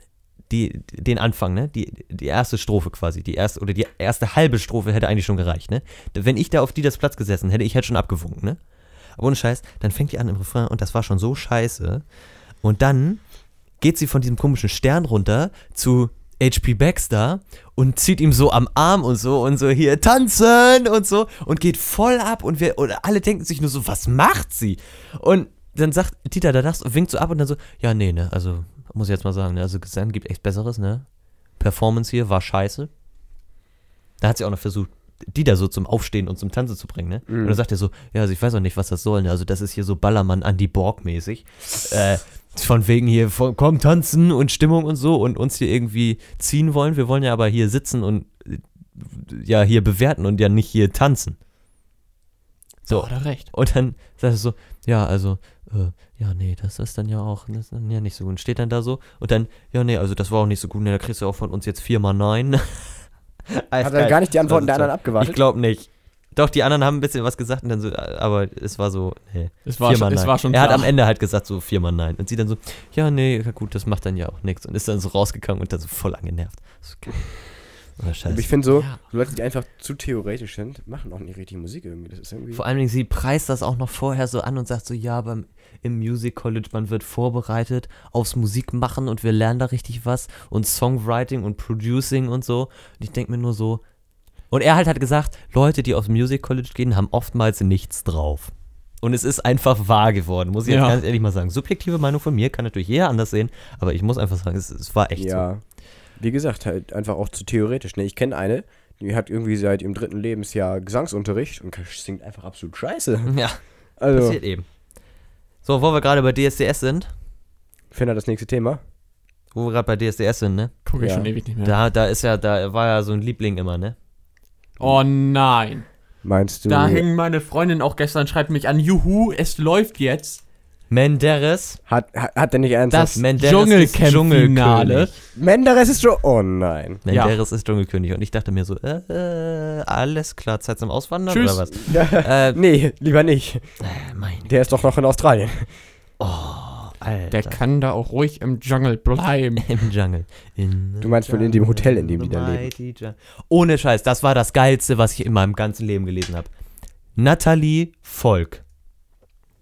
[SPEAKER 1] die, den Anfang, ne? Die, die erste Strophe quasi, die erste oder die erste halbe Strophe hätte eigentlich schon gereicht, ne? Wenn ich da auf die das Platz gesessen hätte, ich hätte schon abgewunken, ne? Aber ohne Scheiß, dann fängt die an im Refrain und das war schon so scheiße. Und dann geht sie von diesem komischen Stern runter zu HP Baxter und zieht ihm so am Arm und so und so hier tanzen und so und geht voll ab und wir und alle denken sich nur so, was macht sie? Und dann sagt Dieter danach so- winkt so ab und dann so, ja, nee, ne, also muss ich jetzt mal sagen, ne, also Gesang gibt echt besseres, ne? Performance hier war scheiße. Da hat sie auch noch versucht, Dieter so zum Aufstehen und zum Tanzen zu bringen, ne? Und dann sagt er so, ja, also ich weiß auch nicht, was das soll, ne? Also das ist hier so Ballermann Andy Borg mäßig. Äh, von wegen hier, von, komm, tanzen und Stimmung und so und uns hier irgendwie ziehen wollen. Wir wollen ja aber hier sitzen und äh, ja, hier bewerten und ja nicht hier tanzen. So.
[SPEAKER 3] Hat er recht.
[SPEAKER 1] Und dann sagt er so, ja, also, äh, ja, nee, das ist dann ja auch, das ist dann ja nicht so gut. Und Steht dann da so und dann, ja, nee, also das war auch nicht so gut, ne, da kriegst du auch von uns jetzt viermal nein.
[SPEAKER 2] Hat er gar nicht die Antworten der anderen
[SPEAKER 1] Ich
[SPEAKER 2] abgewartet?
[SPEAKER 1] glaube nicht. Doch, die anderen haben ein bisschen was gesagt und dann so, äh, aber es war so, nee.
[SPEAKER 3] Es war
[SPEAKER 1] viermal
[SPEAKER 3] schon- es
[SPEAKER 1] nein.
[SPEAKER 3] war schon
[SPEAKER 1] er hat
[SPEAKER 3] klar.
[SPEAKER 1] am Ende halt gesagt, so viermal nein. Und sie dann so, ja, nee, ja, gut, das macht dann ja auch nichts. Und ist dann so rausgegangen und dann so voll angenervt. So geil. Oder
[SPEAKER 2] Aber
[SPEAKER 1] scheiße.
[SPEAKER 2] ich finde so,
[SPEAKER 3] Ja.
[SPEAKER 2] Leute, die einfach zu theoretisch sind, machen auch nicht richtig Musik irgendwie. Das ist irgendwie.
[SPEAKER 1] Vor allen Dingen, sie preist das auch noch vorher so an und sagt so, ja, beim, im Music College, man wird vorbereitet aufs Musikmachen und wir lernen da richtig was und Songwriting und Producing und so. Und ich denke mir nur so, und er halt hat gesagt, Leute, die aufs Music College gehen, haben oftmals nichts drauf. Und es ist einfach wahr geworden, muss ich
[SPEAKER 3] Ja.
[SPEAKER 1] jetzt ganz ehrlich mal sagen. Subjektive Meinung von mir kann natürlich jeder anders sehen, aber ich muss einfach sagen, es, es war echt so.
[SPEAKER 2] ja. Wie gesagt, halt einfach auch zu theoretisch. Ne? Ich kenne eine, die hat irgendwie seit ihrem dritten Lebensjahr Gesangsunterricht und kann- singt einfach absolut scheiße.
[SPEAKER 1] Ja,
[SPEAKER 2] Also,
[SPEAKER 1] Mhm. passiert eben. So, wo wir gerade bei DSDS sind,
[SPEAKER 2] Finder das nächste Thema.
[SPEAKER 1] wo wir gerade bei DSDS sind, ne?
[SPEAKER 3] Gucke ich
[SPEAKER 2] Ja.
[SPEAKER 3] schon ewig nicht mehr.
[SPEAKER 1] Da, da ist ja, da war ja so ein Liebling immer, ne?
[SPEAKER 3] Oh nein.
[SPEAKER 2] Meinst du?
[SPEAKER 3] Da hängen meine Freundin auch gestern, schreibt mich an, juhu, es läuft jetzt.
[SPEAKER 1] Menderes.
[SPEAKER 2] Hat, hat, hat er nicht ernsthaft.
[SPEAKER 3] Das
[SPEAKER 1] Menderes ist
[SPEAKER 3] Dschungelcamp-Finale.
[SPEAKER 1] Dschungelkönig.
[SPEAKER 2] Menderes ist schon. Oh nein.
[SPEAKER 1] Menderes ist Dschungelkönig. Und ich dachte mir so, äh, äh, alles klar, Zeit zum Auswandern
[SPEAKER 3] Tschüss.
[SPEAKER 1] oder was?
[SPEAKER 2] Ja,
[SPEAKER 1] Äh,
[SPEAKER 2] nee, lieber nicht.
[SPEAKER 1] Meine,
[SPEAKER 2] Der ist doch noch in Australien.
[SPEAKER 1] Alter.
[SPEAKER 3] Der kann da auch ruhig im Dschungel bleiben.
[SPEAKER 1] Im Dschungel. In
[SPEAKER 2] Du meinst wohl in dem Hotel, in dem die da leben.
[SPEAKER 1] leben. Ohne Scheiß, das war das Geilste, was ich in meinem ganzen Leben gelesen habe. Nathalie Volk.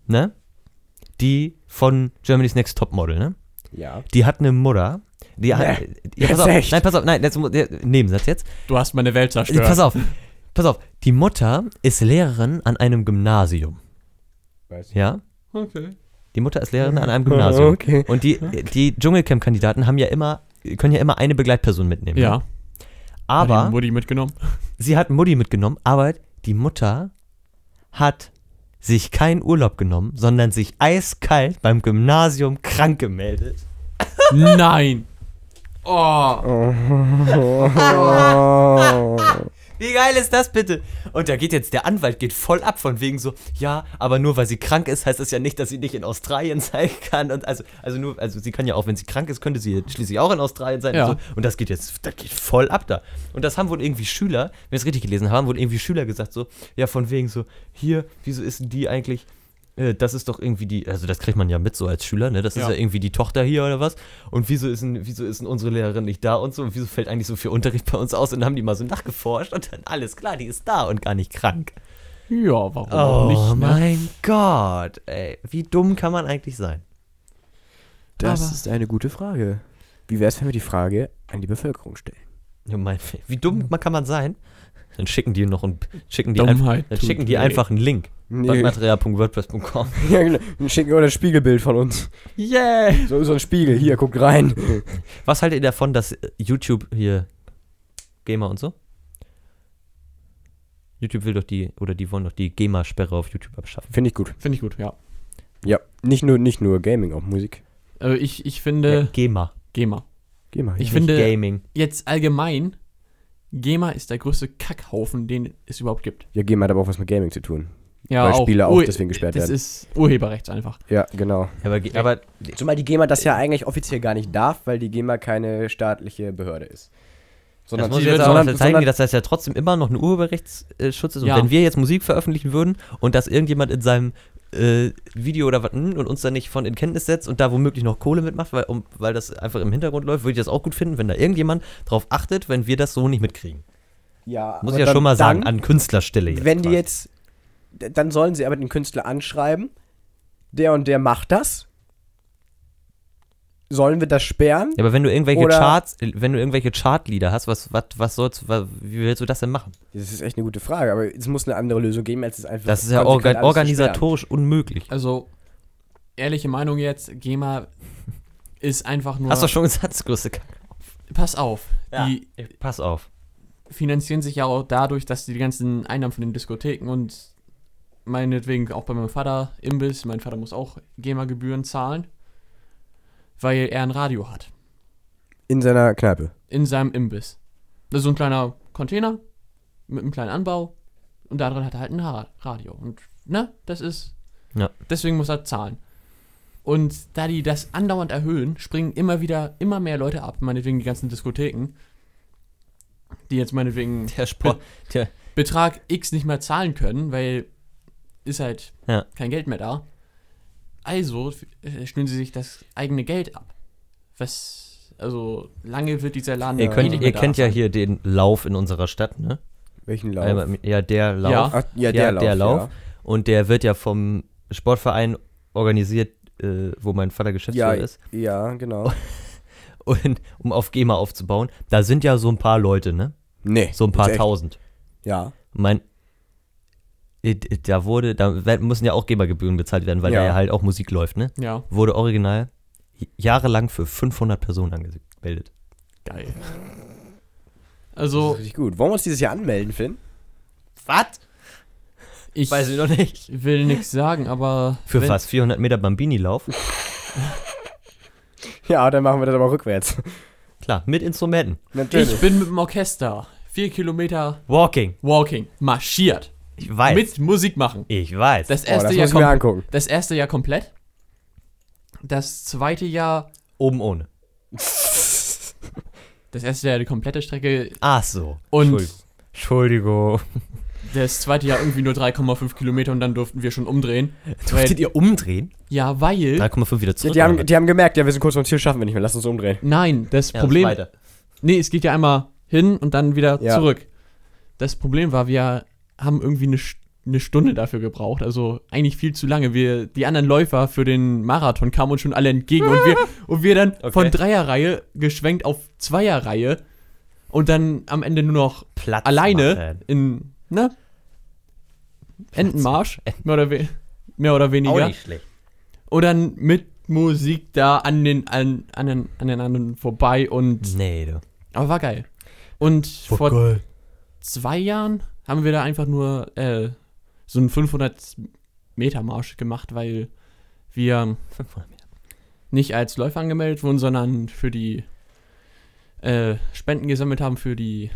[SPEAKER 1] Ne? Die von Germany's Next Topmodel, ne?
[SPEAKER 2] Ja.
[SPEAKER 1] Die hat eine Mutter, Die,
[SPEAKER 2] Nee,
[SPEAKER 1] ja, pass
[SPEAKER 2] jetzt
[SPEAKER 1] auf,
[SPEAKER 2] echt.
[SPEAKER 1] nein, pass auf, nein, jetzt, mu- der, Nebensatz jetzt.
[SPEAKER 3] Du hast meine Welt zerstört.
[SPEAKER 1] Pass auf, pass auf. Die Mutter ist Lehrerin an einem Gymnasium,
[SPEAKER 2] Weiß.
[SPEAKER 1] ja?
[SPEAKER 3] Okay.
[SPEAKER 1] Die Mutter ist Lehrerin an einem Gymnasium.
[SPEAKER 2] Okay.
[SPEAKER 1] Und die, die Dschungelcamp-Kandidaten haben ja immer, können ja immer eine Begleitperson mitnehmen. ne?
[SPEAKER 3] Ja.
[SPEAKER 1] Aber
[SPEAKER 3] Wurde die mitgenommen?
[SPEAKER 1] sie hat Mutti mitgenommen, aber die Mutter hat sich keinen Urlaub genommen, sondern sich eiskalt beim Gymnasium krank gemeldet.
[SPEAKER 3] Nein. Oh.
[SPEAKER 1] Wie geil ist das bitte? Und da geht jetzt der Anwalt geht voll ab von wegen so, ja, aber nur weil sie krank ist, heißt das ja nicht, dass sie nicht in Australien sein kann und also also nur also sie kann ja auch, wenn sie krank ist, könnte sie schließlich auch in Australien sein Also,
[SPEAKER 3] Ja.
[SPEAKER 1] und, so. und das geht jetzt das geht voll ab da. Und das haben wohl irgendwie Schüler, wenn ich es richtig gelesen habe, haben wohl irgendwie Schüler gesagt so, ja, von wegen so, hier, wieso ist denn die eigentlich äh, das ist doch irgendwie die, also das kriegt man ja mit so als Schüler, ne? Das ist
[SPEAKER 3] Ja.
[SPEAKER 1] ja irgendwie die Tochter hier oder was. Und wieso ist denn, wieso ist denn unsere Lehrerin nicht da und so? Und wieso fällt eigentlich so viel Unterricht bei uns aus? Und dann haben die mal so nachgeforscht und dann alles klar, die ist da und gar nicht krank.
[SPEAKER 3] Ja, warum
[SPEAKER 1] Oh
[SPEAKER 3] auch nicht? Ne?
[SPEAKER 1] mein Gott, ey. Wie dumm kann man eigentlich sein?
[SPEAKER 2] Das
[SPEAKER 3] Aber-
[SPEAKER 2] ist eine gute Frage. Wie wäre es, wenn wir die Frage an die Bevölkerung stellen?
[SPEAKER 1] Ja, mein, wie
[SPEAKER 3] Mhm.
[SPEAKER 1] dumm man- kann man sein? Dann schicken die noch ein, schicken die, einfach,
[SPEAKER 3] Dummheit.
[SPEAKER 1] dann
[SPEAKER 3] tut
[SPEAKER 1] schicken die
[SPEAKER 3] weh.
[SPEAKER 1] einfach einen Link.
[SPEAKER 2] Nee.
[SPEAKER 1] Badmaterial.wordpress.com.
[SPEAKER 2] Ja, genau. Dann schicken wir das Spiegelbild von uns.
[SPEAKER 1] Yeah!
[SPEAKER 2] So, so ein Spiegel, hier, guckt rein.
[SPEAKER 1] Was haltet ihr davon, dass äh, YouTube hier GEMA und so? YouTube will doch die, oder die wollen doch die GEMA-Sperre auf YouTube abschaffen.
[SPEAKER 2] Finde ich gut.
[SPEAKER 3] Finde ich gut, ja.
[SPEAKER 2] Ja, nicht nur, nicht nur Gaming, auch Musik.
[SPEAKER 3] Äh, ich, ich
[SPEAKER 1] Ja,
[SPEAKER 3] finde,
[SPEAKER 1] GEMA,
[SPEAKER 3] GEMA.
[SPEAKER 2] Geh mal.
[SPEAKER 3] Ich
[SPEAKER 1] nicht
[SPEAKER 3] finde-
[SPEAKER 1] Gaming.
[SPEAKER 3] Jetzt allgemein, GEMA ist der größte Kackhaufen, den es überhaupt gibt.
[SPEAKER 2] ja, Gaming hat aber auch was mit Gaming zu tun.
[SPEAKER 3] Ja,
[SPEAKER 2] Weil Spiele auch
[SPEAKER 3] Ur-
[SPEAKER 2] deswegen gesperrt
[SPEAKER 3] das
[SPEAKER 2] werden.
[SPEAKER 3] ist Urheberrecht einfach.
[SPEAKER 2] Ja, genau.
[SPEAKER 1] Aber, Ge- aber
[SPEAKER 2] Zumal die GEMA das ja eigentlich offiziell gar nicht darf, weil die GEMA keine staatliche Behörde ist.
[SPEAKER 1] das
[SPEAKER 2] Sondern
[SPEAKER 1] muss
[SPEAKER 2] sie
[SPEAKER 1] ich jetzt
[SPEAKER 2] wird-
[SPEAKER 1] auch
[SPEAKER 2] sondern-
[SPEAKER 1] mal zeigen,
[SPEAKER 2] sondern-
[SPEAKER 1] dass das ja trotzdem immer noch ein Urheberrechtsschutz ist. Und
[SPEAKER 3] Ja.
[SPEAKER 1] wenn wir jetzt Musik veröffentlichen würden und dass irgendjemand in seinem äh, Video oder was hm, und uns da nicht von in Kenntnis setzt und da womöglich noch Kohle mitmacht, weil, um, weil das einfach im Hintergrund läuft, würde ich das auch gut finden, wenn da irgendjemand drauf achtet, wenn wir das so nicht mitkriegen.
[SPEAKER 2] ja,
[SPEAKER 1] Muss
[SPEAKER 2] aber
[SPEAKER 1] ich ja
[SPEAKER 2] dann-
[SPEAKER 1] schon mal sagen,
[SPEAKER 2] dann,
[SPEAKER 1] an Künstlerstelle jetzt.
[SPEAKER 2] wenn die
[SPEAKER 1] quasi.
[SPEAKER 2] jetzt, d- dann sollen sie aber den Künstler anschreiben, der und der macht das. Sollen wir das sperren?
[SPEAKER 1] Ja, aber wenn du irgendwelche
[SPEAKER 2] Oder-
[SPEAKER 1] Charts, äh, wenn du irgendwelche Chartlieder hast, was, was, was sollst, wa- wie willst du das denn machen?
[SPEAKER 2] Das ist echt eine gute Frage, aber es muss eine andere Lösung geben, als es einfach
[SPEAKER 1] Das ist ja
[SPEAKER 2] konsequent
[SPEAKER 1] orga
[SPEAKER 2] alles zu
[SPEAKER 1] organisatorisch unmöglich.
[SPEAKER 3] Also, ehrliche Meinung jetzt, GEMA ist einfach nur.
[SPEAKER 1] Hast du schon gesagt, das größte Kack.
[SPEAKER 3] pass auf. Die
[SPEAKER 1] Pass auf.
[SPEAKER 3] finanzieren sich ja auch dadurch, dass die ganzen Einnahmen von den Diskotheken und meinetwegen auch bei meinem Vater Imbiss, mein Vater muss auch GEMA-Gebühren zahlen, weil er ein Radio hat
[SPEAKER 2] sperren. In seiner Kneipe.
[SPEAKER 3] in seinem Imbiss. Das ist so ein kleiner Container mit einem kleinen Anbau und darin hat er halt ein Ra- Radio. Und ne, das ist.
[SPEAKER 1] Ja.
[SPEAKER 3] Deswegen muss er zahlen. Und da die das andauernd erhöhen, springen immer wieder immer mehr Leute ab, meinetwegen die ganzen Diskotheken, die jetzt meinetwegen
[SPEAKER 1] Der Sport. Der,
[SPEAKER 3] Betrag X nicht mehr zahlen können, weil ist halt
[SPEAKER 1] Ja.
[SPEAKER 3] kein Geld mehr da. Also äh, schnüren sie sich das eigene Geld ab. Was, also lange wird dieser Laden
[SPEAKER 1] ihr
[SPEAKER 3] eh
[SPEAKER 1] könnt,
[SPEAKER 3] nicht
[SPEAKER 1] ihr
[SPEAKER 3] mehr da
[SPEAKER 1] kennt ja
[SPEAKER 3] sein.
[SPEAKER 1] hier den Lauf in unserer Stadt, ne?
[SPEAKER 2] Welchen Lauf?
[SPEAKER 1] Einmal- Ja, der Lauf.
[SPEAKER 3] Ja.
[SPEAKER 2] Ach, ja,
[SPEAKER 1] Ja, der Lauf.
[SPEAKER 2] ja.
[SPEAKER 1] Und der wird ja vom Sportverein organisiert, äh, wo mein Vater Geschäftsführer
[SPEAKER 2] Ja,
[SPEAKER 1] ist,
[SPEAKER 2] ja, genau.
[SPEAKER 1] und, um auf GEMA aufzubauen. Da sind ja so ein paar Leute, ne?
[SPEAKER 2] Nee.
[SPEAKER 1] So ein paar
[SPEAKER 2] jetzt echt.
[SPEAKER 1] tausend.
[SPEAKER 2] Ja.
[SPEAKER 1] Mein, äh, d- da wurde, da we- müssen ja auch Gebergebühren bezahlt werden, weil
[SPEAKER 2] Ja.
[SPEAKER 1] da ja halt auch Musik läuft, ne?
[SPEAKER 3] Ja,
[SPEAKER 1] Wurde original j- jahrelang für 500 Personen angemeldet.
[SPEAKER 3] geil.
[SPEAKER 2] So.
[SPEAKER 3] Also,
[SPEAKER 2] Richtig gut. Wollen wir uns dieses Jahr anmelden, Finn?
[SPEAKER 1] Was?
[SPEAKER 3] ich
[SPEAKER 1] Weiß ich noch nicht.
[SPEAKER 3] will nichts sagen, aber.
[SPEAKER 1] Für
[SPEAKER 3] wenn-
[SPEAKER 1] fast 400 Meter Bambini-Lauf.
[SPEAKER 2] Ja, dann machen wir das aber rückwärts.
[SPEAKER 1] Klar, mit Instrumenten.
[SPEAKER 3] Ich bin mit dem Orchester vier Kilometer
[SPEAKER 1] Walking.
[SPEAKER 3] walking, marschiert,
[SPEAKER 1] Ich weiß.
[SPEAKER 3] mit Musik machen.
[SPEAKER 1] ich weiß.
[SPEAKER 3] Das
[SPEAKER 2] oh,
[SPEAKER 3] erste,
[SPEAKER 2] das
[SPEAKER 3] Jahr
[SPEAKER 2] muss ich mir
[SPEAKER 3] kom-
[SPEAKER 2] angucken.
[SPEAKER 3] das erste Jahr komplett. Das zweite Jahr
[SPEAKER 1] Oben ohne.
[SPEAKER 3] Das erste Jahr die komplette Strecke
[SPEAKER 1] Ach so.
[SPEAKER 3] und
[SPEAKER 1] Entschuldigung. Entschuldigung.
[SPEAKER 3] das zweite Jahr irgendwie nur 3,5 Kilometer und dann durften wir schon umdrehen.
[SPEAKER 1] Durftet ihr umdrehen?
[SPEAKER 3] Ja, weil.
[SPEAKER 1] 3,5 wieder
[SPEAKER 2] Die,
[SPEAKER 1] zurück.
[SPEAKER 2] die,
[SPEAKER 1] oder
[SPEAKER 2] haben,
[SPEAKER 1] was?
[SPEAKER 2] die haben gemerkt, ja, wir sind kurz vom Ziel, schaffen wir nicht mehr. Lass uns umdrehen.
[SPEAKER 3] Nein, das
[SPEAKER 1] Ja,
[SPEAKER 3] Problem.
[SPEAKER 1] weiter.
[SPEAKER 3] nee, es geht ja einmal hin und dann wieder
[SPEAKER 2] Ja.
[SPEAKER 3] zurück. Das Problem war, wir haben irgendwie eine, Sch- eine Stunde dafür gebraucht, also eigentlich viel zu lange. Wir, die anderen Läufer für den Marathon kamen uns schon alle entgegen und wir, und wir dann
[SPEAKER 1] Okay.
[SPEAKER 3] von Dreierreihe geschwenkt auf Zweierreihe und dann am Ende nur noch
[SPEAKER 1] Platz
[SPEAKER 3] alleine
[SPEAKER 1] machen.
[SPEAKER 3] in, ne? Entenmarsch, mehr oder, we mehr oder
[SPEAKER 1] Auch
[SPEAKER 3] weniger.
[SPEAKER 1] nicht schlecht.
[SPEAKER 3] Und dann mit Musik da an den, an, an den, an den anderen vorbei und,
[SPEAKER 1] Nee, du. Oh
[SPEAKER 3] aber war geil. Und vor zwei Jahren haben wir da einfach nur äh, so einen 500-Meter-Marsch gemacht, weil wir nicht als Läufer angemeldet wurden, sondern für die äh, Spenden gesammelt haben für die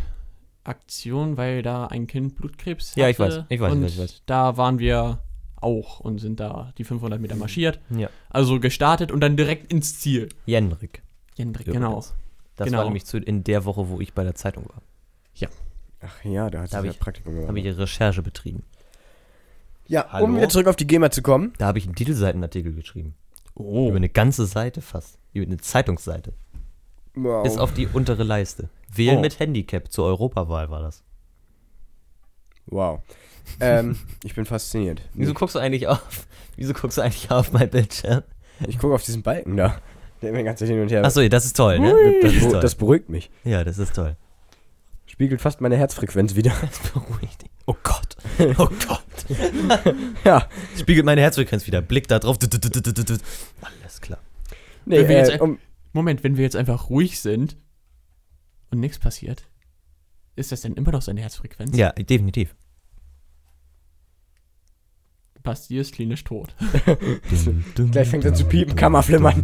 [SPEAKER 3] Aktion, weil da ein Kind Blutkrebs hatte.
[SPEAKER 1] Ja, ich weiß, ich weiß, ich
[SPEAKER 3] und
[SPEAKER 1] weiß, ich weiß.
[SPEAKER 3] da waren wir auch und sind da die 500 Meter
[SPEAKER 1] Mhm.
[SPEAKER 3] marschiert.
[SPEAKER 1] Ja.
[SPEAKER 3] Also gestartet und dann direkt ins Ziel.
[SPEAKER 1] Jendrik.
[SPEAKER 3] Jendrik,
[SPEAKER 1] Ja,
[SPEAKER 3] genau.
[SPEAKER 1] das- Das
[SPEAKER 3] Genau.
[SPEAKER 1] war nämlich zu, in der Woche, wo ich bei der Zeitung war.
[SPEAKER 2] Ach ja, da hat
[SPEAKER 1] Da
[SPEAKER 2] sie
[SPEAKER 1] hab
[SPEAKER 2] ja
[SPEAKER 1] ich-
[SPEAKER 2] Praktikum
[SPEAKER 1] Habe
[SPEAKER 2] gemacht.
[SPEAKER 1] ich Recherche betrieben.
[SPEAKER 2] Ja, um
[SPEAKER 1] Hallo?
[SPEAKER 2] wieder zurück auf die GEMA zu kommen.
[SPEAKER 1] Da habe ich einen Titelseitenartikel geschrieben.
[SPEAKER 3] Oh.
[SPEAKER 1] Über eine ganze Seite fast. Über eine Zeitungsseite.
[SPEAKER 2] Wow.
[SPEAKER 1] Bis auf die untere Leiste. Wählen
[SPEAKER 3] Oh.
[SPEAKER 1] mit Handicap zur Europawahl war das.
[SPEAKER 2] Wow. ähm, ich bin fasziniert.
[SPEAKER 1] Wieso guckst du eigentlich auf? Wieso guckst du eigentlich auf mein Bildschirm?
[SPEAKER 2] Ich gucke auf diesen Balken da. Der immer die ganze Zeit hin und her.
[SPEAKER 1] Achso, das ist toll, ne? Das
[SPEAKER 2] das,
[SPEAKER 1] ist
[SPEAKER 2] beruh-
[SPEAKER 1] toll.
[SPEAKER 2] das beruhigt mich.
[SPEAKER 1] ja, das ist toll.
[SPEAKER 2] Spiegelt fast meine Herzfrequenz wieder.
[SPEAKER 1] Das beruhigt dich. Oh Gott. Oh Gott.
[SPEAKER 2] ja.
[SPEAKER 1] Spiegelt meine Herzfrequenz wieder. Blick da drauf. Alles klar.
[SPEAKER 2] Nee,
[SPEAKER 3] Wenn wir
[SPEAKER 2] äh,
[SPEAKER 3] jetzt-
[SPEAKER 2] um,
[SPEAKER 3] Moment, wenn wir jetzt einfach ruhig sind und nichts passiert, ist das denn immer noch seine Herzfrequenz?
[SPEAKER 1] Ja, definitiv.
[SPEAKER 3] Passt, die ist klinisch tot.
[SPEAKER 2] Gleich fängt er zu piepen, Kammerflimmern.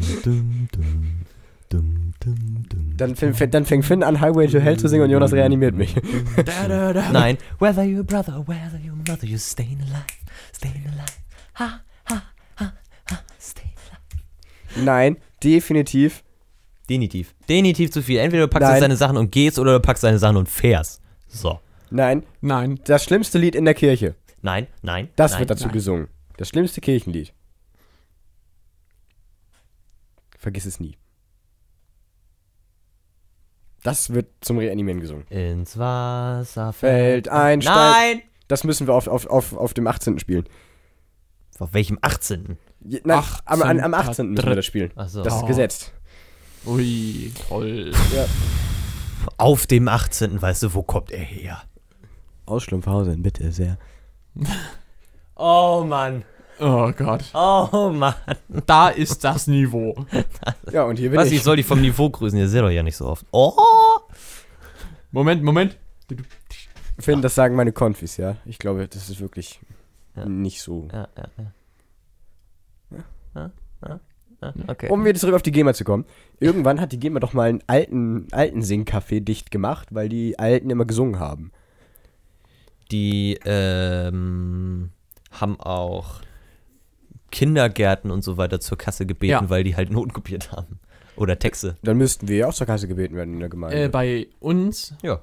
[SPEAKER 2] dann, fäng- dann fängt Finn an, Highway to Hell zu singen und Jonas reanimiert mich.
[SPEAKER 3] da, da, da.
[SPEAKER 1] Nein. Whether you're brother, whether you're mother, you're staying alive, staying alive. Ha, ha, ha, ha, stay alive.
[SPEAKER 2] Nein, definitiv.
[SPEAKER 1] Denitiv. Denitiv zu viel. Entweder du packst
[SPEAKER 2] Nein.
[SPEAKER 1] jetzt deine Sachen und gehst oder du packst deine Sachen und fährst. So.
[SPEAKER 2] Nein,
[SPEAKER 3] Nein.
[SPEAKER 2] das schlimmste Lied in der Kirche.
[SPEAKER 1] Nein, nein.
[SPEAKER 2] Das
[SPEAKER 1] nein,
[SPEAKER 2] wird dazu
[SPEAKER 1] nein.
[SPEAKER 2] gesungen. Das schlimmste Kirchenlied. Vergiss es nie. Das wird zum Reanimieren gesungen.
[SPEAKER 1] Ins Wasser fällt.
[SPEAKER 2] Fällt ein Stein.
[SPEAKER 1] Nein!
[SPEAKER 2] Das müssen wir auf, auf, auf, auf dem 18. spielen.
[SPEAKER 1] Auf welchem 18.?
[SPEAKER 2] Je, nein, am, an, am
[SPEAKER 3] 18.
[SPEAKER 2] 18. müssen wir das spielen.
[SPEAKER 1] Ach so.
[SPEAKER 2] Das ist
[SPEAKER 3] Oh.
[SPEAKER 2] gesetzt.
[SPEAKER 3] Ui, toll.
[SPEAKER 1] Auf dem 18. weißt du, wo kommt er her?
[SPEAKER 2] Aus Schlumpfhausen, bitte sehr.
[SPEAKER 1] Oh Mann.
[SPEAKER 3] Oh Gott.
[SPEAKER 1] Oh Mann.
[SPEAKER 3] Da ist das Niveau.
[SPEAKER 2] Ja, und hier bin
[SPEAKER 1] Was,
[SPEAKER 2] ich.
[SPEAKER 1] ich soll die vom Niveau grüßen? Ihr seht doch ja nicht so oft. Oh!
[SPEAKER 3] Moment, Moment.
[SPEAKER 1] Ah.
[SPEAKER 2] Finn, das sagen meine Konfis, ja. Ich glaube, das ist wirklich
[SPEAKER 1] Ja.
[SPEAKER 2] nicht so.
[SPEAKER 1] Ja, ja, ja. Ja, ja, ja, okay.
[SPEAKER 2] Um wieder zurück auf die GEMA zu kommen. Irgendwann hat die GEMA doch mal einen alten, alten Singcafé dicht gemacht, weil die Alten immer gesungen haben.
[SPEAKER 1] die ähm, haben auch Kindergärten und so weiter zur Kasse gebeten,
[SPEAKER 3] Ja.
[SPEAKER 1] weil die halt Noten kopiert haben. Oder Texte.
[SPEAKER 2] Dann müssten wir ja auch zur Kasse gebeten werden in der Gemeinde.
[SPEAKER 3] Äh, bei uns
[SPEAKER 1] Ja.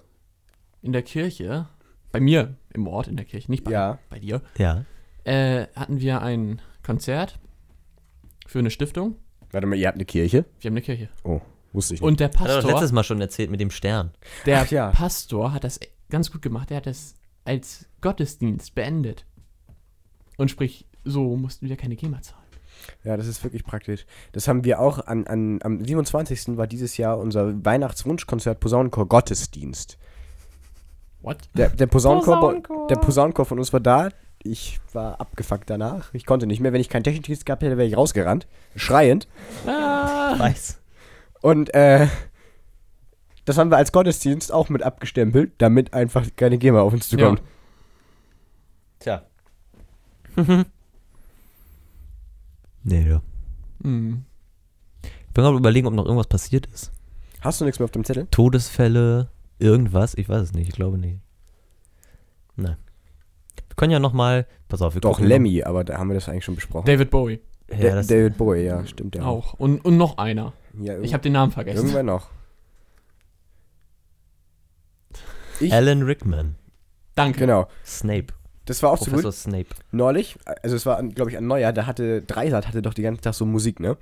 [SPEAKER 3] in der Kirche, bei mir im Ort in der Kirche,
[SPEAKER 1] Äh,
[SPEAKER 3] nicht bei,
[SPEAKER 2] ja.
[SPEAKER 3] bei dir,
[SPEAKER 1] Ja.
[SPEAKER 3] äh, hatten wir ein Konzert für eine Stiftung.
[SPEAKER 2] Warte mal, ihr habt eine Kirche?
[SPEAKER 3] Wir haben eine Kirche.
[SPEAKER 2] Oh, wusste ich nicht.
[SPEAKER 3] Und der
[SPEAKER 1] Hat er doch
[SPEAKER 3] Pastor,
[SPEAKER 1] letztes Mal schon erzählt mit dem Stern.
[SPEAKER 3] der
[SPEAKER 2] Ach ja.
[SPEAKER 3] Pastor hat das ganz gut gemacht. Er hat das als Gottesdienst beendet. Und sprich, so mussten wir keine GEMA zahlen.
[SPEAKER 2] ja, das ist wirklich praktisch. Das haben wir auch an, an, am 27. war dieses Jahr unser Weihnachtswunschkonzert Posaunenchor Gottesdienst.
[SPEAKER 3] What?
[SPEAKER 2] Der, der Posaunenchor,
[SPEAKER 1] Posaunenchor.
[SPEAKER 2] Der Posaunenchor von uns war da. Ich war abgefuckt danach. Ich konnte nicht mehr. Wenn ich keinen Technikdienst gehabt hätte, wäre ich rausgerannt. Schreiend.
[SPEAKER 3] Ah,
[SPEAKER 1] Weiß.
[SPEAKER 2] Und äh, das haben wir als Gottesdienst auch mit abgestempelt, damit einfach keine GEMA auf uns zukommt.
[SPEAKER 1] Tja. nee, du.
[SPEAKER 3] hm.
[SPEAKER 1] Ich bin gerade überlegen, ob noch irgendwas passiert ist.
[SPEAKER 2] Hast du nichts mehr auf dem Zettel?
[SPEAKER 1] Todesfälle, irgendwas, ich weiß es nicht, ich glaube nicht. Nein. Wir können ja nochmal, pass auf, wir
[SPEAKER 2] Doch,
[SPEAKER 1] gucken
[SPEAKER 2] Lemmy, aber da haben wir das eigentlich schon besprochen.
[SPEAKER 3] David Bowie
[SPEAKER 1] noch-
[SPEAKER 2] Da-
[SPEAKER 1] Ja, das,
[SPEAKER 2] David Bowie, ja, stimmt ja.
[SPEAKER 3] auch. Und, und noch einer.
[SPEAKER 2] Ja,
[SPEAKER 3] Ich habe den Namen
[SPEAKER 2] irgend-
[SPEAKER 3] vergessen.
[SPEAKER 2] irgendwann noch. Ich,
[SPEAKER 1] Alan Rickman,
[SPEAKER 3] Danke.
[SPEAKER 2] genau.
[SPEAKER 1] Snape,
[SPEAKER 2] Das war auch so
[SPEAKER 1] Professor
[SPEAKER 2] gut.
[SPEAKER 1] Snape.
[SPEAKER 2] Neulich, also es war, glaube ich, an Neujahr, da hatte Dreisat hatte doch den ganzen Tag so Musik, ne?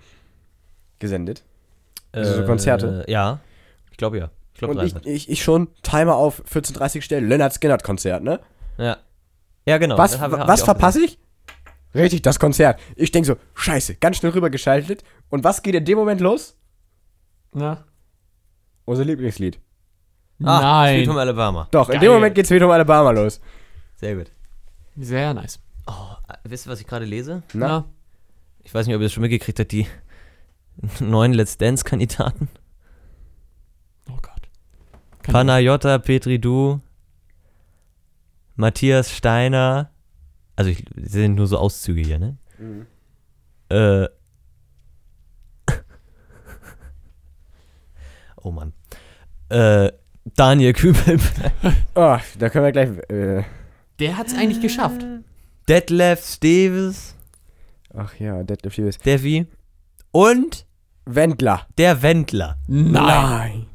[SPEAKER 2] Gesendet. Also so Konzerte?
[SPEAKER 1] Äh, ja, ich glaube ja. Ich glaube
[SPEAKER 2] Und
[SPEAKER 1] drei.
[SPEAKER 2] ich, ich, ich schon, Timer auf 14.30 stellen, Leonard Skinnert Konzert, ne?
[SPEAKER 1] Ja. Ja, genau.
[SPEAKER 2] was
[SPEAKER 1] das hab- hab
[SPEAKER 2] was
[SPEAKER 1] auch
[SPEAKER 2] verpasse ich? Richtig, das Konzert. Ich denke so, scheiße, ganz schnell rübergeschaltet. Und was geht in dem Moment los?
[SPEAKER 3] Na?
[SPEAKER 2] Unser Lieblingslied.
[SPEAKER 1] gesehen. Ah, Sweet
[SPEAKER 3] Nein.
[SPEAKER 1] Home Alabama.
[SPEAKER 2] Doch, in
[SPEAKER 3] Geil.
[SPEAKER 2] dem Moment geht's wieder um Alabama los.
[SPEAKER 1] Sehr gut.
[SPEAKER 3] Sehr nice.
[SPEAKER 1] Oh, wisst ihr, was ich gerade lese?
[SPEAKER 2] Na?
[SPEAKER 3] Na?
[SPEAKER 1] Ich weiß nicht, ob ihr das schon mitgekriegt habt, die neuen Let's Dance-Kandidaten.
[SPEAKER 3] Oh Gott.
[SPEAKER 2] Genau.
[SPEAKER 3] Kann-
[SPEAKER 1] Panayota, Petri Du, Matthias Steiner. Also, ich, das sind nur so Auszüge hier, ne? Äh. oh Mann. Äh, Daniel Kübel,
[SPEAKER 2] Oh, da können wir gleich. Äh,
[SPEAKER 3] Der hat's eigentlich geschafft.
[SPEAKER 1] Detlef Steves,
[SPEAKER 2] ach ja, Deadlift Hughes.
[SPEAKER 1] Devi und
[SPEAKER 2] Wendler.
[SPEAKER 1] der Wendler.
[SPEAKER 3] Nein.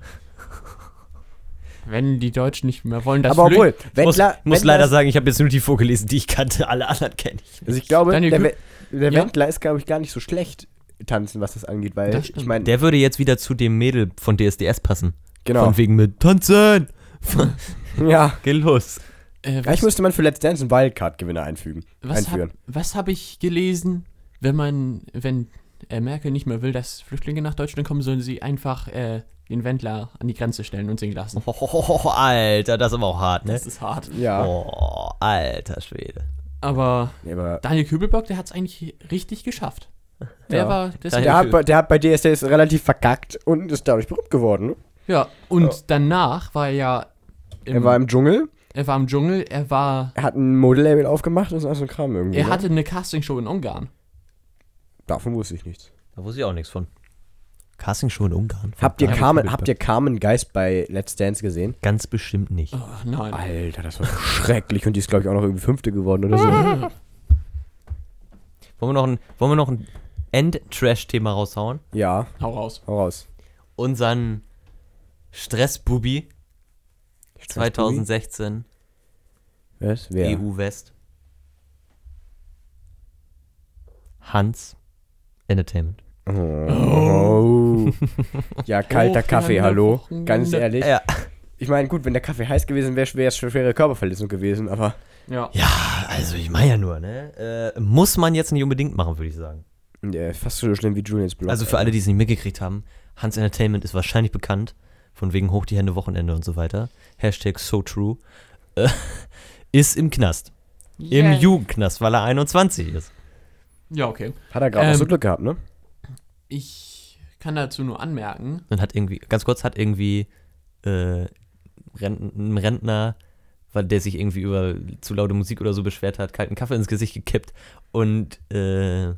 [SPEAKER 3] Wenn die Deutschen nicht mehr wollen, dass
[SPEAKER 2] Aber obwohl,
[SPEAKER 1] Ich muss,
[SPEAKER 2] Wendler.
[SPEAKER 1] muss
[SPEAKER 2] Wendler
[SPEAKER 1] leider
[SPEAKER 2] ist-
[SPEAKER 1] sagen, ich habe jetzt nur die vorgelesen, die ich kannte. Alle anderen kenne ich.
[SPEAKER 2] Also ich glaube,
[SPEAKER 3] Daniel
[SPEAKER 2] der,
[SPEAKER 3] Kühl-
[SPEAKER 2] We- der
[SPEAKER 3] Ja.
[SPEAKER 2] Wendler ist, glaube ich, gar nicht so schlecht tanzen, was das angeht, weil
[SPEAKER 3] Das stimmt.
[SPEAKER 2] ich meine,
[SPEAKER 1] Der würde jetzt wieder zu dem Mädel von DSDS passen.
[SPEAKER 2] genau.
[SPEAKER 1] Von wegen mit Tanzen.
[SPEAKER 2] Ja.
[SPEAKER 1] Geh los.
[SPEAKER 3] Äh,
[SPEAKER 2] Eigentlich
[SPEAKER 3] was
[SPEAKER 2] müsste man für Let's Dance einen Wildcard-Gewinner einfügen.
[SPEAKER 3] was habe
[SPEAKER 2] einführen.
[SPEAKER 3] hab ich gelesen? Wenn man, wenn äh, Merkel nicht mehr will, dass Flüchtlinge nach Deutschland kommen, sollen sie einfach äh, den Wendler an die Grenze stellen und singen lassen.
[SPEAKER 1] Oh, Alter, das ist aber auch hart, ne?
[SPEAKER 3] Das ist hart.
[SPEAKER 2] Ja.
[SPEAKER 1] Oh, alter Schwede.
[SPEAKER 3] Aber
[SPEAKER 2] Nee, aber
[SPEAKER 3] Daniel Kübelberg, der hat's eigentlich richtig geschafft. Der
[SPEAKER 2] Ja.
[SPEAKER 3] war das
[SPEAKER 1] Daniel-
[SPEAKER 2] der, hat, bei- der hat bei DSDS relativ verkackt und ist dadurch berühmt geworden. ne?
[SPEAKER 3] Ja, und danach war er ja im,
[SPEAKER 2] Er war im Dschungel,
[SPEAKER 3] er war im Dschungel, er war
[SPEAKER 2] er hat ein Modelabel aufgemacht und so ein Kram irgendwie.
[SPEAKER 3] er
[SPEAKER 2] ne?
[SPEAKER 3] hatte eine Castingshow in Ungarn.
[SPEAKER 2] Davon wusste ich nichts.
[SPEAKER 1] Da wusste ich auch nichts von. Castingshow in Ungarn.
[SPEAKER 2] Habt ihr,
[SPEAKER 1] Verdammt.
[SPEAKER 2] Carmen, habt ihr Carmen Geist bei Let's Dance gesehen?
[SPEAKER 1] Ganz bestimmt nicht.
[SPEAKER 3] Oh, nein.
[SPEAKER 2] Alter, das war schrecklich und die ist, glaube ich, auch noch irgendwie Fünfte geworden oder so.
[SPEAKER 1] Wollen wir noch ein, wollen wir noch ein End-Trash-Thema raushauen?
[SPEAKER 2] ja,
[SPEAKER 3] Hau raus.
[SPEAKER 2] hau raus.
[SPEAKER 1] Unseren Stressbubi 2016
[SPEAKER 2] Was? Wer?
[SPEAKER 1] EU E West. Hans Entertainment.
[SPEAKER 2] Oh. ja, kalter
[SPEAKER 3] Hoch
[SPEAKER 2] Kaffee,
[SPEAKER 3] an der
[SPEAKER 2] hallo.
[SPEAKER 3] Wochenende.
[SPEAKER 2] Ganz ehrlich.
[SPEAKER 1] Oh, Ja.
[SPEAKER 2] Ich meine, gut, wenn der Kaffee heiß gewesen wäre, wäre es schon schwere Körperverletzung gewesen, aber
[SPEAKER 3] Ja.
[SPEAKER 1] Ja, also ich meine ja nur, ne? Äh, muss man jetzt nicht unbedingt machen, würde ich sagen.
[SPEAKER 2] äh, fast so schlimm wie Julians Blog.
[SPEAKER 1] Also für alle, die es nicht mitgekriegt haben, Hans Entertainment ist wahrscheinlich bekannt, von wegen hoch die Hände Wochenende und so weiter. Hashtag so true. Äh, ist im Knast. Im Jugendknast, weil er 21 ist.
[SPEAKER 3] Ja, okay.
[SPEAKER 2] Hat er gerade noch
[SPEAKER 3] Ähm,
[SPEAKER 2] so Glück gehabt, ne?
[SPEAKER 3] Ich kann dazu nur anmerken,
[SPEAKER 1] Und hat irgendwie, ganz kurz, hat irgendwie äh, Renten, ein Rentner, weil der sich irgendwie über zu laute Musik oder so beschwert hat, kalten Kaffee ins Gesicht gekippt und äh,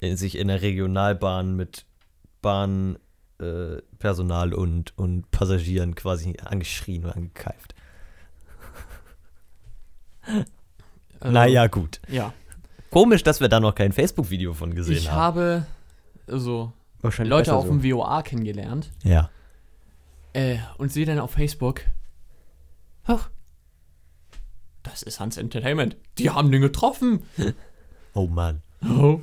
[SPEAKER 1] sich in der Regionalbahn mit Bahn, äh, Personal und, und Passagieren quasi angeschrien oder angekeift.
[SPEAKER 3] äh,
[SPEAKER 1] naja, gut.
[SPEAKER 3] Ja.
[SPEAKER 1] Komisch, dass wir da noch kein Facebook-Video von gesehen
[SPEAKER 3] Ich
[SPEAKER 1] haben.
[SPEAKER 3] habe also
[SPEAKER 2] Wahrscheinlich
[SPEAKER 3] Leute
[SPEAKER 2] besser
[SPEAKER 3] auf
[SPEAKER 2] so.
[SPEAKER 3] dem VOA kennengelernt
[SPEAKER 1] Ja.
[SPEAKER 3] äh, und sehe dann auf Facebook, ach, das ist Hans Entertainment. Die haben den getroffen.
[SPEAKER 1] Oh Mann.
[SPEAKER 3] Oh.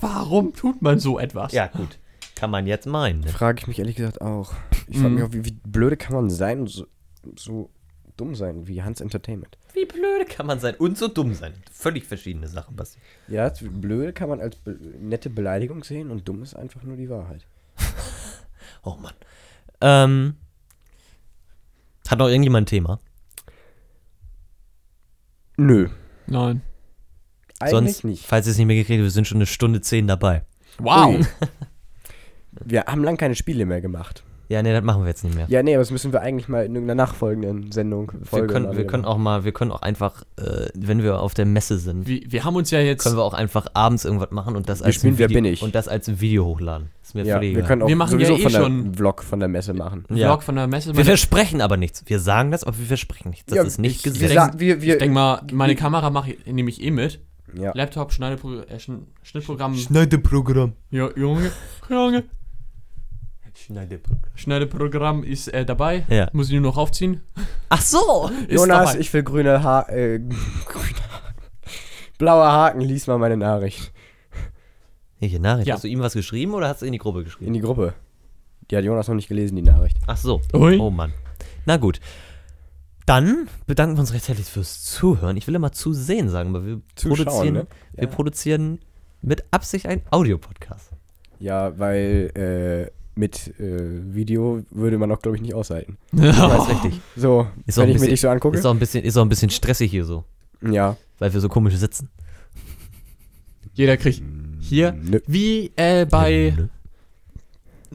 [SPEAKER 3] Warum tut man so etwas?
[SPEAKER 1] Ja, gut. Kann man jetzt meinen. Ne?
[SPEAKER 2] Frage ich mich ehrlich gesagt auch. Ich frage
[SPEAKER 3] Mhm.
[SPEAKER 2] mich auch, wie, wie blöde kann man sein und so, so dumm sein wie Hans Entertainment?
[SPEAKER 1] Wie blöde kann man sein und so dumm sein? Völlig verschiedene Sachen, Basti.
[SPEAKER 2] Ja, das blöde kann man als be nette Beleidigung sehen und dumm ist einfach nur die Wahrheit.
[SPEAKER 1] Oh Mann. Ähm, hat noch irgendjemand ein Thema?
[SPEAKER 2] Nö.
[SPEAKER 3] Nein.
[SPEAKER 2] Eigentlich
[SPEAKER 1] Sonst,
[SPEAKER 2] nicht.
[SPEAKER 1] falls ihr es nicht mehr gekriegt habt, wir sind schon eine Stunde zehn dabei.
[SPEAKER 3] Wow.
[SPEAKER 2] Ui. Wir haben lang keine Spiele mehr gemacht.
[SPEAKER 1] Ja, nee, das machen wir jetzt nicht mehr.
[SPEAKER 2] Ja, nee, aber das müssen wir eigentlich mal in irgendeiner nachfolgenden Sendung
[SPEAKER 1] wir,
[SPEAKER 2] Folge
[SPEAKER 1] können,
[SPEAKER 2] mal
[SPEAKER 1] wir
[SPEAKER 2] wieder
[SPEAKER 1] können
[SPEAKER 2] machen.
[SPEAKER 1] auch mal, wir können auch einfach, äh, wenn wir auf der Messe sind,
[SPEAKER 3] Wir, wir haben uns ja jetzt.
[SPEAKER 1] können wir auch einfach abends irgendwas machen und das
[SPEAKER 2] Wir
[SPEAKER 1] als
[SPEAKER 2] spielen
[SPEAKER 1] ein
[SPEAKER 2] Wer
[SPEAKER 1] Video,
[SPEAKER 2] bin ich?
[SPEAKER 1] und das als ein Video hochladen. Ist mir
[SPEAKER 2] Ja,
[SPEAKER 1] völlig
[SPEAKER 2] wir
[SPEAKER 1] egal.
[SPEAKER 2] können auch
[SPEAKER 3] Wir machen ja
[SPEAKER 2] sowieso
[SPEAKER 3] eh
[SPEAKER 2] von der
[SPEAKER 3] schon-
[SPEAKER 2] Vlog von der Messe machen.
[SPEAKER 3] Vlog
[SPEAKER 1] ja.
[SPEAKER 3] von der Messe.
[SPEAKER 1] Wir
[SPEAKER 3] Meine,
[SPEAKER 1] versprechen aber nichts. Wir sagen das, aber wir versprechen nichts. Das
[SPEAKER 2] ja,
[SPEAKER 1] ist nicht
[SPEAKER 2] ich-
[SPEAKER 1] gesetzt.
[SPEAKER 2] Wir, sa- wir,
[SPEAKER 3] ich
[SPEAKER 2] wir,
[SPEAKER 3] denke mal, meine Kamera mache ich, nehme ich eh mit.
[SPEAKER 2] ja.
[SPEAKER 3] Laptop, Schneidepro äh, Schn
[SPEAKER 2] Hm.
[SPEAKER 3] Schnittprogramm.
[SPEAKER 1] Schneideprogramm.
[SPEAKER 3] ja, Junge, Junge.
[SPEAKER 1] Schneideprogramm.
[SPEAKER 3] Schneideprogramm ist äh, dabei.
[SPEAKER 1] Ja.
[SPEAKER 3] Muss ich nur noch aufziehen.
[SPEAKER 1] Ach so!
[SPEAKER 3] Ist
[SPEAKER 2] Jonas,
[SPEAKER 1] halt
[SPEAKER 3] dabei.
[SPEAKER 2] ich will grüne Haken. Äh, grüne Haken. Blauer Haken, lies mal meine Nachricht.
[SPEAKER 1] Welche Nachricht?
[SPEAKER 3] Ja.
[SPEAKER 1] Hast du ihm was geschrieben oder hast du in die Gruppe
[SPEAKER 2] In
[SPEAKER 1] geschrieben?
[SPEAKER 2] die Gruppe.
[SPEAKER 1] Oh
[SPEAKER 2] Die hat Jonas noch nicht gelesen, die Nachricht.
[SPEAKER 1] Ach so.
[SPEAKER 3] Ui.
[SPEAKER 1] Oh Mann. Na gut. Dann bedanken wir uns recht herzlich fürs Zuhören. Ich will immer zusehen sagen, aber wir
[SPEAKER 2] Zuschauen,
[SPEAKER 1] produzieren,
[SPEAKER 2] ne?
[SPEAKER 1] wir
[SPEAKER 2] Ja.
[SPEAKER 1] produzieren mit Absicht einen Audiopodcast.
[SPEAKER 2] Ja, weil äh, mit äh, Video würde man auch, glaube ich, nicht aushalten.
[SPEAKER 1] Ja, ist richtig.
[SPEAKER 2] So,
[SPEAKER 1] Ist auch
[SPEAKER 2] Oh.
[SPEAKER 1] ein
[SPEAKER 2] wenn ich mir
[SPEAKER 1] bisschen-
[SPEAKER 2] dich so angucke.
[SPEAKER 1] Ist auch ein bisschen, ist auch ein bisschen stressig hier so,
[SPEAKER 2] ja.
[SPEAKER 1] weil wir so komisch sitzen.
[SPEAKER 3] Jeder kriegt hier,
[SPEAKER 2] Nö.
[SPEAKER 3] wie äh, bei
[SPEAKER 1] Hm, Nö.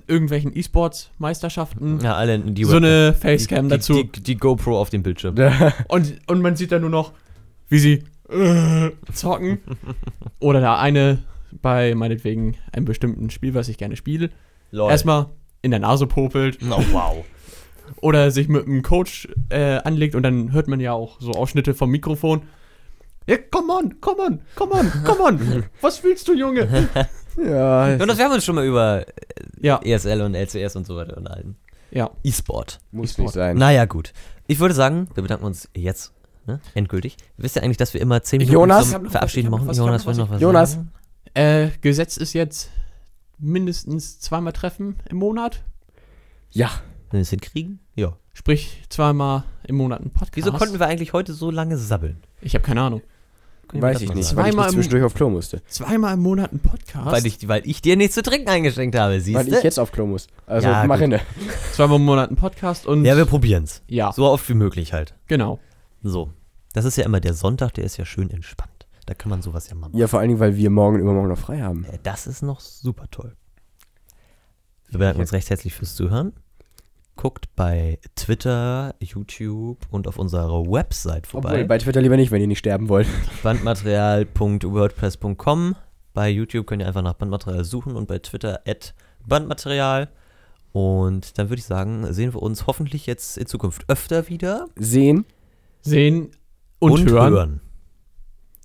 [SPEAKER 3] irgendwelchen
[SPEAKER 2] Mhm.
[SPEAKER 3] E-Sports-Meisterschaften,
[SPEAKER 1] ja, alle die
[SPEAKER 3] so eine
[SPEAKER 1] die,
[SPEAKER 3] Facecam
[SPEAKER 1] die,
[SPEAKER 3] dazu.
[SPEAKER 1] Die, die GoPro auf dem Bildschirm.
[SPEAKER 3] Und, und man sieht dann nur noch, wie sie äh, zocken. Oder der eine bei meinetwegen einem bestimmten Spiel, was ich gerne spiele,
[SPEAKER 1] Lol.
[SPEAKER 3] erstmal in der Nase popelt
[SPEAKER 1] Oh, wow.
[SPEAKER 3] oder sich mit einem Coach äh, anlegt und dann hört man ja auch so Ausschnitte vom Mikrofon. Ja, come on, come on, come on, come on. Was willst du, Junge?
[SPEAKER 2] Ja,
[SPEAKER 1] Jonas, wir haben uns schon mal über
[SPEAKER 3] Ja,
[SPEAKER 1] ESL und LCS und so weiter unterhalten.
[SPEAKER 3] ja.
[SPEAKER 1] E-Sport.
[SPEAKER 2] muss
[SPEAKER 3] E-Sport.
[SPEAKER 2] nicht sein.
[SPEAKER 1] Naja, gut. Ich würde sagen, wir bedanken uns jetzt ne? endgültig. Wisst ihr eigentlich, dass wir immer 10 Minuten
[SPEAKER 2] Jonas? Ich
[SPEAKER 3] hab noch
[SPEAKER 1] zum
[SPEAKER 3] was,
[SPEAKER 1] Verabschieden
[SPEAKER 3] ich hab noch
[SPEAKER 1] machen?
[SPEAKER 3] was, ich
[SPEAKER 1] Jonas,
[SPEAKER 3] hab noch
[SPEAKER 1] will
[SPEAKER 3] was,
[SPEAKER 1] noch was
[SPEAKER 2] Jonas?
[SPEAKER 1] sagen?
[SPEAKER 3] Äh, Gesetz ist jetzt mindestens zweimal Treffen im Monat.
[SPEAKER 2] Ja,
[SPEAKER 1] Wenn wir es hinkriegen? Ja.
[SPEAKER 3] Sprich, zweimal im Monat ein Podcast.
[SPEAKER 1] Wieso konnten wir eigentlich heute so lange sabbeln?
[SPEAKER 3] Ich habe keine Ahnung.
[SPEAKER 1] Können wir
[SPEAKER 2] weiß
[SPEAKER 1] das
[SPEAKER 2] ich
[SPEAKER 1] mal
[SPEAKER 2] nicht,
[SPEAKER 1] sagen?
[SPEAKER 2] weil ich
[SPEAKER 3] Zweimal
[SPEAKER 2] nicht
[SPEAKER 3] im-
[SPEAKER 2] zwischendurch auf Klo musste.
[SPEAKER 3] Zweimal im Monat ein Podcast?
[SPEAKER 1] Weil ich, weil ich dir nichts zu trinken eingeschenkt habe, siehst
[SPEAKER 2] Weil ich
[SPEAKER 1] du?
[SPEAKER 2] jetzt auf Klo muss. Also
[SPEAKER 1] Ja,
[SPEAKER 2] mach
[SPEAKER 1] gut.
[SPEAKER 2] hin.
[SPEAKER 3] Zweimal im Monat ein Podcast und.
[SPEAKER 1] Ja, wir probieren's.
[SPEAKER 3] Ja,
[SPEAKER 1] So oft wie möglich halt.
[SPEAKER 3] genau.
[SPEAKER 1] So. Das ist ja immer der Sonntag, der ist ja schön entspannt. Da kann man sowas ja mal machen.
[SPEAKER 2] Ja, vor allen Dingen, weil wir morgen und übermorgen noch frei haben.
[SPEAKER 1] Äh, Das ist noch super toll. Wir bedanken uns recht herzlich fürs Zuhören. Guckt bei Twitter, YouTube und auf unserer Website
[SPEAKER 2] Obwohl,
[SPEAKER 1] vorbei.
[SPEAKER 2] bei Twitter lieber nicht, wenn ihr nicht sterben wollt.
[SPEAKER 1] Bandmaterial.wordpress.com. Bei YouTube könnt ihr einfach nach Bandmaterial suchen und bei Twitter at Bandmaterial. Und dann würde ich sagen, sehen wir uns hoffentlich jetzt in Zukunft öfter wieder
[SPEAKER 2] Sehen.
[SPEAKER 3] Sehen und, hören.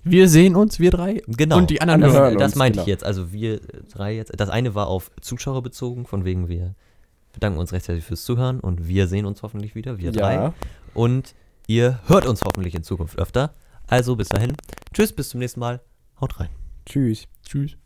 [SPEAKER 3] Wir sehen uns, wir drei.
[SPEAKER 1] Genau.
[SPEAKER 3] Und die anderen
[SPEAKER 1] das,
[SPEAKER 2] hören
[SPEAKER 1] Das
[SPEAKER 2] uns,
[SPEAKER 1] meinte ich
[SPEAKER 2] genau.
[SPEAKER 1] jetzt. Also wir drei jetzt. Das eine war auf Zuschauer bezogen, von wegen wir bedanken uns recht herzlich fürs Zuhören und wir sehen uns hoffentlich wieder, wir drei.
[SPEAKER 2] Ja.
[SPEAKER 1] Und ihr hört uns hoffentlich in Zukunft öfter. Also bis dahin. Tschüss, bis zum nächsten Mal. Haut rein.
[SPEAKER 2] Tschüss.
[SPEAKER 3] Tschüss.